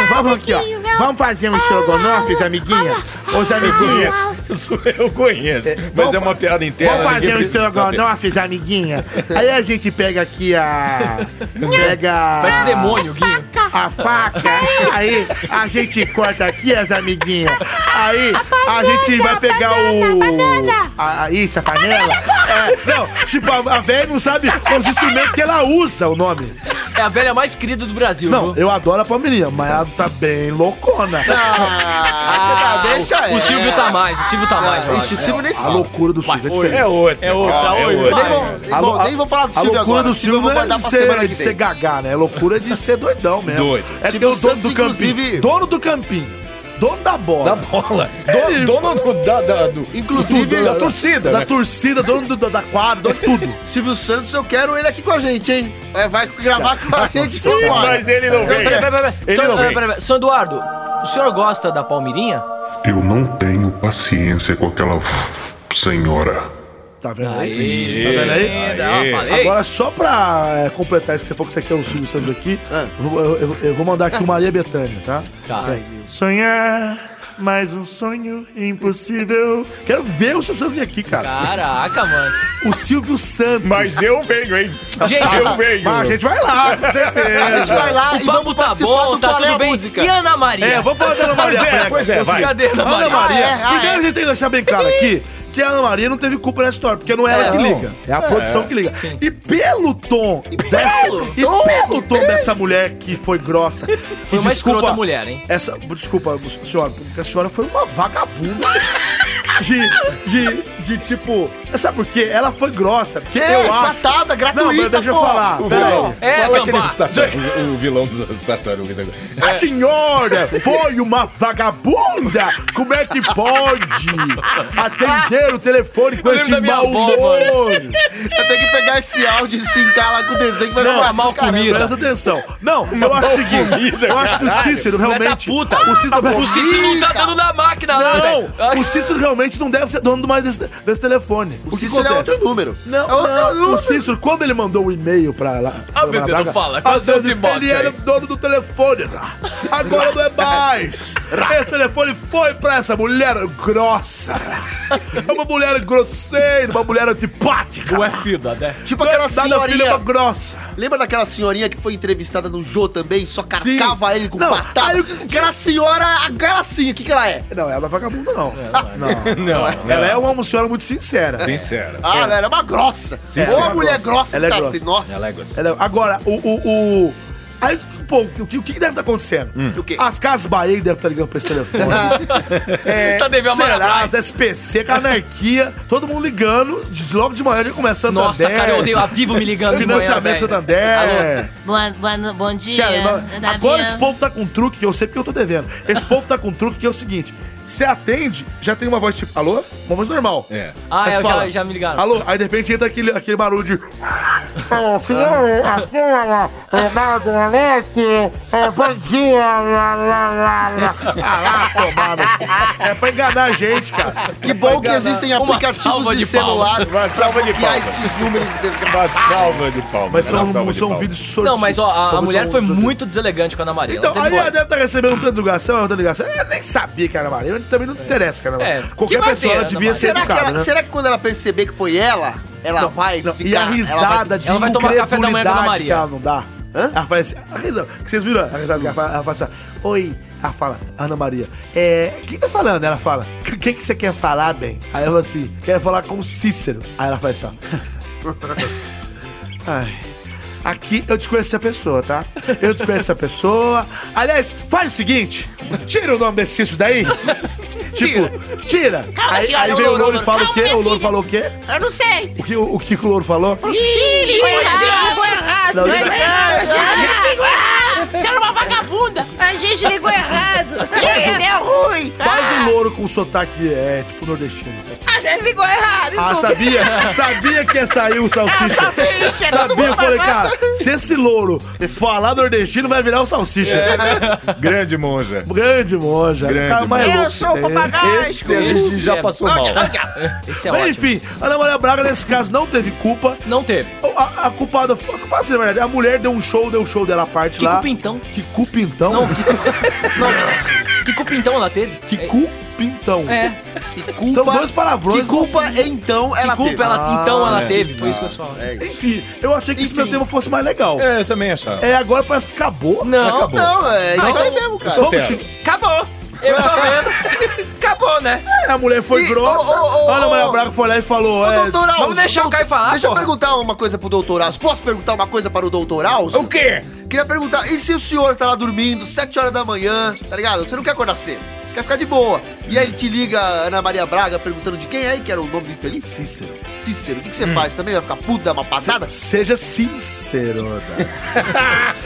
Speaker 5: vamos aqui, ó. Vamos fazer um estrogonofe, os amiguinhos. Os amiguinhos.
Speaker 2: Isso eu conheço, mas é uma piada interna.
Speaker 5: Vamos fazer um
Speaker 2: ninguém precisa
Speaker 5: estrogonofe, amiguinha. Aí a gente pega aqui a. Pega.
Speaker 10: Parece um demônio, Guinho.
Speaker 5: A faca. Aí a gente corta aqui as amiguinhas. Aí a gente vai pegar o. A, a- isso, a panela. É, não, tipo, a, a velha não sabe os instrumentos que ela usa, o nome.
Speaker 10: É a velha mais querida do
Speaker 2: Uhum.
Speaker 10: Brasil.
Speaker 5: Não, eu adoro a Palmeirinha, mas ela tá bem loucona.
Speaker 1: Ah, deixa
Speaker 10: o, o Silvio
Speaker 1: ela.
Speaker 10: tá mais, o Silvio tá mais. eu acho.
Speaker 5: É, A loucura do Silvio é diferente.
Speaker 2: É outra.
Speaker 10: É outra,
Speaker 5: Ah,
Speaker 2: cara, é
Speaker 10: é
Speaker 2: outra.
Speaker 10: outra.
Speaker 1: Nem vou- nem vou falar do
Speaker 5: a
Speaker 1: Silvio
Speaker 5: loucura
Speaker 1: agora.
Speaker 5: do Silvio
Speaker 1: Silvio
Speaker 5: não
Speaker 1: vai
Speaker 5: é
Speaker 1: dar
Speaker 5: de
Speaker 1: pra
Speaker 5: ser,
Speaker 1: semana
Speaker 5: de
Speaker 1: que
Speaker 5: ser
Speaker 1: vem.
Speaker 5: gagá, né? É loucura de ser doidão mesmo.
Speaker 2: Doido.
Speaker 5: É porque
Speaker 1: Silvio
Speaker 5: o dono
Speaker 1: Santos,
Speaker 5: do campinho,
Speaker 1: inclusive-
Speaker 5: dono do campinho, dono da bola.
Speaker 2: Da bola. Do, dono do- da, da, do,
Speaker 1: Inclusive,
Speaker 2: do- da torcida.
Speaker 5: Da
Speaker 2: né?
Speaker 5: torcida, dono do- da, da quadra, dono de tudo.
Speaker 1: Silvio Santos, eu quero ele aqui com a gente, hein? Vai, vai gravar com a gente
Speaker 2: Sim, mas ele não vem.
Speaker 10: Peraí, peraí, peraí.
Speaker 2: Ele
Speaker 10: São-
Speaker 2: não vem.
Speaker 10: peraí, peraí. São Eduardo, o senhor gosta da Palmirinha?
Speaker 7: Eu não tenho paciência com aquela senhora.
Speaker 5: Tá vendo aí?
Speaker 10: Aí,
Speaker 5: Tá vendo aí?
Speaker 10: Não, falei.
Speaker 5: Agora, só pra é, completar isso que você falou que você quer o Silvio Santos aqui,
Speaker 1: É.
Speaker 5: eu, vou- eu- eu- eu vou mandar aqui o Maria Bethânia, tá?
Speaker 10: Tá.
Speaker 5: Peraí. Sonhar, mais um sonho impossível. Quero ver o Silvio Santos vir aqui, cara.
Speaker 10: Caraca, mano.
Speaker 5: O Silvio Santos.
Speaker 2: Mas eu venho, hein?
Speaker 10: Gente,
Speaker 2: eu venho.
Speaker 5: Mas a gente vai lá, com
Speaker 1: A gente
Speaker 5: certeza.
Speaker 1: vai lá
Speaker 10: o
Speaker 1: e vamos
Speaker 10: papo tá
Speaker 1: participar
Speaker 10: bom,
Speaker 1: do
Speaker 10: tá
Speaker 1: Qual é
Speaker 10: tudo
Speaker 1: a
Speaker 10: bem.
Speaker 1: Música.
Speaker 10: E Ana Maria?
Speaker 5: É, vamos falar da Ana Maria.
Speaker 2: Pois é,
Speaker 5: Prega.
Speaker 2: pois é, vai.
Speaker 10: Cadê a Ana
Speaker 5: Ana
Speaker 10: Maria?
Speaker 5: Maria.
Speaker 1: Ah, é, ah,
Speaker 5: Primeiro a gente tem que deixar bem claro aqui que a Ana Maria não teve culpa nessa história, porque não é ela
Speaker 1: É,
Speaker 5: que
Speaker 1: não.
Speaker 5: liga, é a produção que liga.
Speaker 10: Sim.
Speaker 5: E pelo tom dessa, e pelo tom dessa mulher que foi grossa, que
Speaker 10: Foi uma
Speaker 5: desculpa,
Speaker 10: escrota mulher, hein?
Speaker 5: Essa, desculpa, senhora, porque a senhora foi uma vagabunda. De, de, de tipo. Sabe por quê? Ela foi grossa. Porque eu acho.
Speaker 1: Patada É, gratuita,
Speaker 5: Não, mas deixa eu
Speaker 1: pô.
Speaker 5: falar.
Speaker 2: O
Speaker 5: pera aí.
Speaker 2: vilão.
Speaker 10: É,
Speaker 2: Fala
Speaker 10: Gambá.
Speaker 2: aquele dos tartarugas, o vilão das tartarugas agora.
Speaker 5: A
Speaker 10: É.
Speaker 5: senhora foi uma vagabunda! Como é que pode atender o telefone com
Speaker 10: Eu lembro
Speaker 5: esse
Speaker 10: da minha
Speaker 5: mau
Speaker 10: avó,
Speaker 5: humor?
Speaker 1: Eu tenho que pegar esse áudio e sincar lá com o desenho que vai
Speaker 5: Não,
Speaker 1: ficar
Speaker 10: mal
Speaker 1: caramba.
Speaker 10: comida.
Speaker 5: Presta atenção. Não, eu acho o seguinte, eu acho que o
Speaker 10: Filha
Speaker 5: Cícero
Speaker 10: da
Speaker 5: realmente...
Speaker 10: puta.
Speaker 5: O Cícero,
Speaker 10: O Cícero não tá dando na máquina lá, velho.
Speaker 5: Não, o Cícero realmente não deve ser dono do mais desse, desse telefone.
Speaker 1: O
Speaker 5: que
Speaker 1: Cícero é
Speaker 5: acontece?
Speaker 1: outro número.
Speaker 5: Não,
Speaker 1: é outro
Speaker 5: não,
Speaker 1: número.
Speaker 5: o Cícero, quando ele mandou o e-mail pra lá...
Speaker 10: Ah,
Speaker 5: pra
Speaker 10: meu Deus,
Speaker 5: Braga,
Speaker 10: fala, cadê
Speaker 5: ah, meu
Speaker 10: o
Speaker 5: Deus,
Speaker 10: Timóteo
Speaker 5: Ele
Speaker 10: aí?
Speaker 5: era dono do telefone. Agora não é mais. Esse telefone foi pra essa mulher grossa. É uma mulher grosseira, uma mulher antipática.
Speaker 10: O é fida, né?
Speaker 1: Tipo aquela
Speaker 5: Nada, filha, é
Speaker 1: senhorinha.
Speaker 5: uma grossa.
Speaker 1: Lembra daquela senhorinha que foi entrevistada no Jô também? Só carcava ele com
Speaker 5: Não,
Speaker 1: patada?
Speaker 5: aí o que-
Speaker 1: Aquela senhora, aquela senhora, o que que ela é?
Speaker 5: Não, ela é vagabunda, não.
Speaker 2: Não,
Speaker 5: Ela é uma senhora muito sincera.
Speaker 2: Sincera.
Speaker 1: Ah, ela era uma grossa.
Speaker 5: ela é
Speaker 1: Ou
Speaker 5: uma
Speaker 1: uma mulher grossa,
Speaker 5: grossa. Ela é
Speaker 1: do
Speaker 5: grossa.
Speaker 1: cacete. Nossa.
Speaker 2: Ela é gostosa.
Speaker 5: Ela- agora, o. o, o aí, pô, o que, o que deve estar acontecendo?
Speaker 10: Hum.
Speaker 1: O quê?
Speaker 5: As Casas Bahia devem estar ligando pra esse telefone. é,
Speaker 10: Tá devendo a Marabras.
Speaker 5: Serasa, SPC, Anarquia, todo mundo ligando, de- logo de manhã já começando
Speaker 10: Nossa, cara, eu odeio a Vivo me ligando. em Goiânia, velho.
Speaker 5: Financiamento Santander.
Speaker 8: Boa, boa no- bom dia.
Speaker 5: Cara, não-
Speaker 8: Davi.
Speaker 5: agora esse povo tá com um truque que eu sei porque eu tô devendo. Esse povo tá com um truque que é o seguinte: você atende, já tem uma voz tipo, alô? Uma voz normal.
Speaker 2: É.
Speaker 10: Ah,
Speaker 5: Aí
Speaker 10: é,
Speaker 5: você
Speaker 10: já,
Speaker 5: fala,
Speaker 10: já me ligaram.
Speaker 5: Alô? Aí de repente entra aquele, aquele barulho de.
Speaker 13: Ô, senhor, a senhora Ronaldo Alete, é, bom dia, lá, lá, lá, lá.
Speaker 5: Ah, lá, tomar, meu. É pra enganar a gente, cara.
Speaker 1: Que bom que existem aplicativos de, celular pra bloquear esses números desgraçados.
Speaker 2: Uma salva de palmas.
Speaker 5: Mas
Speaker 2: Uma salva
Speaker 5: são,
Speaker 2: de
Speaker 5: são
Speaker 2: palmas.
Speaker 5: vídeos sortidos.
Speaker 3: Não, mas ó, a, a mulher foi muito deselegante com a Ana Maria.
Speaker 5: Então,
Speaker 3: não tem
Speaker 5: aí ela
Speaker 3: como.
Speaker 5: deve estar recebendo um tanto de ligação, outra ligação. Eu nem sabia que era Maria, mas também não interessa que era Maria.
Speaker 1: É,
Speaker 5: Qualquer
Speaker 1: que
Speaker 5: pessoa,
Speaker 1: maneira,
Speaker 5: ela devia
Speaker 1: Ana
Speaker 5: ser
Speaker 1: Maria. será que
Speaker 5: educada,
Speaker 1: ela-
Speaker 5: né?
Speaker 1: Será que quando ela perceber que foi ela, ela vai ficar...
Speaker 5: E a risada de
Speaker 1: ela vai, ela vai tomar café da manhã com a Ana
Speaker 5: incredulidade que
Speaker 1: Maria.
Speaker 5: ela não dá. Ela faz assim, a risada, que vocês viram? A risada que ela fala, ela fala assim, ó, oi. Ela fala, Ana Maria, é, quem tá falando? Ela fala, o que, que você quer falar, bem? Aí ela fala assim, quero falar com o Cícero. Aí ela faz assim, ó. Ai, aqui eu desconheço essa pessoa, tá? Eu desconheço essa pessoa. Aliás, faz o seguinte, tira o nome desse Cícero daí. Tipo, tira.
Speaker 8: Calma,
Speaker 5: aí
Speaker 8: senhora,
Speaker 5: aí vem o
Speaker 8: louro,
Speaker 5: louro e
Speaker 8: louro.
Speaker 5: fala o
Speaker 8: Calma,
Speaker 5: quê?
Speaker 8: minha
Speaker 5: O louro falou o quê?
Speaker 8: Eu não sei.
Speaker 5: O que o, o que que o louro falou?
Speaker 8: Ih, ligou errado. Ligou errado.
Speaker 5: Não,
Speaker 8: A
Speaker 5: ligou
Speaker 8: gente
Speaker 5: errado.
Speaker 8: ligou errado. Você era uma vagabunda. A gente ligou errado. Isso deu ruim.
Speaker 5: Faz o louro com sotaque, é, tipo nordestino.
Speaker 8: A gente ligou errado. Ah,
Speaker 5: Ah,
Speaker 8: então.
Speaker 5: sabia? sabia que ia sair o salsicha.
Speaker 8: salsicha, todo
Speaker 5: sabia,
Speaker 8: mundo
Speaker 5: eu falei,
Speaker 8: falando.
Speaker 5: cara, se esse louro falar nordestino, vai virar o salsicha.
Speaker 2: Grande monja.
Speaker 5: Grande monja.
Speaker 2: Grande
Speaker 5: cara mais
Speaker 2: monja.
Speaker 5: louco É.
Speaker 2: Eu sou
Speaker 5: que tem.
Speaker 2: papagaio. Esse a gente já passou mal.
Speaker 3: Esse é
Speaker 5: Mas,
Speaker 3: ótimo.
Speaker 5: enfim, Ana Maria Braga, nesse caso, não teve culpa.
Speaker 3: Não teve.
Speaker 5: A, a culpada, foi- a culpada, assim, na verdade, a mulher deu um show, deu um show dela à parte lá. Que culpa
Speaker 3: então?
Speaker 5: Que culpa então? Não, que,
Speaker 3: Que culpa então ela teve?
Speaker 5: Que culpa então?
Speaker 3: É.
Speaker 5: São dois palavrões.
Speaker 3: Que culpa
Speaker 1: então
Speaker 3: ela culpa
Speaker 5: teve?
Speaker 3: ela- então ela
Speaker 5: Ah,
Speaker 3: teve? Foi
Speaker 5: é.
Speaker 3: isso que eu falo.
Speaker 5: Enfim, eu achei que esse meu tema fosse mais legal.
Speaker 2: É, eu também achava.
Speaker 5: É, agora parece que acabou.
Speaker 3: Não,
Speaker 5: acabou.
Speaker 3: não, é isso aí
Speaker 1: mesmo,
Speaker 3: cara.
Speaker 5: Vamos,
Speaker 3: Solteiro.
Speaker 5: Chico.
Speaker 3: Acabou. Eu tô vendo. Acabou, né?
Speaker 5: É, a mulher foi
Speaker 1: Ih,
Speaker 5: grossa.
Speaker 1: ô, ô, ô,
Speaker 5: Ana
Speaker 1: ô,
Speaker 5: Maria
Speaker 1: ô.
Speaker 5: Braga foi lá e falou.
Speaker 1: Ô,
Speaker 5: é,
Speaker 1: doutor Alves,
Speaker 3: vamos deixar o Caio falar,
Speaker 1: Deixa
Speaker 3: porra.
Speaker 1: eu perguntar uma coisa pro doutor Alves. Posso perguntar uma coisa para o doutor Alves?
Speaker 3: O quê?
Speaker 1: Queria perguntar, e se o senhor tá lá dormindo, 7 horas da manhã, tá ligado? Você não quer acordar cedo, você quer ficar de boa. E aí ele te liga, Ana Maria Braga, perguntando de quem é, que era o nome do infeliz?
Speaker 5: Cícero.
Speaker 1: Cícero, o que, que você faz também? Vai ficar puto, dar uma patada?
Speaker 5: Seja sincero,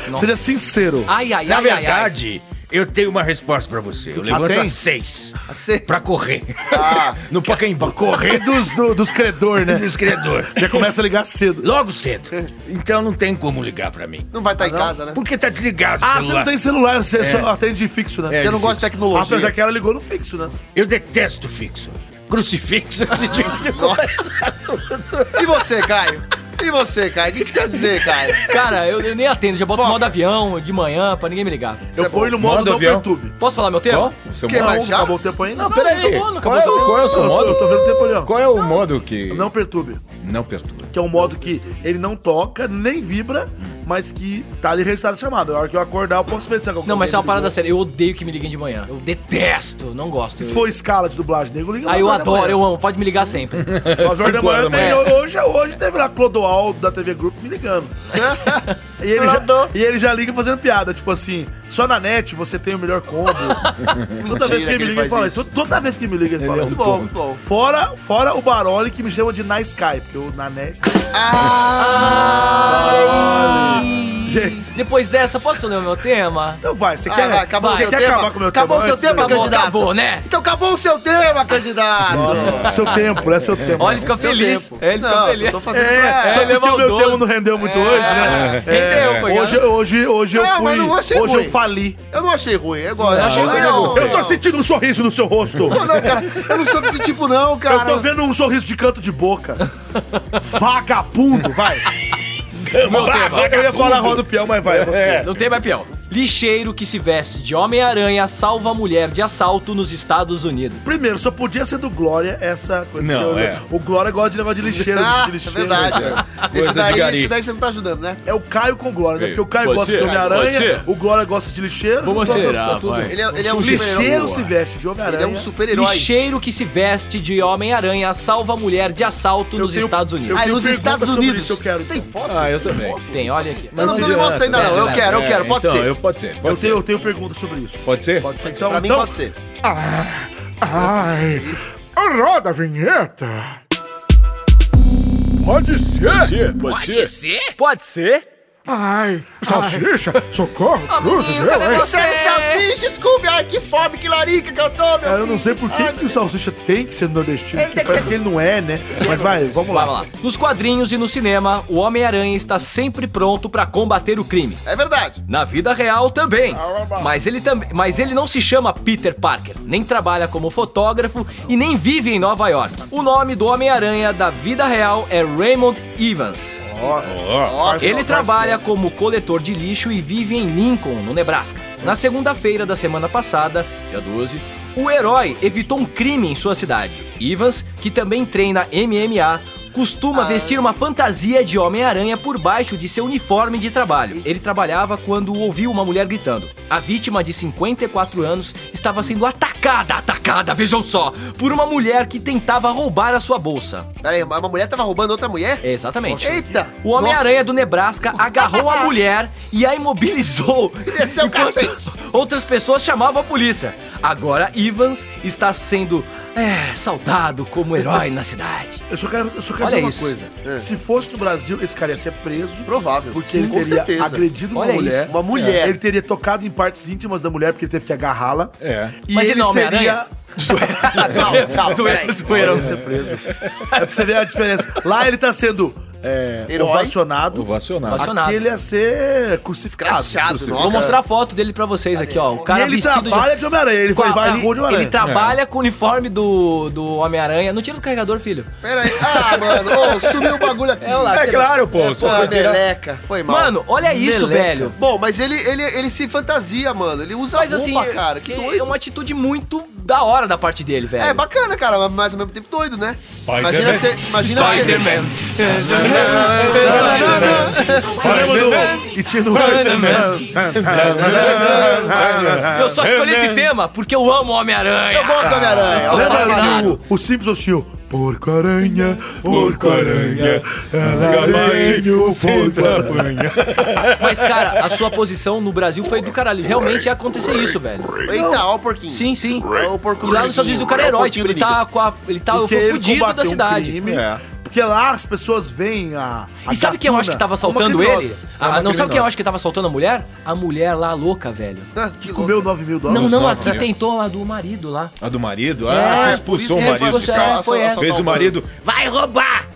Speaker 5: Dada. Seja sincero.
Speaker 3: Ai, ai,
Speaker 14: Na
Speaker 3: ai, ai, ai.
Speaker 14: verdade, eu tenho uma resposta pra você. Eu
Speaker 5: Ah,
Speaker 14: levanto
Speaker 5: tem?
Speaker 14: às seis.
Speaker 1: seis?
Speaker 14: Pra correr.
Speaker 1: Ah,
Speaker 5: No Pacaembu. Correr dos, do- dos credor, né?
Speaker 14: Dos credor.
Speaker 5: Já começa a ligar cedo.
Speaker 14: Logo cedo. Então não tem como ligar pra mim.
Speaker 1: Não vai estar
Speaker 5: Ah,
Speaker 1: em
Speaker 5: não?
Speaker 1: casa, né?
Speaker 14: Porque tá desligado o
Speaker 5: Ah, você
Speaker 14: celular.
Speaker 5: não tem celular, você
Speaker 14: É.
Speaker 5: só atende de fixo, né?
Speaker 14: É, Você não
Speaker 1: gosta de tecnologia.
Speaker 5: Apesar que ela ligou no fixo, né?
Speaker 14: Eu detesto fixo. Crucifixo. esse tipo de coisa.
Speaker 1: Nossa! e você, Caio? E você, Caio? O que, que quer dizer, Caio?
Speaker 3: Cara, eu, eu nem atendo, já boto no modo avião de manhã pra ninguém me ligar.
Speaker 5: Eu
Speaker 1: é
Speaker 5: ponho
Speaker 1: bom.
Speaker 5: no modo,
Speaker 2: Modo
Speaker 5: não
Speaker 2: avião.
Speaker 5: perturbe.
Speaker 3: Posso falar meu tema?
Speaker 2: Seu
Speaker 5: Não,
Speaker 2: modo?
Speaker 5: não acabou o tempo ainda.
Speaker 3: Não, peraí.
Speaker 2: Qual é, o- qual é o seu
Speaker 5: Eu tô,
Speaker 2: modo?
Speaker 5: eu tô vendo o tempo ali, ó.
Speaker 2: Qual é o modo que
Speaker 5: Não perturbe.
Speaker 2: não perturba?
Speaker 5: Que é um modo que ele não toca, nem vibra, mas que tá ali registrado a chamada. Na hora que eu acordar, eu posso ver se é alguma
Speaker 3: Não, mas isso é uma parada
Speaker 5: coisa
Speaker 3: séria. Eu odeio que me liguem de manhã. Eu detesto, não gosto.
Speaker 5: que ligou. Se
Speaker 3: Eu...
Speaker 5: for escala de dublagem, nego liga
Speaker 3: Ah, eu
Speaker 5: nove horas da
Speaker 3: adoro,
Speaker 5: manhã.
Speaker 3: eu amo. Pode me ligar sempre.
Speaker 1: É
Speaker 5: Nove horas da
Speaker 3: Cinco
Speaker 5: manhã,
Speaker 3: horas da
Speaker 5: tem-
Speaker 3: manhã.
Speaker 5: hoje, hoje teve lá Clodoaldo da TV Grupo me ligando. e, ele já, e ele já liga fazendo piada, tipo assim, só na net você tem o melhor combo. toda vez que ele me liga, ele fala isso. Toda vez que ele me liga, ele, é fala
Speaker 1: Muito
Speaker 5: isso.
Speaker 1: bom, muito bom.
Speaker 5: Fora, fora o Baroli que me chama de Na Sky, porque eu na net. Gente,
Speaker 3: Depois dessa, posso ler o meu tema?
Speaker 5: então vai, você
Speaker 1: Ah,
Speaker 5: quer,
Speaker 1: vai, acabou
Speaker 5: você
Speaker 1: o seu
Speaker 5: quer
Speaker 1: tema?
Speaker 5: acabar com o meu
Speaker 1: Acabou o
Speaker 5: tema?
Speaker 1: seu tema,
Speaker 5: antes?
Speaker 3: Acabou,
Speaker 1: candidato?
Speaker 3: acabou, né?
Speaker 1: Então acabou o seu tema, candidato!
Speaker 5: Nossa, seu tempo, é seu tempo.
Speaker 3: Olha, ele fica
Speaker 1: Seu
Speaker 3: feliz.
Speaker 1: tempo.
Speaker 3: É, ele fica
Speaker 1: Não,
Speaker 3: feliz.
Speaker 1: só tô fazendo pra-
Speaker 5: É, só
Speaker 3: ele é
Speaker 5: porque o meu
Speaker 3: maldoso.
Speaker 5: tema não rendeu muito hoje, né?
Speaker 3: É, rendeu, foi,
Speaker 5: hoje, hoje, hoje eu
Speaker 1: Não,
Speaker 5: fui.
Speaker 1: mas não achei
Speaker 5: hoje
Speaker 1: ruim.
Speaker 5: eu fali.
Speaker 1: Eu não achei ruim, eu gosto.
Speaker 3: Não, achei ruim, não.
Speaker 5: Eu tô sentindo um sorriso no seu rosto.
Speaker 1: Não, não, cara, eu não sou desse tipo, não,
Speaker 5: Eu
Speaker 1: cara.
Speaker 5: tô vendo um sorriso de canto de boca. Vagabundo, vai.
Speaker 3: Meu tema.
Speaker 5: Eu ia falar roda do peão, mas vai, é você.
Speaker 3: Não tem mais pião. Lixeiro que se veste de Homem-Aranha salva mulher de assalto nos Estados Unidos.
Speaker 5: Primeiro, só podia ser do Glória essa coisa.
Speaker 2: Não,
Speaker 5: que eu-
Speaker 2: é.
Speaker 5: O Glória gosta de negócio de lixeiro,
Speaker 1: Ah,
Speaker 5: de
Speaker 1: é
Speaker 5: lixeiro.
Speaker 1: verdade.
Speaker 5: um né?
Speaker 1: Esse
Speaker 2: Coisa de
Speaker 1: daí,
Speaker 2: gari.
Speaker 1: esse daí você não tá ajudando, né?
Speaker 5: É o Caio com o Glória, né? Porque o Caio
Speaker 6: Pode
Speaker 5: gosta
Speaker 6: ser?
Speaker 5: de
Speaker 6: Pode ser?
Speaker 5: Homem-Aranha, o Glória gosta de lixeiro.
Speaker 6: Vamos
Speaker 5: o Glória gosta
Speaker 6: acelerar,
Speaker 5: de Tá tudo.
Speaker 6: vai.
Speaker 1: Ele é, ele é um
Speaker 5: o lixeiro
Speaker 1: super-herói.
Speaker 5: se né? veste de
Speaker 1: Ele
Speaker 5: Homem-Aranha.
Speaker 1: é um super-herói.
Speaker 3: Lixeiro que se veste de Homem-Aranha salva mulher de assalto
Speaker 5: Eu
Speaker 3: nos
Speaker 5: tenho-
Speaker 3: Estados
Speaker 5: eu
Speaker 3: Unidos.
Speaker 1: Ah,
Speaker 5: tenho
Speaker 1: nos
Speaker 5: pergunta
Speaker 1: Estados
Speaker 5: sobre
Speaker 1: Unidos.
Speaker 5: isso, eu quero.
Speaker 1: Tem foto?
Speaker 2: Ah, eu também.
Speaker 3: Tem, olha aqui.
Speaker 1: Não, não, não me
Speaker 2: Ah,
Speaker 1: mostra ainda, não. Eu
Speaker 3: é,
Speaker 1: quero, eu quero. Pode
Speaker 2: então,
Speaker 1: ser.
Speaker 2: Eu, pode ser. Pode
Speaker 5: Eu
Speaker 2: ser.
Speaker 5: tenho, eu tenho pergunta sobre isso.
Speaker 2: Pode ser?
Speaker 5: Pode ser. Então,
Speaker 1: Pra mim
Speaker 5: então,
Speaker 1: pode ser.
Speaker 13: Ai, roda a vinheta.
Speaker 6: Pode ser. Pode ser, pode ser.
Speaker 3: ser? Pode ser?
Speaker 9: Ai, salsicha, socorro, cruzes,
Speaker 8: menino, cadê
Speaker 9: eu, hein?
Speaker 8: você?
Speaker 15: Salsicha, Scooby! Ai, que fome, que larica que eu tô, meu
Speaker 5: Cara, É, eu não sei por que, que o salsicha tem que ser nordestino.
Speaker 15: Ele tem que
Speaker 5: parece
Speaker 15: ser-
Speaker 5: que ele não é, né? Mas vai, vamos lá.
Speaker 3: Vamos lá. Nos quadrinhos e no cinema, o Homem-Aranha está sempre pronto pra combater o crime.
Speaker 1: É verdade.
Speaker 3: Na vida real também. Mas ele também, mas ele não se chama Peter Parker, nem trabalha como fotógrafo e nem vive em Nova York. O nome do Homem-Aranha da vida real é Raymond Evans. Ele trabalha como coletor de lixo e vive em Lincoln, no Nebraska. Na segunda-feira da semana passada, dia 12, o herói evitou um crime em sua cidade. Evans, que também treina MMA, costuma vestir uma fantasia de Homem-Aranha por baixo de seu uniforme de trabalho. Ele trabalhava quando ouviu uma mulher gritando. A vítima de 54 anos estava sendo atacada, atacada, vejam só, por uma mulher que tentava roubar a sua bolsa.
Speaker 1: Peraí, uma mulher tava roubando outra mulher?
Speaker 3: Exatamente.
Speaker 1: Eita!
Speaker 3: O Homem-Aranha do Nebraska agarrou a mulher e a imobilizou.
Speaker 5: é
Speaker 1: Desceu o cacete.
Speaker 3: Outras pessoas chamavam a polícia. Agora Evans está sendo é, saudado como herói na cidade.
Speaker 5: Eu só quero, eu só quero
Speaker 3: Olha
Speaker 5: dizer uma
Speaker 3: isso.
Speaker 5: coisa. Se fosse no Brasil, esse cara ia ser preso.
Speaker 1: Provável.
Speaker 5: Porque
Speaker 1: Sim,
Speaker 5: ele
Speaker 1: com
Speaker 5: teria
Speaker 1: certeza.
Speaker 5: agredido uma
Speaker 1: Olha
Speaker 5: mulher. É.
Speaker 1: isso, uma mulher.
Speaker 5: Ele teria tocado em partes íntimas da mulher, porque ele teve que agarrá-la. É. E
Speaker 3: Mas ele
Speaker 5: ele
Speaker 3: não é
Speaker 5: seria...
Speaker 3: Homem-Aranha?
Speaker 1: Ah,
Speaker 5: Calma, calma,
Speaker 3: Zoeira,
Speaker 5: peraí.
Speaker 3: zoeira.
Speaker 5: Ele ia ser preso. É pra você ver a diferença. Lá ele tá sendo... É,
Speaker 3: Herói.
Speaker 5: ovacionado.
Speaker 2: Ovacionado.
Speaker 3: Ovacionado.
Speaker 5: Aqui ele ia ser crucificado. Crucificado.
Speaker 3: Vou mostrar a foto dele pra vocês aqui, ó. O cara
Speaker 5: E ele
Speaker 3: vestido
Speaker 5: trabalha de Homem-Aranha, ele
Speaker 3: Com a-
Speaker 5: foi- vai na rua de É. Homem-Aranha.
Speaker 3: Ele trabalha com o uniforme do, do Homem-Aranha. Não tira do carregador, filho.
Speaker 1: Pera aí. Ah, mano, ô, sumiu o bagulho aqui.
Speaker 3: É, olha lá, É tira- claro, pô,
Speaker 1: É,
Speaker 3: só
Speaker 1: pô,
Speaker 3: foi tirar-
Speaker 1: meleca. Foi mal.
Speaker 3: Mano, olha isso, velho.
Speaker 1: Bom, mas ele, ele, ele se fantasia, mano. Ele usa
Speaker 3: Mas assim,
Speaker 1: roupa, cara. Que
Speaker 3: é
Speaker 1: doido.
Speaker 3: uma atitude muito da hora da parte dele, velho.
Speaker 1: É bacana, cara, mas- mas ao mesmo tempo doido, né?
Speaker 3: Spider-Man.
Speaker 1: Imagina ser. Imagina
Speaker 3: Spider-Man.
Speaker 5: E tinha no...
Speaker 3: Eu só escolhi esse tema porque eu amo o Homem-Aranha.
Speaker 1: Eu gosto do Homem-Aranha.
Speaker 3: Eu sou
Speaker 5: Lembra
Speaker 3: fascinado.
Speaker 5: ali o, o Simples hostil? Porco-aranha, porco-aranha, alarinho, porco-aranha.
Speaker 3: Mas, cara, a sua posição no Brasil foi do caralho. Realmente ia acontecer isso, velho.
Speaker 1: Eita, ó o porquinho.
Speaker 3: Sim, sim.
Speaker 1: Ó o
Speaker 3: E
Speaker 1: porco
Speaker 3: lá nos Estados Unidos o cara é herói, tipo, ele tá com a. Ele tá
Speaker 5: Porque ele
Speaker 3: fudido
Speaker 5: combateu
Speaker 3: da
Speaker 5: um
Speaker 3: cidade.
Speaker 5: crime,
Speaker 2: É.
Speaker 5: Porque lá as pessoas veem a. a
Speaker 3: E sabe quem eu acho que tava assaltando ele?
Speaker 5: É
Speaker 3: Ah, não sabe quem eu acho
Speaker 5: que.
Speaker 3: que tava assaltando a mulher? A mulher lá louca, velho.
Speaker 5: Que comeu 9 mil dólares.
Speaker 3: Não, não,
Speaker 2: não,
Speaker 3: aqui
Speaker 2: não.
Speaker 3: tentou a do marido lá.
Speaker 2: A do marido?
Speaker 3: É,
Speaker 2: Ah,
Speaker 3: por
Speaker 2: expulsou
Speaker 3: isso que
Speaker 2: o
Speaker 3: ele assim, "Ah,
Speaker 2: marido.
Speaker 3: foi assaltar- foi essa.
Speaker 2: Fez o marido.
Speaker 3: Vai roubar!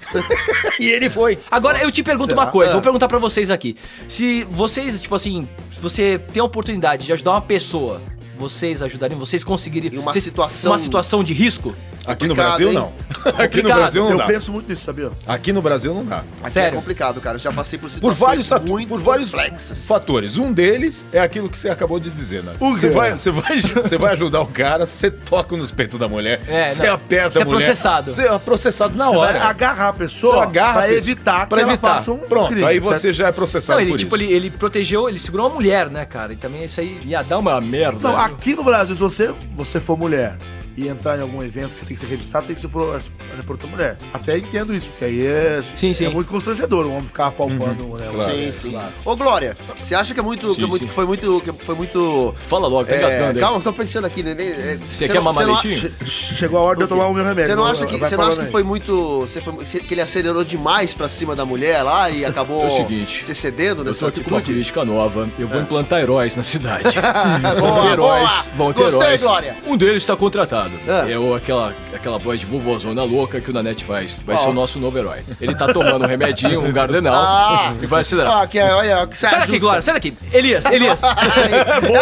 Speaker 3: e ele foi. Agora eu te pergunto
Speaker 2: Será?
Speaker 3: uma coisa,
Speaker 2: É.
Speaker 3: vou perguntar pra vocês aqui. Se vocês, tipo assim, se você tem a oportunidade de ajudar uma pessoa, vocês ajudariam, vocês conseguiriam.
Speaker 1: uma
Speaker 3: vocês-
Speaker 1: situação-
Speaker 3: Uma situação de risco?
Speaker 2: Aqui no Brasil, não. Aqui no Brasil, não
Speaker 5: Eu
Speaker 2: dá.
Speaker 5: penso muito nisso, sabia?
Speaker 2: Aqui no Brasil, não dá.
Speaker 1: Aqui
Speaker 3: Sério.
Speaker 1: é complicado, cara. Eu já passei por
Speaker 2: Por
Speaker 1: situações
Speaker 2: vários, fatu-
Speaker 1: muito
Speaker 2: por vários
Speaker 1: complexas.
Speaker 2: fatores. Um deles é aquilo que você acabou de dizer, né?
Speaker 5: O
Speaker 2: Você
Speaker 5: quê?
Speaker 2: vai, você, vai, você vai ajudar o cara, você toca nos peitos da mulher,
Speaker 3: É,
Speaker 2: você
Speaker 3: não.
Speaker 2: aperta
Speaker 3: Você é
Speaker 2: a mulher.
Speaker 3: processado.
Speaker 2: Você é processado na
Speaker 5: Você
Speaker 2: hora.
Speaker 5: vai agarrar a pessoa
Speaker 2: Você agarra a
Speaker 5: pra
Speaker 2: pessoa.
Speaker 5: evitar que
Speaker 2: Pra
Speaker 5: ela
Speaker 2: evitar.
Speaker 5: faça um
Speaker 2: Pronto,
Speaker 5: crime,
Speaker 2: aí
Speaker 5: certo?
Speaker 2: você já é processado
Speaker 3: Não, ele
Speaker 2: por
Speaker 3: tipo,
Speaker 2: isso.
Speaker 3: ele, ele protegeu, ele segurou uma mulher, né, cara? E também isso aí ia dar uma merda.
Speaker 5: Não,
Speaker 3: né?
Speaker 5: aqui no Brasil, se você, você for mulher e entrar em algum evento que você tem que ser registrado, tem que ser por, por outra mulher. Até entendo isso, porque aí é, é muito constrangedor o homem ficar palpando
Speaker 3: Uhum.
Speaker 5: né, uma mulher.
Speaker 1: Sim, sim. Ô, Glória, você acha que é muito. que, é
Speaker 5: Sim,
Speaker 1: muito-
Speaker 5: sim.
Speaker 1: que foi muito. que foi muito. é,
Speaker 3: Fala logo, tá engasgando aí.
Speaker 1: Calma, tô pensando aqui, né? nem- é,
Speaker 3: Você quer
Speaker 1: não-
Speaker 3: mamar
Speaker 1: não-
Speaker 3: leitinho?
Speaker 5: Che- Chegou a hora de eu tomar o meu remédio.
Speaker 1: Você não acha que,
Speaker 5: Vai
Speaker 1: você não
Speaker 5: falando
Speaker 1: acha que
Speaker 5: aí.
Speaker 1: foi muito. Você foi, você- que ele acelerou demais pra cima da mulher lá e acabou
Speaker 6: É o seguinte,
Speaker 1: se cedendo
Speaker 6: Eu tô
Speaker 1: nessa
Speaker 3: tipo
Speaker 6: aqui com uma
Speaker 1: atitude?
Speaker 6: política nova. Eu vou implantar heróis na cidade. vão
Speaker 1: É. Boa,
Speaker 6: ter heróis.
Speaker 1: boa.
Speaker 6: Vão ter
Speaker 1: Gostei,
Speaker 6: heróis.
Speaker 1: Glória.
Speaker 6: Um deles
Speaker 3: tá
Speaker 6: está contratado. É, o- aquela, aquela voz de vovozona louca que o Nanete faz. Vai ser
Speaker 1: Qual?
Speaker 6: o nosso novo herói. Ele tá tomando um remedinho, um gardenal,
Speaker 1: Ah.
Speaker 6: e vai acelerar.
Speaker 1: Ah, que é- olha, que você
Speaker 3: Sai
Speaker 1: ajusta.
Speaker 3: daqui, Glória, sai daqui. Elias, Elias.
Speaker 1: É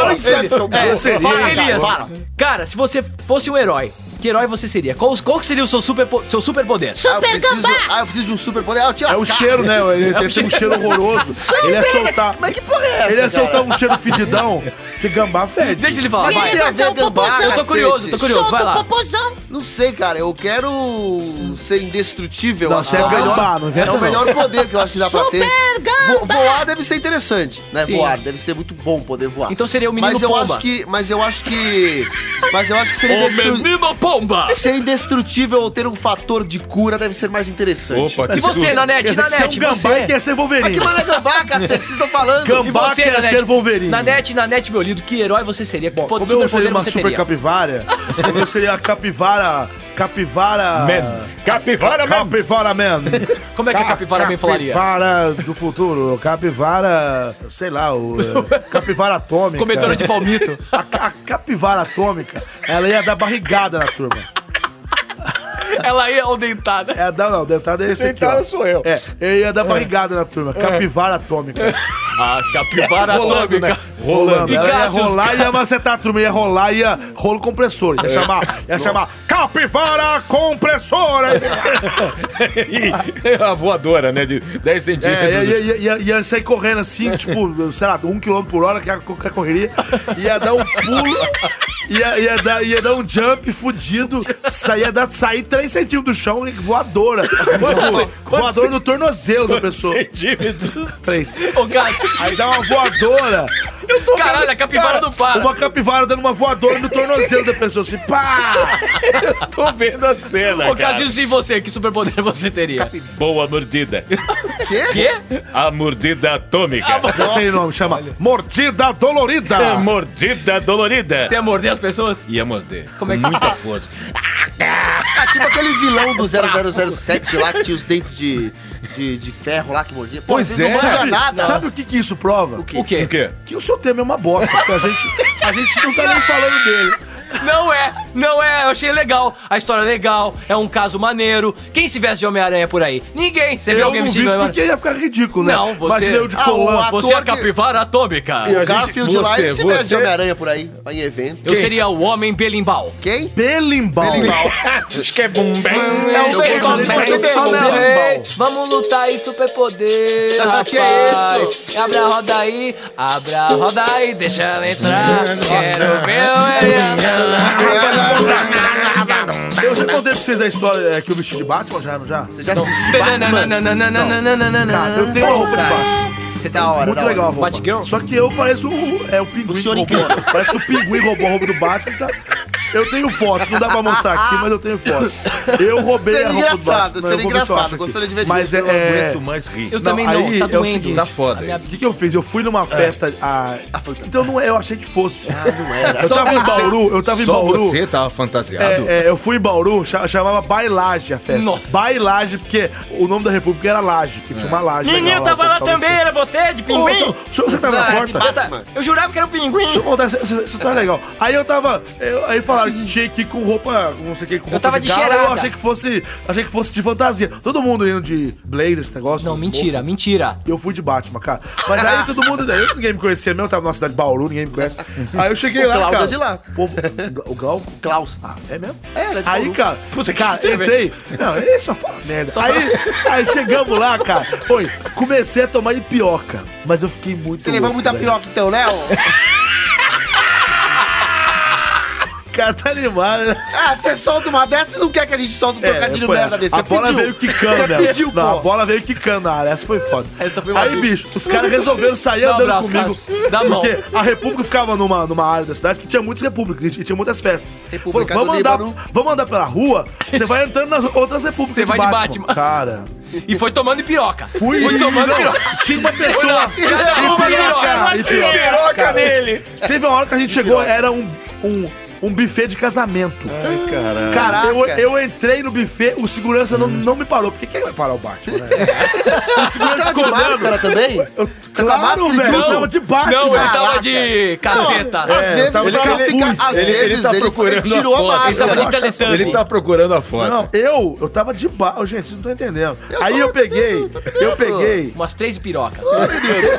Speaker 1: o Inception,
Speaker 3: É,
Speaker 1: cara.
Speaker 3: fala,
Speaker 1: Fala,
Speaker 3: Elias.
Speaker 1: fala. Ah,
Speaker 3: Cara, se você fosse um herói, que herói você seria? Qual, qual que seria o seu super, seu super poder?
Speaker 1: ah, eu preciso, ah, eu preciso de um super poder. Ah, eu te
Speaker 5: É o
Speaker 1: lascar.
Speaker 5: cheiro, né? Ele, ele tem um cheiro horroroso. ele ia soltar.
Speaker 1: Mas que porra é essa?
Speaker 5: Ele ia
Speaker 1: cara?
Speaker 5: soltar um cheiro fedidão que gambá fede.
Speaker 3: Deixa ele falar.
Speaker 1: Mas
Speaker 3: Vai.
Speaker 1: tem a ver gambá,
Speaker 3: Eu tô
Speaker 1: cacete.
Speaker 3: curioso, eu tô curioso.
Speaker 1: Solta
Speaker 3: Vai
Speaker 1: o
Speaker 3: lá.
Speaker 1: popozão. Não sei, cara. Eu quero ser indestrutível.
Speaker 5: Não,
Speaker 1: acho
Speaker 5: você
Speaker 1: que
Speaker 5: é
Speaker 1: o
Speaker 5: gambá,
Speaker 1: melhor-
Speaker 5: não inventa
Speaker 1: É o
Speaker 5: não.
Speaker 1: melhor poder que eu acho que dá pra ter. Vo- Voar deve ser interessante, né?
Speaker 3: Sim.
Speaker 1: Voar. Deve ser muito bom poder voar.
Speaker 3: Então seria o menino
Speaker 1: mas eu
Speaker 3: pomba.
Speaker 1: Acho que, mas eu acho que... Mas eu acho que seria
Speaker 3: O menino pomba.
Speaker 1: Ser indestrutível ou ter um fator de cura deve ser mais interessante.
Speaker 2: Opa,
Speaker 3: E você, Nanete,
Speaker 5: Quer dizer que você é um
Speaker 3: Nanete,
Speaker 5: gambá e
Speaker 3: né, você.
Speaker 5: quer ser Wolverine.
Speaker 1: Mas que mano é gambá, cacete? Vocês estão falando?
Speaker 3: E
Speaker 5: Gambá
Speaker 3: você,
Speaker 5: quer ser Wolverine.
Speaker 3: Nanete, Nanete, meu lido, que herói você seria? Que
Speaker 5: Como eu seria
Speaker 3: superpoder
Speaker 5: uma super capivara, eu seria a capivara capivara. Capivara.
Speaker 2: Man. Capivara Man.
Speaker 5: Capivara Man.
Speaker 3: Como é que a capivara Man falaria?
Speaker 5: Capivara do futuro. Capivara. Sei lá, o. eh, Capivara atômica.
Speaker 3: Comedora de palmito.
Speaker 5: A, ca- a capivara atômica, ela ia dar barrigada na turma.
Speaker 3: Ela ia ou dentada?
Speaker 5: É, não, não, dentada é esse aqui.
Speaker 2: tá
Speaker 3: Dentada
Speaker 5: ó.
Speaker 3: sou eu.
Speaker 5: É, eu ia dar barrigada na turma.
Speaker 3: É.
Speaker 5: Capivara atômica.
Speaker 3: A capivara
Speaker 5: Rolando,
Speaker 3: atômica.
Speaker 5: né? Rolando.
Speaker 3: Tá E
Speaker 5: Ela ia
Speaker 3: Cassius-
Speaker 5: rolar e ia macetar a turma. Ia rolar e ia rolo compressor. Ia
Speaker 3: É.
Speaker 5: chamar, ia chamar capivara compressora.
Speaker 2: a voadora, né? De 10 centímetros.
Speaker 5: É, ia, ia, ia, ia sair correndo assim, tipo, sei lá, um quilômetro por hora, que a, que a correria. Ia dar um pulo, ia, ia, dar, ia dar um jump fudido, sa- ia dar, sair 3 centímetros do chão, e voadora. Tipo, voadora no tornozelo da pessoa.
Speaker 2: centímetros?
Speaker 5: 3. Aí dá uma voadora.
Speaker 3: Caralho, a capivara do para.
Speaker 5: Uma capivara dando uma voadora no tornozelo da pessoa, assim, pá!
Speaker 2: Tô vendo a cena,
Speaker 3: Ô, Cassius, e você? Que superpoder você teria?
Speaker 2: Boa mordida.
Speaker 3: Quê?
Speaker 2: A mordida atômica.
Speaker 5: Já sei o nome, chama Mordida Dolorida.
Speaker 1: Ah.
Speaker 2: É, mordida dolorida.
Speaker 3: Você ia morder as pessoas?
Speaker 2: Ia morder.
Speaker 3: Como é que-
Speaker 2: Muita força.
Speaker 1: Ah, tipo aquele vilão do 0007 lá que tinha os dentes de, de, de ferro lá que mordia. Pô,
Speaker 5: Pois
Speaker 1: vocês não
Speaker 5: é,
Speaker 1: manja
Speaker 5: sabe,
Speaker 1: nada.
Speaker 5: sabe o que, que isso prova? O
Speaker 3: O quê?
Speaker 5: Que o seu tema é uma bosta, porque a gente, a gente não tá nem falando dele.
Speaker 3: Não é, não é, eu achei legal. A história é legal, é um caso maneiro. Quem se veste de Homem-Aranha por aí? Ninguém.
Speaker 1: É
Speaker 3: Você viu
Speaker 5: Eu
Speaker 3: alguém
Speaker 5: não
Speaker 3: vestido
Speaker 5: vi
Speaker 3: de
Speaker 5: isso
Speaker 3: Homem-Aranha?
Speaker 5: porque ia ficar ridículo, né?
Speaker 3: Não, você.
Speaker 5: Imagina eu de
Speaker 3: Ah,
Speaker 5: colar.
Speaker 3: o ator você é a
Speaker 5: que-
Speaker 3: capivara atômica.
Speaker 1: O Garfield lá, ele se veste de Homem-Aranha por aí, vai em evento.
Speaker 3: Eu seria o homem belimbal.
Speaker 1: Quem?
Speaker 5: Belimbal.
Speaker 2: Acho que é bom bem.
Speaker 1: É um belimbal,
Speaker 3: Homem-
Speaker 1: mas é belimbal.
Speaker 3: Homem-Aranha, Vamos lutar aí, superpoder.
Speaker 1: Sabe o que é
Speaker 3: rapaz. Abra a roda aí, abra a roda aí, deixa ela entrar. Quero ver
Speaker 5: Eu já contei pra vocês a história é, que eu vesti de Batman, já? já? Você
Speaker 1: já
Speaker 5: se
Speaker 1: vestiu de Batman?
Speaker 5: Cara, eu tenho uma roupa de Batman.
Speaker 1: Você tá hora,
Speaker 5: Muito
Speaker 1: da hora.
Speaker 5: legal a roupa. Só que eu pareço o, é, o pinguim.
Speaker 1: senhor
Speaker 5: que roubou.
Speaker 1: incrível.
Speaker 5: Parece que o pinguim roubou a roupa do Batman. tá? Eu tenho fotos, não dá pra mostrar aqui, mas eu tenho fotos. Eu roubei
Speaker 1: Seria
Speaker 5: a roupa do
Speaker 1: engraçado, seria
Speaker 5: Batman. Não, eu vou ver se eu
Speaker 1: engraçado,
Speaker 5: acho aqui.
Speaker 1: gostaria de ver
Speaker 5: Mas
Speaker 1: disso,
Speaker 5: é...
Speaker 1: eu não
Speaker 5: é-
Speaker 1: aguento
Speaker 2: mais rir.
Speaker 3: Eu também não,
Speaker 5: aí
Speaker 3: tá
Speaker 5: é o
Speaker 3: doendo.
Speaker 5: seguinte,
Speaker 3: Tá foda
Speaker 5: O que, que eu fiz? Eu fui
Speaker 1: É.
Speaker 5: numa festa. ah, então não é, eu achei que fosse. Ah, não Eu tava em Bauru, eu tava em
Speaker 2: Só
Speaker 5: Bauru.
Speaker 2: você tava fantasiado.
Speaker 5: É, é, eu fui em Bauru, cha- chamava Bailage a festa. Bailage, porque o nome da república era Laje, que tinha uma laje.
Speaker 11: Menino,
Speaker 5: legal
Speaker 11: tava lá
Speaker 5: pra
Speaker 11: também,
Speaker 5: você.
Speaker 11: era você, de
Speaker 5: Ô,
Speaker 11: pinguim?
Speaker 5: senhor- senhor, você tava
Speaker 1: é
Speaker 5: na porta?
Speaker 11: Ah, tá. Eu jurava que
Speaker 3: um
Speaker 11: era o pinguim.
Speaker 5: Deixa eu contar, isso- isso isso tá legal. Aí eu tava. eu- aí falaram que tinha que ir com roupa. Não sei o que, com roupa
Speaker 3: tava de
Speaker 5: gala,
Speaker 3: cheirada.
Speaker 5: Eu achei que fosse. Achei que fosse de fantasia. Todo mundo indo de blazer, esse negócio. Não,
Speaker 3: mentira, mentira.
Speaker 5: Eu fui de Batman, cara. Mas aí todo mundo. daí ninguém me conhecia mesmo, eu tava na cidade de Bauru, ninguém me conhece. Aí eu cheguei
Speaker 1: O
Speaker 5: lá.
Speaker 1: Klaus
Speaker 5: cara,
Speaker 1: é de lá.
Speaker 5: o povo- o Glau?
Speaker 1: Klaus.
Speaker 5: Ah, é mesmo?
Speaker 1: É, era de
Speaker 5: Aí,
Speaker 1: Bauru.
Speaker 5: cara,
Speaker 1: Puta que
Speaker 5: cara,
Speaker 1: estranho,
Speaker 5: entrei.
Speaker 1: velho.
Speaker 5: Não, é ele só fala merda.
Speaker 1: Só
Speaker 5: aí, aí chegamos lá, cara. Oi, comecei a tomar de pioca, mas eu fiquei muito.
Speaker 1: Você levou
Speaker 5: louco,
Speaker 1: muita
Speaker 5: velho.
Speaker 1: piroca então, né? ô?
Speaker 5: Cara, tá animado, né?
Speaker 1: Ah, você solta uma dessa e não quer que a gente solte um
Speaker 5: É,
Speaker 1: trocadilho
Speaker 5: foi,
Speaker 1: merda desse.
Speaker 5: A
Speaker 1: Você
Speaker 5: bola
Speaker 1: pediu.
Speaker 5: veio quicando,
Speaker 1: Você
Speaker 5: né?
Speaker 1: pediu,
Speaker 5: Não, a
Speaker 1: pô.
Speaker 5: bola veio quicando na área. Essa foi foda.
Speaker 3: Essa foi uma
Speaker 5: Aí,
Speaker 3: boa.
Speaker 5: bicho, os caras resolveram sair
Speaker 3: Dá um
Speaker 5: andando
Speaker 3: abraço,
Speaker 5: comigo.
Speaker 3: Cássio. Dá a mão.
Speaker 5: porque a República ficava numa, numa área da cidade que tinha muitas repúblicas e tinha muitas festas.
Speaker 1: República
Speaker 5: Falou,
Speaker 1: do
Speaker 5: vamos, andar,
Speaker 1: Líbano.
Speaker 5: vamos andar pela rua, você vai entrando nas outras repúblicas
Speaker 3: Você vai de Batman.
Speaker 5: Cara...
Speaker 3: E foi tomando piroca.
Speaker 5: Fui,
Speaker 3: Foi tomando
Speaker 5: não,
Speaker 3: piroca.
Speaker 5: Tinha uma
Speaker 3: Foi
Speaker 5: pessoa.
Speaker 3: lá, cada um
Speaker 5: E
Speaker 3: piroca.
Speaker 5: piroca, e piroca,
Speaker 3: Piroca
Speaker 5: cara.
Speaker 3: nele.
Speaker 5: Teve uma hora que a gente chegou, era um, um, um buffet de casamento. Ai,
Speaker 2: caralho.
Speaker 5: Cara, eu,
Speaker 1: Caraca.
Speaker 5: eu entrei no buffet, o segurança não, não me parou. Porque quem vai parar o Batman, né? o
Speaker 1: Você
Speaker 5: segurança
Speaker 1: tá de
Speaker 5: ficou olhando.
Speaker 1: máscara também?
Speaker 5: Eu,
Speaker 1: a máscara
Speaker 5: claro,
Speaker 1: e
Speaker 5: velho, eu
Speaker 1: tudo?
Speaker 5: tava de Batman.
Speaker 3: Não, ele tá tava
Speaker 1: Caraca.
Speaker 3: de caseta.
Speaker 1: Não, às
Speaker 5: É,
Speaker 1: vezes
Speaker 5: tava
Speaker 1: pra
Speaker 5: de
Speaker 1: não ficar-
Speaker 5: capuz.
Speaker 1: às
Speaker 5: Ele-
Speaker 1: vezes ele, é, ele tirou a
Speaker 2: Ele
Speaker 1: máscara.
Speaker 2: tá,
Speaker 3: Ele tá
Speaker 2: procurando-
Speaker 3: teletando.
Speaker 2: ele tá procurando a foto.
Speaker 5: Não, eu, eu tava de Batman. Gente, vocês não estão entendendo. Aí eu peguei, eu peguei.
Speaker 3: Umas três piroca.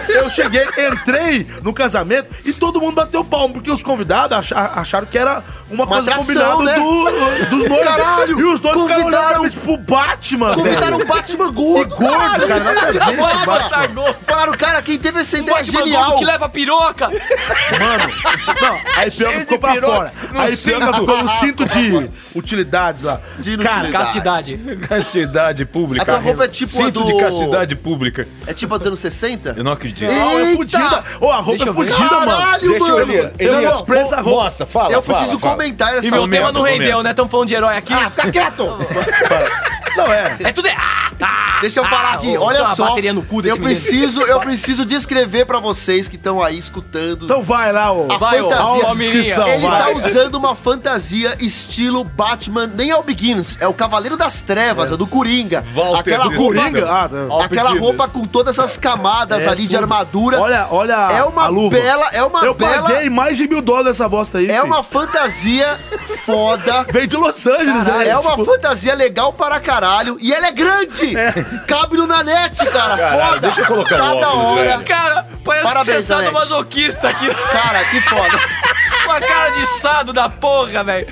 Speaker 5: Eu cheguei, entrei no casamento e todo mundo bateu palmo, porque os convidados acha- acharam que era uma, coisa
Speaker 1: atração,
Speaker 5: combinada
Speaker 1: né?
Speaker 5: do- dos noivos.
Speaker 1: Caralho,
Speaker 5: e os dois ficaram olhando pra
Speaker 1: convidaram-
Speaker 5: mim, tipo, Batman,
Speaker 1: Convidaram
Speaker 5: velho.
Speaker 1: o Batman gordo.
Speaker 5: E gordo, cara, nada a ver esse
Speaker 1: Foda.
Speaker 5: Batman.
Speaker 1: Falaram, cara, quem teve essa
Speaker 3: Um
Speaker 1: ideia
Speaker 3: Batman
Speaker 1: genial.
Speaker 3: gordo que leva piroca.
Speaker 5: Mano, não, aí Pioca ficou pra
Speaker 2: pirou
Speaker 5: fora.
Speaker 2: no
Speaker 5: Aí Pioca
Speaker 2: cinto.
Speaker 5: ficou no cinto de utilidades lá.
Speaker 1: De
Speaker 5: Cara,
Speaker 1: inutilidade.
Speaker 3: Castidade.
Speaker 2: Castidade pública.
Speaker 1: A tua roupa é tipo a
Speaker 2: Cinto
Speaker 1: do-
Speaker 2: de castidade pública.
Speaker 1: É tipo a dos anos 60?
Speaker 2: Eu não acredito.
Speaker 5: não, é fudida. Ô, a roupa
Speaker 3: Deixa
Speaker 5: é
Speaker 3: eu ver.
Speaker 5: fudida, mano.
Speaker 1: Caralho,
Speaker 2: Deixa eu
Speaker 1: mano.
Speaker 2: Elias.
Speaker 5: Eu
Speaker 2: Elias,
Speaker 5: não presa a
Speaker 2: co-
Speaker 5: roupa.
Speaker 2: Nossa, fala,
Speaker 1: Eu
Speaker 2: fala,
Speaker 1: preciso
Speaker 2: fala.
Speaker 1: comentar essa
Speaker 3: E meu um tema
Speaker 2: Comenta,
Speaker 3: não rendeu,
Speaker 2: comenta.
Speaker 3: Ah, né? Estamos falando de herói aqui.
Speaker 1: Ah, fica quieto.
Speaker 5: Não é.
Speaker 3: É tudo. é- Ah, ah,
Speaker 1: Deixa eu falar aqui,
Speaker 3: ô,
Speaker 1: olha
Speaker 3: tá a
Speaker 1: só.
Speaker 3: bateria no cu desse
Speaker 1: eu
Speaker 3: menino.
Speaker 1: preciso, eu preciso descrever pra vocês que estão aí escutando.
Speaker 5: Então vai lá, ô.
Speaker 1: A
Speaker 5: Vai, ô.
Speaker 1: fantasia.
Speaker 5: Ó, a descrição,
Speaker 1: Ele
Speaker 5: vai.
Speaker 1: tá usando uma fantasia estilo Batman, nem é o Begins, é o Cavaleiro das Trevas, é, do Coringa.
Speaker 5: Walter
Speaker 1: aquela
Speaker 5: do
Speaker 1: roupa,
Speaker 5: Coringa? Ah,
Speaker 1: aquela
Speaker 5: tá. Alpedidas.
Speaker 1: roupa com todas essas camadas
Speaker 5: É,
Speaker 1: ali de
Speaker 5: tudo.
Speaker 1: armadura.
Speaker 5: Olha, olha
Speaker 1: É uma
Speaker 5: a luva.
Speaker 1: bela, é uma
Speaker 5: Eu
Speaker 1: bela.
Speaker 5: paguei mais de mil dólares nessa bosta aí,
Speaker 1: É
Speaker 5: filho.
Speaker 1: uma fantasia foda.
Speaker 5: Veio de Los Angeles,
Speaker 1: Caralho,
Speaker 5: né?
Speaker 1: É uma
Speaker 5: Tipo-
Speaker 1: fantasia legal para caralho. E ela é grande. Cabe no nanete, cara.
Speaker 2: Caralho,
Speaker 1: foda.
Speaker 2: deixa eu colocar o
Speaker 1: Cada
Speaker 2: óculos,
Speaker 1: hora.
Speaker 2: velho.
Speaker 3: Cara, parece
Speaker 1: Parabéns,
Speaker 3: que você é sado
Speaker 1: Nanete.
Speaker 3: masoquista aqui.
Speaker 1: Cara, que foda.
Speaker 3: Uma cara de sado da porra, velho.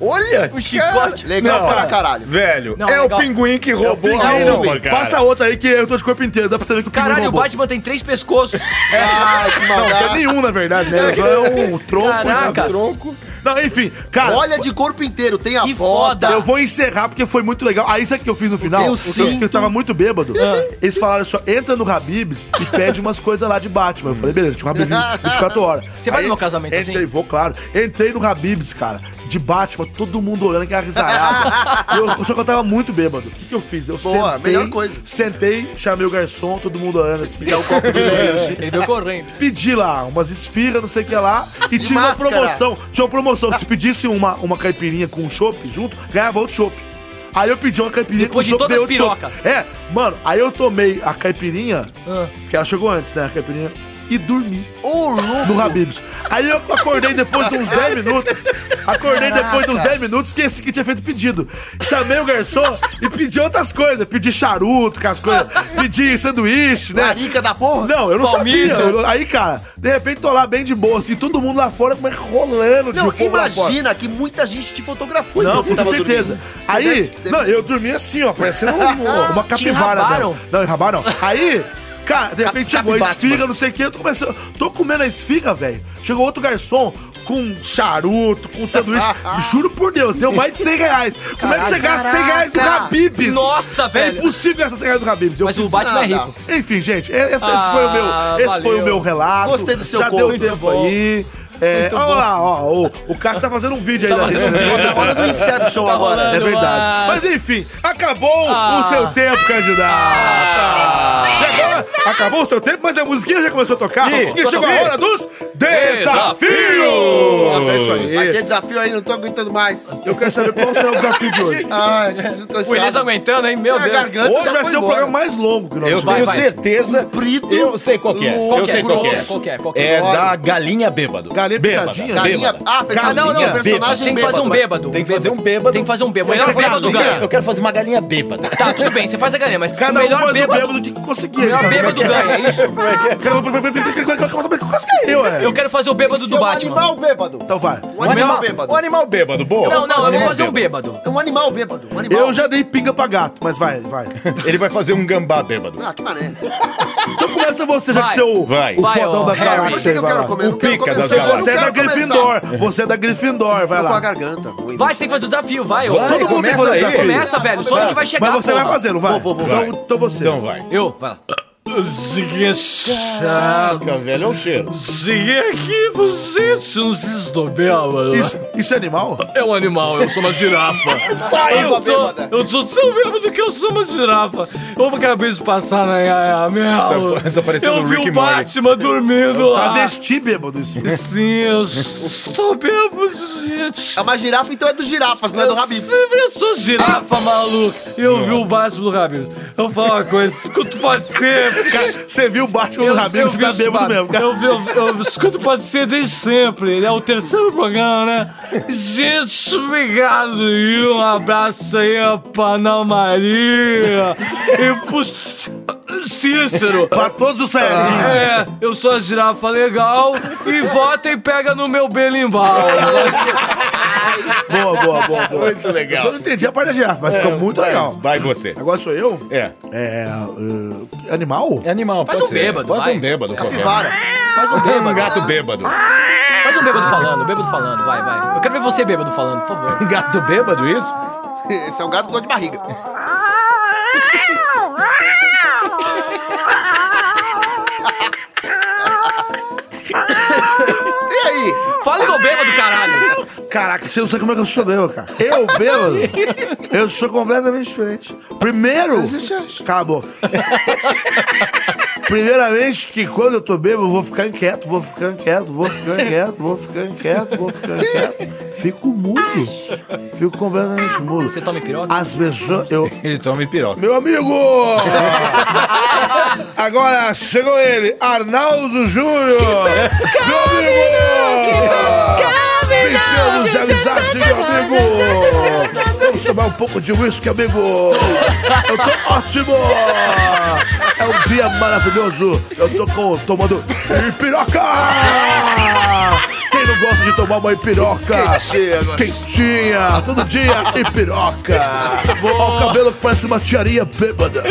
Speaker 2: Olha!
Speaker 3: Um chicote.
Speaker 1: Legal pra caralho.
Speaker 2: Velho,
Speaker 3: Não,
Speaker 2: é
Speaker 3: legal.
Speaker 2: o pinguim que
Speaker 5: Eu
Speaker 2: roubou a
Speaker 5: pinguei, não,
Speaker 2: roupa, cara.
Speaker 5: Passa outra aí que eu tô de corpo inteiro. Dá pra você ver que o pinguim
Speaker 3: Caralho, o
Speaker 5: roubou.
Speaker 3: Batman tem três pescoços.
Speaker 1: Ai, Ah, que
Speaker 5: Não,
Speaker 1: maldade.
Speaker 5: tem nenhum, na verdade, né? Só é um tronco.
Speaker 3: Caraca.
Speaker 5: Um tronco. Não, enfim, cara.
Speaker 1: Olha de corpo inteiro, tem a
Speaker 3: Que
Speaker 1: foda.
Speaker 3: foda.
Speaker 5: Eu vou encerrar porque foi muito legal. Aí sabe o que eu fiz no final?
Speaker 1: Tá. Eu
Speaker 5: Porque eu,
Speaker 1: sinto.
Speaker 5: eu tava muito bêbado. Eles falaram só, entra no Habibs e pede umas coisas lá de Batman. Eu falei, beleza, tinha um Habibs 24 horas.
Speaker 3: Você vai no meu casamento assim?
Speaker 5: entrei, vou, claro. Entrei no Habibs, cara, de Batman, todo mundo olhando aquela risaiada. eu, só que eu tava muito bêbado. O que, que eu fiz? Eu
Speaker 1: Boa,
Speaker 5: sentei,
Speaker 1: melhor coisa.
Speaker 5: sentei, chamei o garçom, todo mundo olhando assim, dá um copo de leite, assim.
Speaker 3: Ele veio correndo.
Speaker 5: Pedi lá umas esfirras, não sei o que lá, e
Speaker 1: De
Speaker 5: tinha uma
Speaker 1: máscara.
Speaker 5: promoção. Tinha uma promoção. Se pedisse uma, uma caipirinha com um chopp junto, ganhava outro chopp. Aí eu pedi uma caipirinha
Speaker 3: Depois de
Speaker 5: com chopp,
Speaker 3: todas
Speaker 5: veio outro
Speaker 3: as
Speaker 5: chopp.
Speaker 3: pirocas.
Speaker 5: É, mano, aí eu tomei a caipirinha,
Speaker 3: Ah.
Speaker 5: que ela chegou antes, né, a caipirinha, e dormi
Speaker 1: Ô, louco.
Speaker 5: no Habibs. Aí eu acordei depois de uns 10 minutos, acordei depois de uns 10 minutos, esqueci que tinha feito pedido. Chamei o garçom e pedi outras coisas. Pedi charuto, com as coisas, pedi sanduíche, né?
Speaker 1: Larica da porra.
Speaker 5: Não, eu não
Speaker 3: Palmito.
Speaker 5: sabia. Eu- aí, cara, de repente tô lá bem de boa, assim, todo mundo lá fora como é que rolando de
Speaker 1: Não,
Speaker 5: povo lá fora.
Speaker 1: imagina que muita gente te fotografou.
Speaker 5: Não,
Speaker 1: enquanto
Speaker 5: com
Speaker 1: você tava
Speaker 5: certeza.
Speaker 1: dormindo. Você
Speaker 5: Aí,
Speaker 1: deve-
Speaker 5: não, eu dormi assim, ó, parecendo um- uma, capivara.
Speaker 3: rabaram?
Speaker 5: mesmo. Não, enrabaram. não. Aí, cara, de repente
Speaker 1: Cap-
Speaker 5: chegou a
Speaker 1: capibate,
Speaker 5: esfiga,
Speaker 1: mano.
Speaker 5: não sei o que, eu tô começando. Tô comendo a esfiga, velho. Chegou outro garçom com charuto, com sanduíche. Juro por Deus, deu mais de 100 reais. Como é que você gasta 100 reais do
Speaker 1: Ah, Caraca.
Speaker 5: Habibs?
Speaker 3: Nossa,
Speaker 5: É
Speaker 3: velho.
Speaker 5: impossível gastar 100 reais do Habibs. Eu
Speaker 3: Mas o
Speaker 5: fiz-
Speaker 3: Batman é
Speaker 1: nada.
Speaker 3: rico.
Speaker 5: Enfim, gente, esse, esse foi o
Speaker 3: Ah,
Speaker 5: meu, esse foi
Speaker 3: valeu.
Speaker 5: o meu relato.
Speaker 1: Gostei do seu
Speaker 5: Já
Speaker 1: conto.
Speaker 5: deu
Speaker 1: Muito
Speaker 5: tempo
Speaker 1: bom.
Speaker 5: aí. É,
Speaker 1: Muito
Speaker 5: olha
Speaker 1: bom.
Speaker 5: lá, ó, o, o Cássio tá fazendo um vídeo aí da gente. né?
Speaker 1: Tá um na hora do Inception
Speaker 3: Tá
Speaker 1: agora.
Speaker 3: rolando.
Speaker 5: É verdade.
Speaker 3: Eduardo.
Speaker 5: Mas enfim, acabou
Speaker 3: Ah.
Speaker 5: o seu tempo, candidato. E agora, acabou o seu tempo, mas a musiquinha já começou a tocar.
Speaker 2: Ih,
Speaker 5: e chegou a hora dos
Speaker 1: Nossa, é isso
Speaker 5: desafios.
Speaker 1: aí. Vai ter desafio aí, não tô aguentando mais.
Speaker 5: Eu quero saber qual será o desafio de hoje.
Speaker 1: Ai, eu preciso
Speaker 3: O Elias
Speaker 1: cansado.
Speaker 3: aguentando, hein? Meu
Speaker 1: Minha
Speaker 3: Deus.
Speaker 1: garganta
Speaker 5: Hoje
Speaker 1: já
Speaker 5: vai
Speaker 1: foi
Speaker 5: ser o
Speaker 1: embora.
Speaker 5: programa mais longo que nós
Speaker 2: Eu
Speaker 5: vamos
Speaker 2: tenho
Speaker 3: vai.
Speaker 2: certeza.
Speaker 1: Comprido,
Speaker 2: eu sei qual que é.
Speaker 1: longo,
Speaker 2: eu sei qual que é.
Speaker 1: grosso.
Speaker 3: Qual que é? Qual que é?
Speaker 2: É
Speaker 1: Olha.
Speaker 2: da galinha bêbado.
Speaker 5: Galinha
Speaker 2: bêbada.
Speaker 5: picadinha?
Speaker 1: Galinha.
Speaker 2: Bêbada.
Speaker 1: Ah,
Speaker 3: Ah,
Speaker 1: personagem,
Speaker 3: não, não,
Speaker 1: personagem
Speaker 3: Tem que fazer um bêbado.
Speaker 2: Tem que fazer um bêbado.
Speaker 3: Tem que fazer um bêbado.
Speaker 2: Eu
Speaker 3: Melhor
Speaker 2: quero fazer
Speaker 3: bêbado
Speaker 2: uma galinha-
Speaker 3: ganha.
Speaker 2: Eu quero fazer uma galinha bêbada.
Speaker 3: Tá, tudo bem, você faz a galinha, mas
Speaker 5: Cada
Speaker 3: o
Speaker 5: um
Speaker 3: melhor
Speaker 5: faz o
Speaker 3: bêbado,
Speaker 5: bêbado que
Speaker 3: o
Speaker 5: conseguir.
Speaker 3: melhor
Speaker 5: sabe como é
Speaker 3: bêbado
Speaker 5: que é?
Speaker 3: ganha, é isso?
Speaker 5: Cada um- Quase que eu, é.
Speaker 3: Eu quero fazer o bêbado
Speaker 1: Esse
Speaker 3: do
Speaker 1: é um
Speaker 3: Batman.
Speaker 1: animal bêbado.
Speaker 5: Então vai.
Speaker 1: Um animal
Speaker 2: Um
Speaker 1: bêbado.
Speaker 2: animal bêbado, boa.
Speaker 3: Não, não, eu vou
Speaker 1: Fazer
Speaker 3: fazer um bêbado.
Speaker 1: Um animal bêbado. Um animal.
Speaker 5: Eu já dei pinga pra gato, mas vai, vai.
Speaker 2: Ele vai fazer um gambá bêbado.
Speaker 1: Ah, que mané.
Speaker 5: Então começa você, já que
Speaker 3: Vai.
Speaker 5: você é o,
Speaker 2: Vai.
Speaker 5: o
Speaker 3: Vai,
Speaker 5: fodão
Speaker 3: ó,
Speaker 5: da
Speaker 1: Mas
Speaker 3: Harry.
Speaker 1: o
Speaker 5: galáxia.
Speaker 1: que que eu
Speaker 5: vai lá.
Speaker 1: quero comer? Eu não quero
Speaker 2: pica
Speaker 1: comer-
Speaker 2: das
Speaker 1: Eu não
Speaker 5: Você é
Speaker 1: quero
Speaker 5: da
Speaker 1: começar.
Speaker 5: Gryffindor. Você é da Gryffindor, vai
Speaker 1: Tô com a
Speaker 5: lá.
Speaker 1: garganta. ruim.
Speaker 3: Vai, você tem que fazer o desafio, vai. ô.
Speaker 2: Vai,
Speaker 3: Todo mundo tem que fazer o
Speaker 2: começa aí.
Speaker 3: desafio. Começa, velho. Só que vai chegar,
Speaker 5: Mas você vai
Speaker 3: porra.
Speaker 5: fazer, não vai?
Speaker 1: Vou, vou, vou.
Speaker 5: Então,
Speaker 2: Vai.
Speaker 5: então você.
Speaker 2: Então vai.
Speaker 3: Eu, vai lá.
Speaker 2: Caraca, velho, é o cheiro.
Speaker 6: Dizer que você se né? não se dobela.
Speaker 5: Isso, isso é animal?
Speaker 6: É um animal, eu sou uma
Speaker 2: É
Speaker 6: girafa.
Speaker 1: Saiu!
Speaker 6: Eu tô, eu tô tão bêbado que eu sou uma girafa. Eu acabei de passar na Yaya Mel.
Speaker 2: Tá- tá parecendo
Speaker 6: eu
Speaker 2: o
Speaker 6: vi
Speaker 2: Rick
Speaker 6: o
Speaker 2: e Morty.
Speaker 6: Batman dormindo lá.
Speaker 5: Travesti bêbado isso.
Speaker 6: Sim, eu estou bêbado, gente.
Speaker 1: É uma girafa, então é do girafas, não é do Habib.
Speaker 6: Eu sou girafa, maluco. Eu vi o Batman do Rabino. Eu falo uma coisa, escuta, pode ser.
Speaker 5: Você viu o Batman no Rabinho, você
Speaker 6: vi
Speaker 5: tá
Speaker 6: os
Speaker 5: bêbado
Speaker 6: Batman.
Speaker 5: mesmo, cara.
Speaker 6: Eu, vi- eu, eu escuto pode ser desde sempre. Ele é o terceiro programa, né? Gente, obrigado. E um abraço aí pra Ana Maria. E pro C- Cícero.
Speaker 5: Pra todos os saiyajins.
Speaker 6: É, eu sou a girafa legal e vota e pega no meu belimbal.
Speaker 5: Boa, boa, boa, boa.
Speaker 2: Muito legal.
Speaker 5: Eu só não entendi a parte da girafa, mas
Speaker 3: É.
Speaker 5: ficou muito
Speaker 2: Vai,
Speaker 5: legal.
Speaker 2: Vai você.
Speaker 5: Agora sou eu?
Speaker 2: É.
Speaker 5: É. uh, animal?
Speaker 2: É animal,
Speaker 3: Faz
Speaker 2: pode
Speaker 3: um
Speaker 2: ser.
Speaker 3: bêbado,
Speaker 2: Pode
Speaker 3: vai.
Speaker 2: ser um bêbado. qualquer.
Speaker 1: Capivara.
Speaker 3: Faz um
Speaker 2: Um
Speaker 3: bêbado.
Speaker 2: gato bêbado.
Speaker 3: Faz um bêbado falando, bêbado falando. Vai, vai. Eu quero ver você bêbado falando, por favor.
Speaker 2: Um gato bêbado, isso?
Speaker 1: Esse é um gato com dor de barriga. E aí?
Speaker 3: Fala igual bêbado, caralho.
Speaker 5: Caraca, você não sabe como é que eu sou bêbado, cara. Eu, bêbado, eu sou completamente diferente. Primeiro. Cala a boca. Primeiramente, que quando eu tô bêbado, eu vou ficar inquieto, vou ficar inquieto, vou ficar inquieto, vou ficar inquieto, vou ficar inquieto. Fico mudo. Fico completamente mudo. Você
Speaker 3: toma piroca?
Speaker 5: As pessoas. Eu...
Speaker 2: Ele toma Então piroca.
Speaker 5: Meu amigo! Agora chegou ele, Arnaldo Júnior! Meu amigo! Fechamos de amizade, meu amigo! Vamos tomar um pouco de uísque, amigo! Eu tô ótimo! É um dia maravilhoso! Eu tô com- tomando piroca! Quem não gosta de tomar uma piroca?
Speaker 1: Quentinha,
Speaker 5: Quentinha! Tá Todo dia, piroca! Ó o cabelo que parece uma tiarinha bêbada!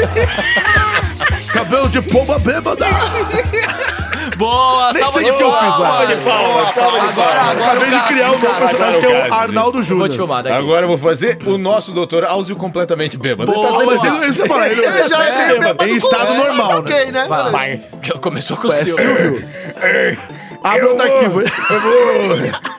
Speaker 5: Cabelo de pomba bêbada!
Speaker 3: Boa,
Speaker 5: Nem
Speaker 3: salva
Speaker 5: sei
Speaker 3: de
Speaker 5: o que eu
Speaker 3: palmas.
Speaker 5: fiz lá.
Speaker 3: Salva de palmas, salva de
Speaker 5: Agora, agora
Speaker 3: palmas.
Speaker 5: acabei
Speaker 3: Agora
Speaker 5: de
Speaker 3: o
Speaker 5: criar um novo
Speaker 3: cara-
Speaker 5: personagem que
Speaker 2: Agora
Speaker 5: é
Speaker 2: o
Speaker 5: o
Speaker 2: cara-
Speaker 5: Arnaldo Júnior.
Speaker 3: Vou te filmar daqui.
Speaker 2: Agora eu vou fazer o nosso doutor Áuzio completamente bêbado. tá
Speaker 5: Boa, mas ele- é isso que eu falei, ele- ele já é bêbado com- é, mas ok,
Speaker 1: né?
Speaker 2: Vai lá.
Speaker 1: Mas-
Speaker 3: Começou com o
Speaker 5: É
Speaker 3: seu.
Speaker 5: Silvio. Abre
Speaker 14: eu
Speaker 5: outro arquivo.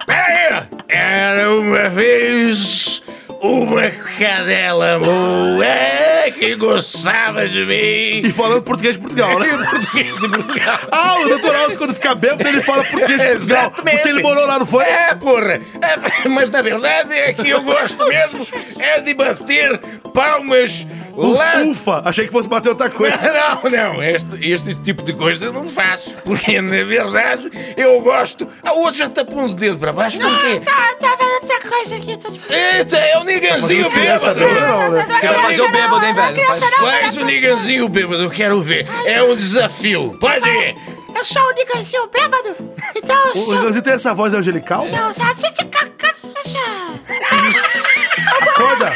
Speaker 14: Pera aí! Era uma vez uma cadela moé que gostava de mim.
Speaker 5: E falando português de Portugal, né?
Speaker 14: português de Portugal.
Speaker 5: Ah, o doutor Alves, quando fica bêbado, ele fala português de Portugal.
Speaker 14: Exatamente.
Speaker 5: Porque ele morou lá, não foi?
Speaker 14: É, porra. É, mas na verdade é que eu gosto mesmo é de bater palmas lá. É,
Speaker 5: Ufa, achei que fosse bater outra coisa.
Speaker 14: Não, não, este, este tipo de coisa eu não faço. Porque, na verdade, eu gosto. A outra já tá pondo o dedo para baixo, porque.
Speaker 8: Tá, tá vendo essa coisa aqui? Tô de...
Speaker 14: Eita, é o niganzinho
Speaker 5: criança
Speaker 14: bêbado!
Speaker 5: bêbada, não, né?
Speaker 8: Você vai fazer o bêbado, hein, velho? Não faz-
Speaker 14: Faz o niganzinho bêbado, eu quero ver. É um desafio. Pode ir!
Speaker 8: Eu sou o Nicanzinho bêbado? Então eu
Speaker 5: O
Speaker 8: sou. assim,
Speaker 5: Leozinho tem essa voz angelical?
Speaker 8: Eu sou.
Speaker 5: Acorda.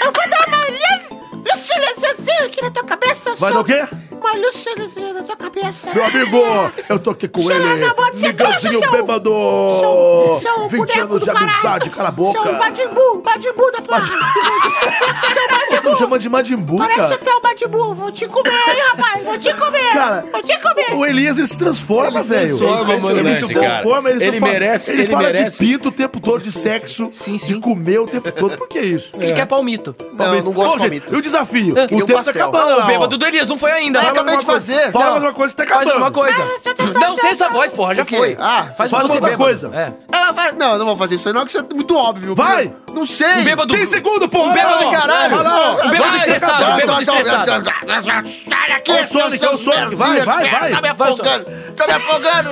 Speaker 8: Eu vou dar uma olhada no silenciozinho aqui na tua cabeça.
Speaker 5: Vai dar
Speaker 8: seu-
Speaker 5: o quê?
Speaker 8: Uma luz silenciosa na tua cabeça.
Speaker 5: Meu amigo, eu tô aqui com
Speaker 8: Seu
Speaker 5: ele.
Speaker 8: vagabundo, você
Speaker 5: Niganzinho
Speaker 8: trouxe seu-
Speaker 5: bêbado.
Speaker 8: seu- seu
Speaker 5: 20
Speaker 8: um boneco
Speaker 5: anos de
Speaker 8: do caralho.
Speaker 5: amizade, cala a boca.
Speaker 8: Seu Badibu, Badibu da porra. seu
Speaker 5: Vocês
Speaker 8: Badibu.
Speaker 5: estão chamando de Madimbu,
Speaker 8: Parece
Speaker 5: cara.
Speaker 8: até um o Badibu. Vou te comer, hein, rapaz. Vou te comer.
Speaker 5: Cara,
Speaker 8: vou te comer.
Speaker 5: O Elias, ele se transforma, velho.
Speaker 2: transforma, mano.
Speaker 5: Ele se transforma, ele, só
Speaker 2: Ele
Speaker 5: fala-
Speaker 2: merece,
Speaker 5: Ele,
Speaker 2: ele
Speaker 5: fala
Speaker 2: merece.
Speaker 5: de pinto o tempo todo, de sexo, de comer o tempo todo. Por que isso?
Speaker 3: Ele quer palmito.
Speaker 5: Palmito.
Speaker 1: não gosto
Speaker 5: Bom,
Speaker 1: de
Speaker 5: gente,
Speaker 1: palmito.
Speaker 5: E o desafio?
Speaker 1: Eu
Speaker 5: O
Speaker 1: queria um
Speaker 5: tempo tá
Speaker 1: pastel.
Speaker 5: acabando.
Speaker 3: Ah,
Speaker 5: ó.
Speaker 3: o bêbado do Elias não foi ainda.
Speaker 1: Ah,
Speaker 3: Fala
Speaker 1: acabei
Speaker 3: alguma
Speaker 1: de
Speaker 3: coisa.
Speaker 1: fazer.
Speaker 5: Fala
Speaker 3: Não.
Speaker 5: alguma coisa que tá
Speaker 3: Faz
Speaker 5: acabando.
Speaker 3: alguma coisa. Não, tem essa voz, porra, já
Speaker 1: O quê?
Speaker 3: foi.
Speaker 1: Ah,
Speaker 3: Faz
Speaker 5: faz
Speaker 3: você
Speaker 5: outra
Speaker 3: bêbado.
Speaker 5: coisa.
Speaker 3: É.
Speaker 1: Ela vai. Não, eu não vou fazer isso aí, não, que isso é muito óbvio.
Speaker 5: Vai!
Speaker 1: Não sei!
Speaker 3: Um bêbado.
Speaker 5: Tem segundo, porra.
Speaker 3: Um bêbado,
Speaker 5: Olha lá,
Speaker 1: caralho.
Speaker 5: olha lá, ó.
Speaker 3: Um bêbado
Speaker 1: Vai,
Speaker 3: estressado,
Speaker 1: vai,
Speaker 3: um bêbado
Speaker 1: vai,
Speaker 3: estressado.
Speaker 1: vai, vai, vai, vai, Sai daqui,
Speaker 5: Ô, Sonic,
Speaker 1: seu
Speaker 5: ô, Sonic,
Speaker 1: merda,
Speaker 5: vai, vai,
Speaker 1: merda,
Speaker 5: vai.
Speaker 1: Tá me
Speaker 3: Vai,
Speaker 1: afogando! Tá me afogando!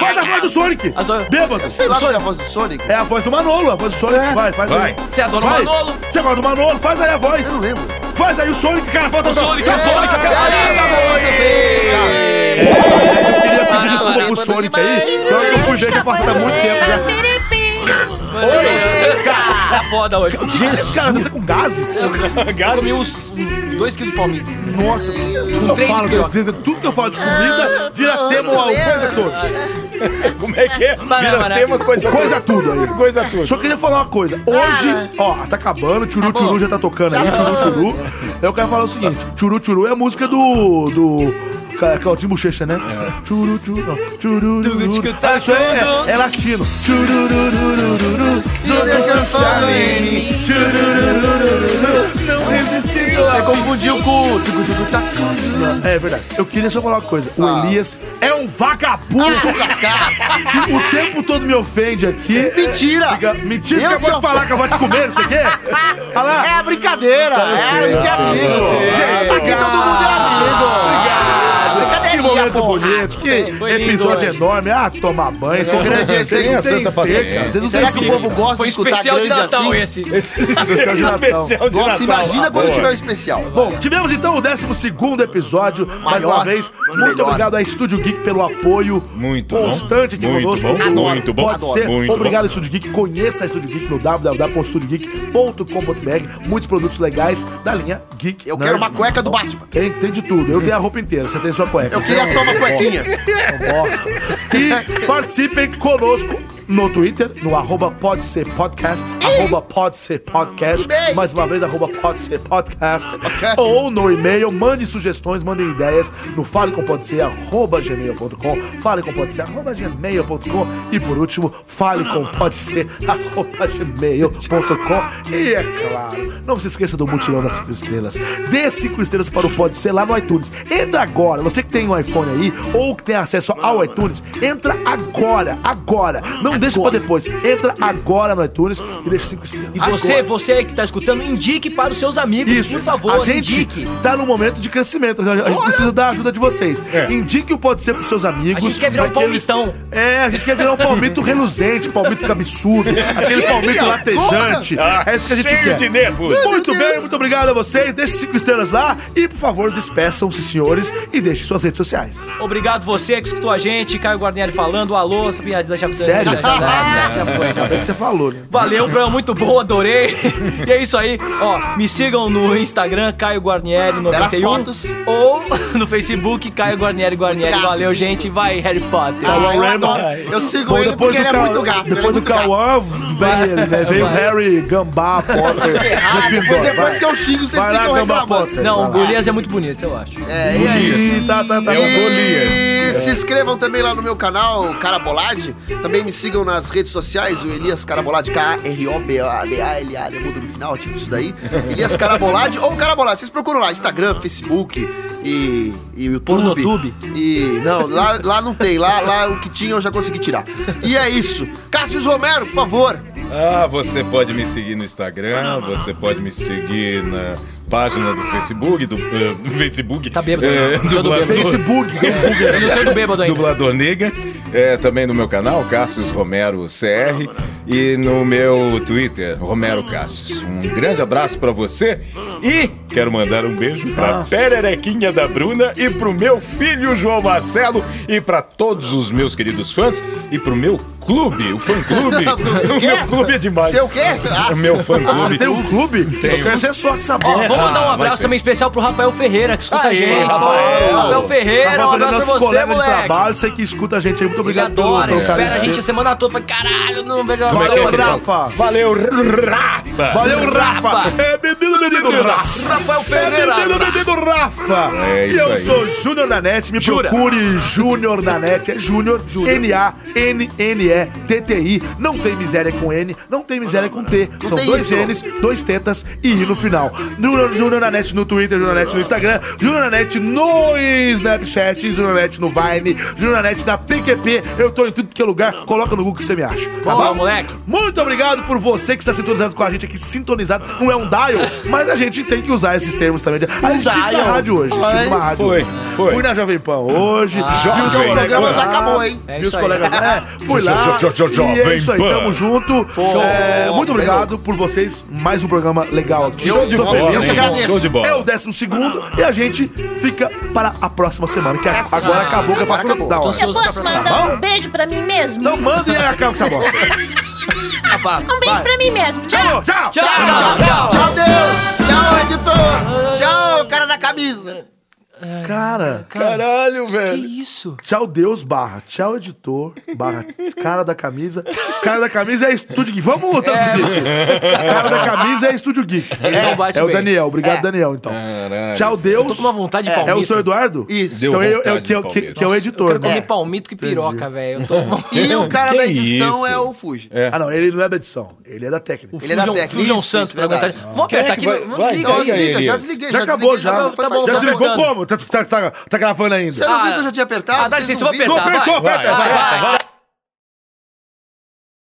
Speaker 5: Faz a voz do Sonic.
Speaker 3: Ah, só-
Speaker 5: Bêbado.
Speaker 1: Sei lá qual é a voz do Sonic.
Speaker 5: É a voz do Manolo, a voz do Sonic. Vai, faz
Speaker 2: Vai.
Speaker 5: aí.
Speaker 3: Você adora o
Speaker 5: Vai.
Speaker 3: Manolo.
Speaker 5: Você gosta do Manolo? Faz aí a voz.
Speaker 1: Eu não lembro.
Speaker 5: Faz aí o Sonic, cara. Falta o
Speaker 3: Sonic, o Sonic,
Speaker 1: Ah, tá bom, tudo bem, cara.
Speaker 5: Eu queria pedir desculpa
Speaker 1: Sonic,
Speaker 5: pro
Speaker 1: bom
Speaker 5: Sonic aí.
Speaker 1: demais.
Speaker 5: Só que eu fui ver que passado há muito tempo né? já.
Speaker 3: Oi, cara. Tá foda hoje.
Speaker 5: Gente, esse cara tá com gases.
Speaker 3: Eu comi uns 2 quilos de palmito.
Speaker 5: Nossa, tudo que eu
Speaker 3: três
Speaker 5: falo,
Speaker 3: pirocas.
Speaker 5: de- tudo que eu falo de comida vira tema ao coisa toda.
Speaker 2: Como é que é? Vira
Speaker 3: Maravilha.
Speaker 2: tema, coisa,
Speaker 5: Coisa tudo aí.
Speaker 2: Coisa tudo.
Speaker 5: Só queria falar uma coisa. Hoje, ó, tá acabando, Tchuru Tchuru já tá tocando aí, Tchuru Tchuru. Eu quero falar o seguinte: Tchuru Tchuru é a música do. do. Ca- Claudinho Bochecha, né?
Speaker 1: É.
Speaker 5: Tchuru Tchuru. não, Tchuru Tchuru.
Speaker 1: tá
Speaker 5: Ah, Isso é, é latino. Tchuru Tchuru. Tchuru Tchuru. Tchuru Não resisti.
Speaker 1: Você confundiu com.
Speaker 5: É verdade. Eu queria só falar uma coisa. O Elias é um
Speaker 1: Ah,
Speaker 5: vagabundo que o tempo todo me ofende aqui.
Speaker 1: Mentira.
Speaker 5: Fica- Mentira, você
Speaker 1: Eu
Speaker 5: acabou
Speaker 1: te
Speaker 5: de falar que eu vou te comer, não sei o quê. Olha lá.
Speaker 1: É brincadeira! É, de amigo!
Speaker 5: Gente, obrigado.
Speaker 1: Todo mundo é amigo!
Speaker 5: Obrigado. Que
Speaker 1: Brincadeirinha,
Speaker 5: momento
Speaker 1: porra.
Speaker 5: bonito, que
Speaker 3: Foi lindo
Speaker 5: episódio
Speaker 3: hoje.
Speaker 5: enorme. Ah, tomar banho. Vocês
Speaker 1: grande
Speaker 5: não-
Speaker 1: esse
Speaker 5: vocês
Speaker 1: aí
Speaker 5: não
Speaker 1: não tem
Speaker 5: têm
Speaker 2: santa
Speaker 5: ser,
Speaker 2: paciência.
Speaker 5: cara. Vocês não
Speaker 1: Será
Speaker 5: têm
Speaker 1: que
Speaker 5: ser.
Speaker 1: o povo gosta
Speaker 3: Foi
Speaker 1: de escutar
Speaker 3: especial de
Speaker 1: grande
Speaker 3: Natal
Speaker 1: assim?
Speaker 3: esse.
Speaker 2: Esse
Speaker 5: Especial de Natal.
Speaker 2: especial de
Speaker 1: Nossa,
Speaker 2: Natal.
Speaker 1: imagina
Speaker 2: Ah,
Speaker 1: quando
Speaker 2: boa.
Speaker 1: tiver um especial.
Speaker 5: Bom, tivemos então o 12 episódio. Mais
Speaker 1: Maior.
Speaker 5: uma vez, muito
Speaker 1: Melhor.
Speaker 5: obrigado a Estúdio Geek pelo apoio
Speaker 2: Muito
Speaker 5: constante
Speaker 2: bom.
Speaker 5: aqui
Speaker 2: Muito
Speaker 5: conosco.
Speaker 2: bom.
Speaker 5: Adoro.
Speaker 2: Muito bom.
Speaker 5: Pode ser.
Speaker 2: Muito
Speaker 5: obrigado, Estúdio Geek. Conheça a Estúdio Geek no www.studiogeek.com.br. Muitos produtos legais da linha Geek.
Speaker 1: Eu
Speaker 5: Nerd.
Speaker 1: quero uma cueca do Batman.
Speaker 5: Tem, tem de tudo. Eu tenho a roupa inteira, você é um tem sua cueca. É um
Speaker 1: Eu queria só uma cuequinha.
Speaker 5: Bosta. E participem conosco no Twitter, no arroba pode ser podcast, arroba pode ser podcast, mais uma vez, arroba pode ser podcast, ou no e-mail, mande sugestões, mandem ideias no falecompodser, arroba gmail.com, falecompodser, arroba gmail.com, e por último, falecompodser, arroba gmail.com, e é claro, não se esqueça do mutirão das 5 estrelas, dê 5 estrelas para o Pode Ser lá no iTunes, entra agora, você que tem um iPhone aí, ou que tem acesso ao iTunes, entra agora, agora, não deixa pra depois, entra agora no iTunes e deixa 5 estrelas.
Speaker 3: E você, você aí que tá escutando, indique para os seus amigos,
Speaker 5: Isso.
Speaker 3: por favor,
Speaker 5: a gente
Speaker 3: indique.
Speaker 5: tá num momento de crescimento. A gente precisa da ajuda de vocês. Indique o Pode Ser pros seus amigos.
Speaker 3: É. A gente quer virar um
Speaker 5: pra que eles-
Speaker 3: palmitão.
Speaker 5: É, a gente quer virar um palmito reluzente, palmito cabeçudo, aquele
Speaker 14: Que
Speaker 5: palmito
Speaker 14: agora?
Speaker 5: latejante.
Speaker 3: Ah,
Speaker 2: Ah,
Speaker 5: É isso que a gente
Speaker 14: Cheio
Speaker 5: quer.
Speaker 14: de nervos.
Speaker 5: Muito bem, muito obrigado a vocês. Deixe cinco estrelas lá e, por favor, despeçam-se, senhores, e deixem suas redes sociais.
Speaker 3: Obrigado você que escutou a gente, Caio Guarnieri falando, alô, Sabinha da Chave-
Speaker 5: Sério?
Speaker 3: Já, já, já, já foi, já
Speaker 1: É
Speaker 5: Ainda
Speaker 3: foi.
Speaker 5: bem que você falou, né?
Speaker 3: Valeu, programa muito bom, adorei. E é isso aí. Ó, me sigam no Instagram, Caio Guarnieri 91.
Speaker 1: Belas fotos.
Speaker 3: Ou no Facebook, Caio Guarnieri Guarnieri. Valeu, gente. Vai, Harry Potter.
Speaker 5: Tá
Speaker 1: Ah, eu
Speaker 5: né,
Speaker 1: adoro. Eu sigo ele porque ele é muito gato, ele é
Speaker 5: Depois do
Speaker 1: muito
Speaker 5: Cauã, veio ele, né? Veio
Speaker 3: Vai.
Speaker 5: Harry Gambá Potter.
Speaker 1: Ah,
Speaker 5: Gryffindor,
Speaker 1: depois-
Speaker 5: vai.
Speaker 1: depois que eu xingo, vocês
Speaker 5: Vai lá,
Speaker 1: ficam
Speaker 5: Gambá
Speaker 1: reclamando.
Speaker 5: Potter,
Speaker 3: Não,
Speaker 5: vai
Speaker 3: o
Speaker 5: lá.
Speaker 3: Golias é muito bonito, eu acho.
Speaker 1: É, e é
Speaker 5: Golias.
Speaker 1: isso.
Speaker 5: Tá, tá, tá.
Speaker 1: e
Speaker 5: É o Golias.
Speaker 1: se inscrevam também lá no meu canal, Carabolade. Também me sigam nas redes sociais, o Elias Carabolade, K-R-O-B-A-B-A-L-A, muda no final, tipo isso daí. Elias Carabolade ou Carabolade. Vocês procuram lá, Instagram, Facebook e, e YouTube. YouTube. E, não, lá, lá não tem. Lá, lá o que tinha eu já consegui tirar. E é isso. Cássio Romero, por favor.
Speaker 2: Ah, você pode me seguir no Instagram, você pode me seguir na página do Facebook, do eh, Facebook. Tá
Speaker 3: bêbado, né? Não sou do bêbado. Facebook, do bug, né? Eu não sou do bêbado ainda.
Speaker 2: Dublador Nega. É, também no meu canal, Cassius Romero CR. E no meu Twitter, Romero Cassius. Um grande abraço pra você e quero mandar um beijo pra pererequinha da Bruna e pro meu filho João Marcelo e pra todos os meus queridos fãs e pro meu clube, o fã-clube. o meu clube é demais.
Speaker 1: Seu quê? Ah,
Speaker 2: O meu fã-clube.
Speaker 5: tem um clube?
Speaker 2: Tem.
Speaker 5: Eu quero ser sócio dessa
Speaker 3: Ó,
Speaker 5: bola.
Speaker 3: vamos dar um
Speaker 2: Ah, vai
Speaker 3: abraço
Speaker 2: ser.
Speaker 3: também especial pro Rafael Ferreira, que escuta a
Speaker 5: Aí,
Speaker 3: gente.
Speaker 5: Rafael.
Speaker 3: Rafael Ferreira, um
Speaker 5: Rafael,
Speaker 3: abraço pra
Speaker 5: nosso
Speaker 3: você,
Speaker 5: colega de
Speaker 3: moleque.
Speaker 5: trabalho, sei que escuta a gente aí. Muito
Speaker 3: Ele
Speaker 5: obrigado
Speaker 3: adora,
Speaker 5: carinho
Speaker 3: ele
Speaker 5: é
Speaker 3: espera a
Speaker 5: de
Speaker 3: gente a
Speaker 5: sempre.
Speaker 3: semana toda. Fala, caralho, não vejo a hora.
Speaker 5: Valeu,
Speaker 3: Rafael.
Speaker 5: Rafa.
Speaker 2: Valeu, Rafa.
Speaker 5: Valeu, Rafa. É menino, menino, Rafa.
Speaker 3: Rafael Ferreira.
Speaker 5: É menino, menino, Rafa.
Speaker 2: É
Speaker 5: E
Speaker 2: isso
Speaker 5: eu
Speaker 2: aí.
Speaker 5: sou Júnior da Net. Me
Speaker 2: Jura?
Speaker 5: procure Júnior da Net. É Júnior, N-A-N-N-E-T-T-I. Não tem miséria com N, não tem miséria com T. São
Speaker 1: tem
Speaker 5: dois
Speaker 1: Y.
Speaker 5: N's, dois tetas e I no final. Júnior Júnior da Net no Twitter, Júnior da Net no Instagram, Júnior da Net no Snapchat, Júnior da Net no Vine, Júnior da Net na PQP. Eu tô em tudo que é lugar. Coloca no Google que você me acha. Tá
Speaker 3: Boa,
Speaker 5: bom?
Speaker 3: moleque.
Speaker 5: Muito obrigado por você que está sintonizado com a gente aqui, sintonizado. Não é um dial, mas a gente tem que usar esses termos também. A gente estive na
Speaker 1: dial.
Speaker 5: rádio hoje.
Speaker 1: Foi,
Speaker 5: Estive na rádio
Speaker 2: foi,
Speaker 5: hoje.
Speaker 2: foi.
Speaker 5: Fui na Jovem Pan hoje.
Speaker 1: Ah,
Speaker 5: vi os
Speaker 1: Jovem Pan.
Speaker 5: colegas
Speaker 1: O programa já
Speaker 5: lá,
Speaker 1: acabou, hein?
Speaker 3: É
Speaker 5: Vi os
Speaker 3: isso aí.
Speaker 5: colegas lá. É, Fui
Speaker 2: Jo-
Speaker 5: lá.
Speaker 2: jo- jo- jo-
Speaker 5: E é isso aí.
Speaker 2: Jovem Pan.
Speaker 5: Tamo junto.
Speaker 1: Show.
Speaker 5: É, muito
Speaker 1: Bem
Speaker 5: obrigado por vocês. Mais um programa legal aqui.
Speaker 2: Show de
Speaker 5: Tô
Speaker 2: bola,
Speaker 5: feliz.
Speaker 1: hein? Eu que agradeço.
Speaker 2: Show de bola.
Speaker 5: É o décimo segundo e a gente fica para a próxima semana, que
Speaker 1: Décima.
Speaker 5: agora acabou, que é pra
Speaker 1: Agora acabou.
Speaker 5: da
Speaker 3: Tô
Speaker 5: hora.
Speaker 3: ansioso.
Speaker 8: Eu posso mandar um beijo pra mim mesmo?
Speaker 5: Então manda e acaba com essa bosta. Então
Speaker 8: Um beijo pra mim mesmo. Tchau.
Speaker 5: Tchau!
Speaker 3: Tchau, tchau, tchau.
Speaker 1: Tchau, Deus. Tchau, editor. Tchau, cara da camisa.
Speaker 5: Cara,
Speaker 2: Caralho,
Speaker 3: Que
Speaker 2: velho.
Speaker 3: isso?
Speaker 5: tchau Deus barra, tchau editor barra cara da camisa. Cara da camisa é estúdio geek. Vamos traduzir. Cara da camisa é estúdio geek.
Speaker 3: É. Ele não bate
Speaker 5: É o
Speaker 3: bem.
Speaker 5: Daniel, obrigado
Speaker 1: É.
Speaker 5: Daniel então.
Speaker 2: Caralho.
Speaker 5: Tchau
Speaker 3: Eu tô
Speaker 5: Deus.
Speaker 3: com uma vontade de palmito.
Speaker 5: É o seu Eduardo?
Speaker 1: Isso.
Speaker 2: É. Deu
Speaker 5: Então eu,
Speaker 2: vontade
Speaker 5: eu- que, é o-
Speaker 2: de
Speaker 5: que-
Speaker 2: palmito.
Speaker 5: que é o
Speaker 3: Eu
Speaker 5: editor,
Speaker 3: quero
Speaker 5: né?
Speaker 3: comer palmito que piroca, velho. Eu tô com uma-
Speaker 1: E o cara
Speaker 2: é? Que
Speaker 1: da edição
Speaker 2: isso?
Speaker 1: é o Fuji.
Speaker 5: Ah não, ele não é da edição, ele é da técnica.
Speaker 1: Ele é da
Speaker 3: Fusion-
Speaker 1: técnica,
Speaker 3: Fusion
Speaker 1: isso,
Speaker 3: Santos
Speaker 1: isso,
Speaker 3: pra aguentar.
Speaker 1: verdade.
Speaker 3: Vamos
Speaker 2: Quem é
Speaker 3: apertar
Speaker 2: que
Speaker 3: aqui.
Speaker 2: vai-
Speaker 3: Não
Speaker 2: vai,
Speaker 3: desliga.
Speaker 1: Então,
Speaker 2: sai aí,
Speaker 1: desliga, já
Speaker 2: Elias.
Speaker 1: desliguei,
Speaker 5: Já acabou
Speaker 1: desliguei,
Speaker 5: já.
Speaker 1: foi
Speaker 3: Tá bom,
Speaker 1: fácil.
Speaker 5: Já
Speaker 3: tá bom.
Speaker 5: desligou como? Tá, tá, tá, tá gravando ainda.
Speaker 1: Você não viu que eu já tinha apertado?
Speaker 3: Ah, dá
Speaker 1: Vocês
Speaker 3: licença,
Speaker 1: não
Speaker 3: eu vou
Speaker 1: viram?
Speaker 3: apertar.
Speaker 5: Não apertou,
Speaker 3: vai.
Speaker 5: aperta,
Speaker 3: Vai,
Speaker 5: vai,
Speaker 3: vai, vai.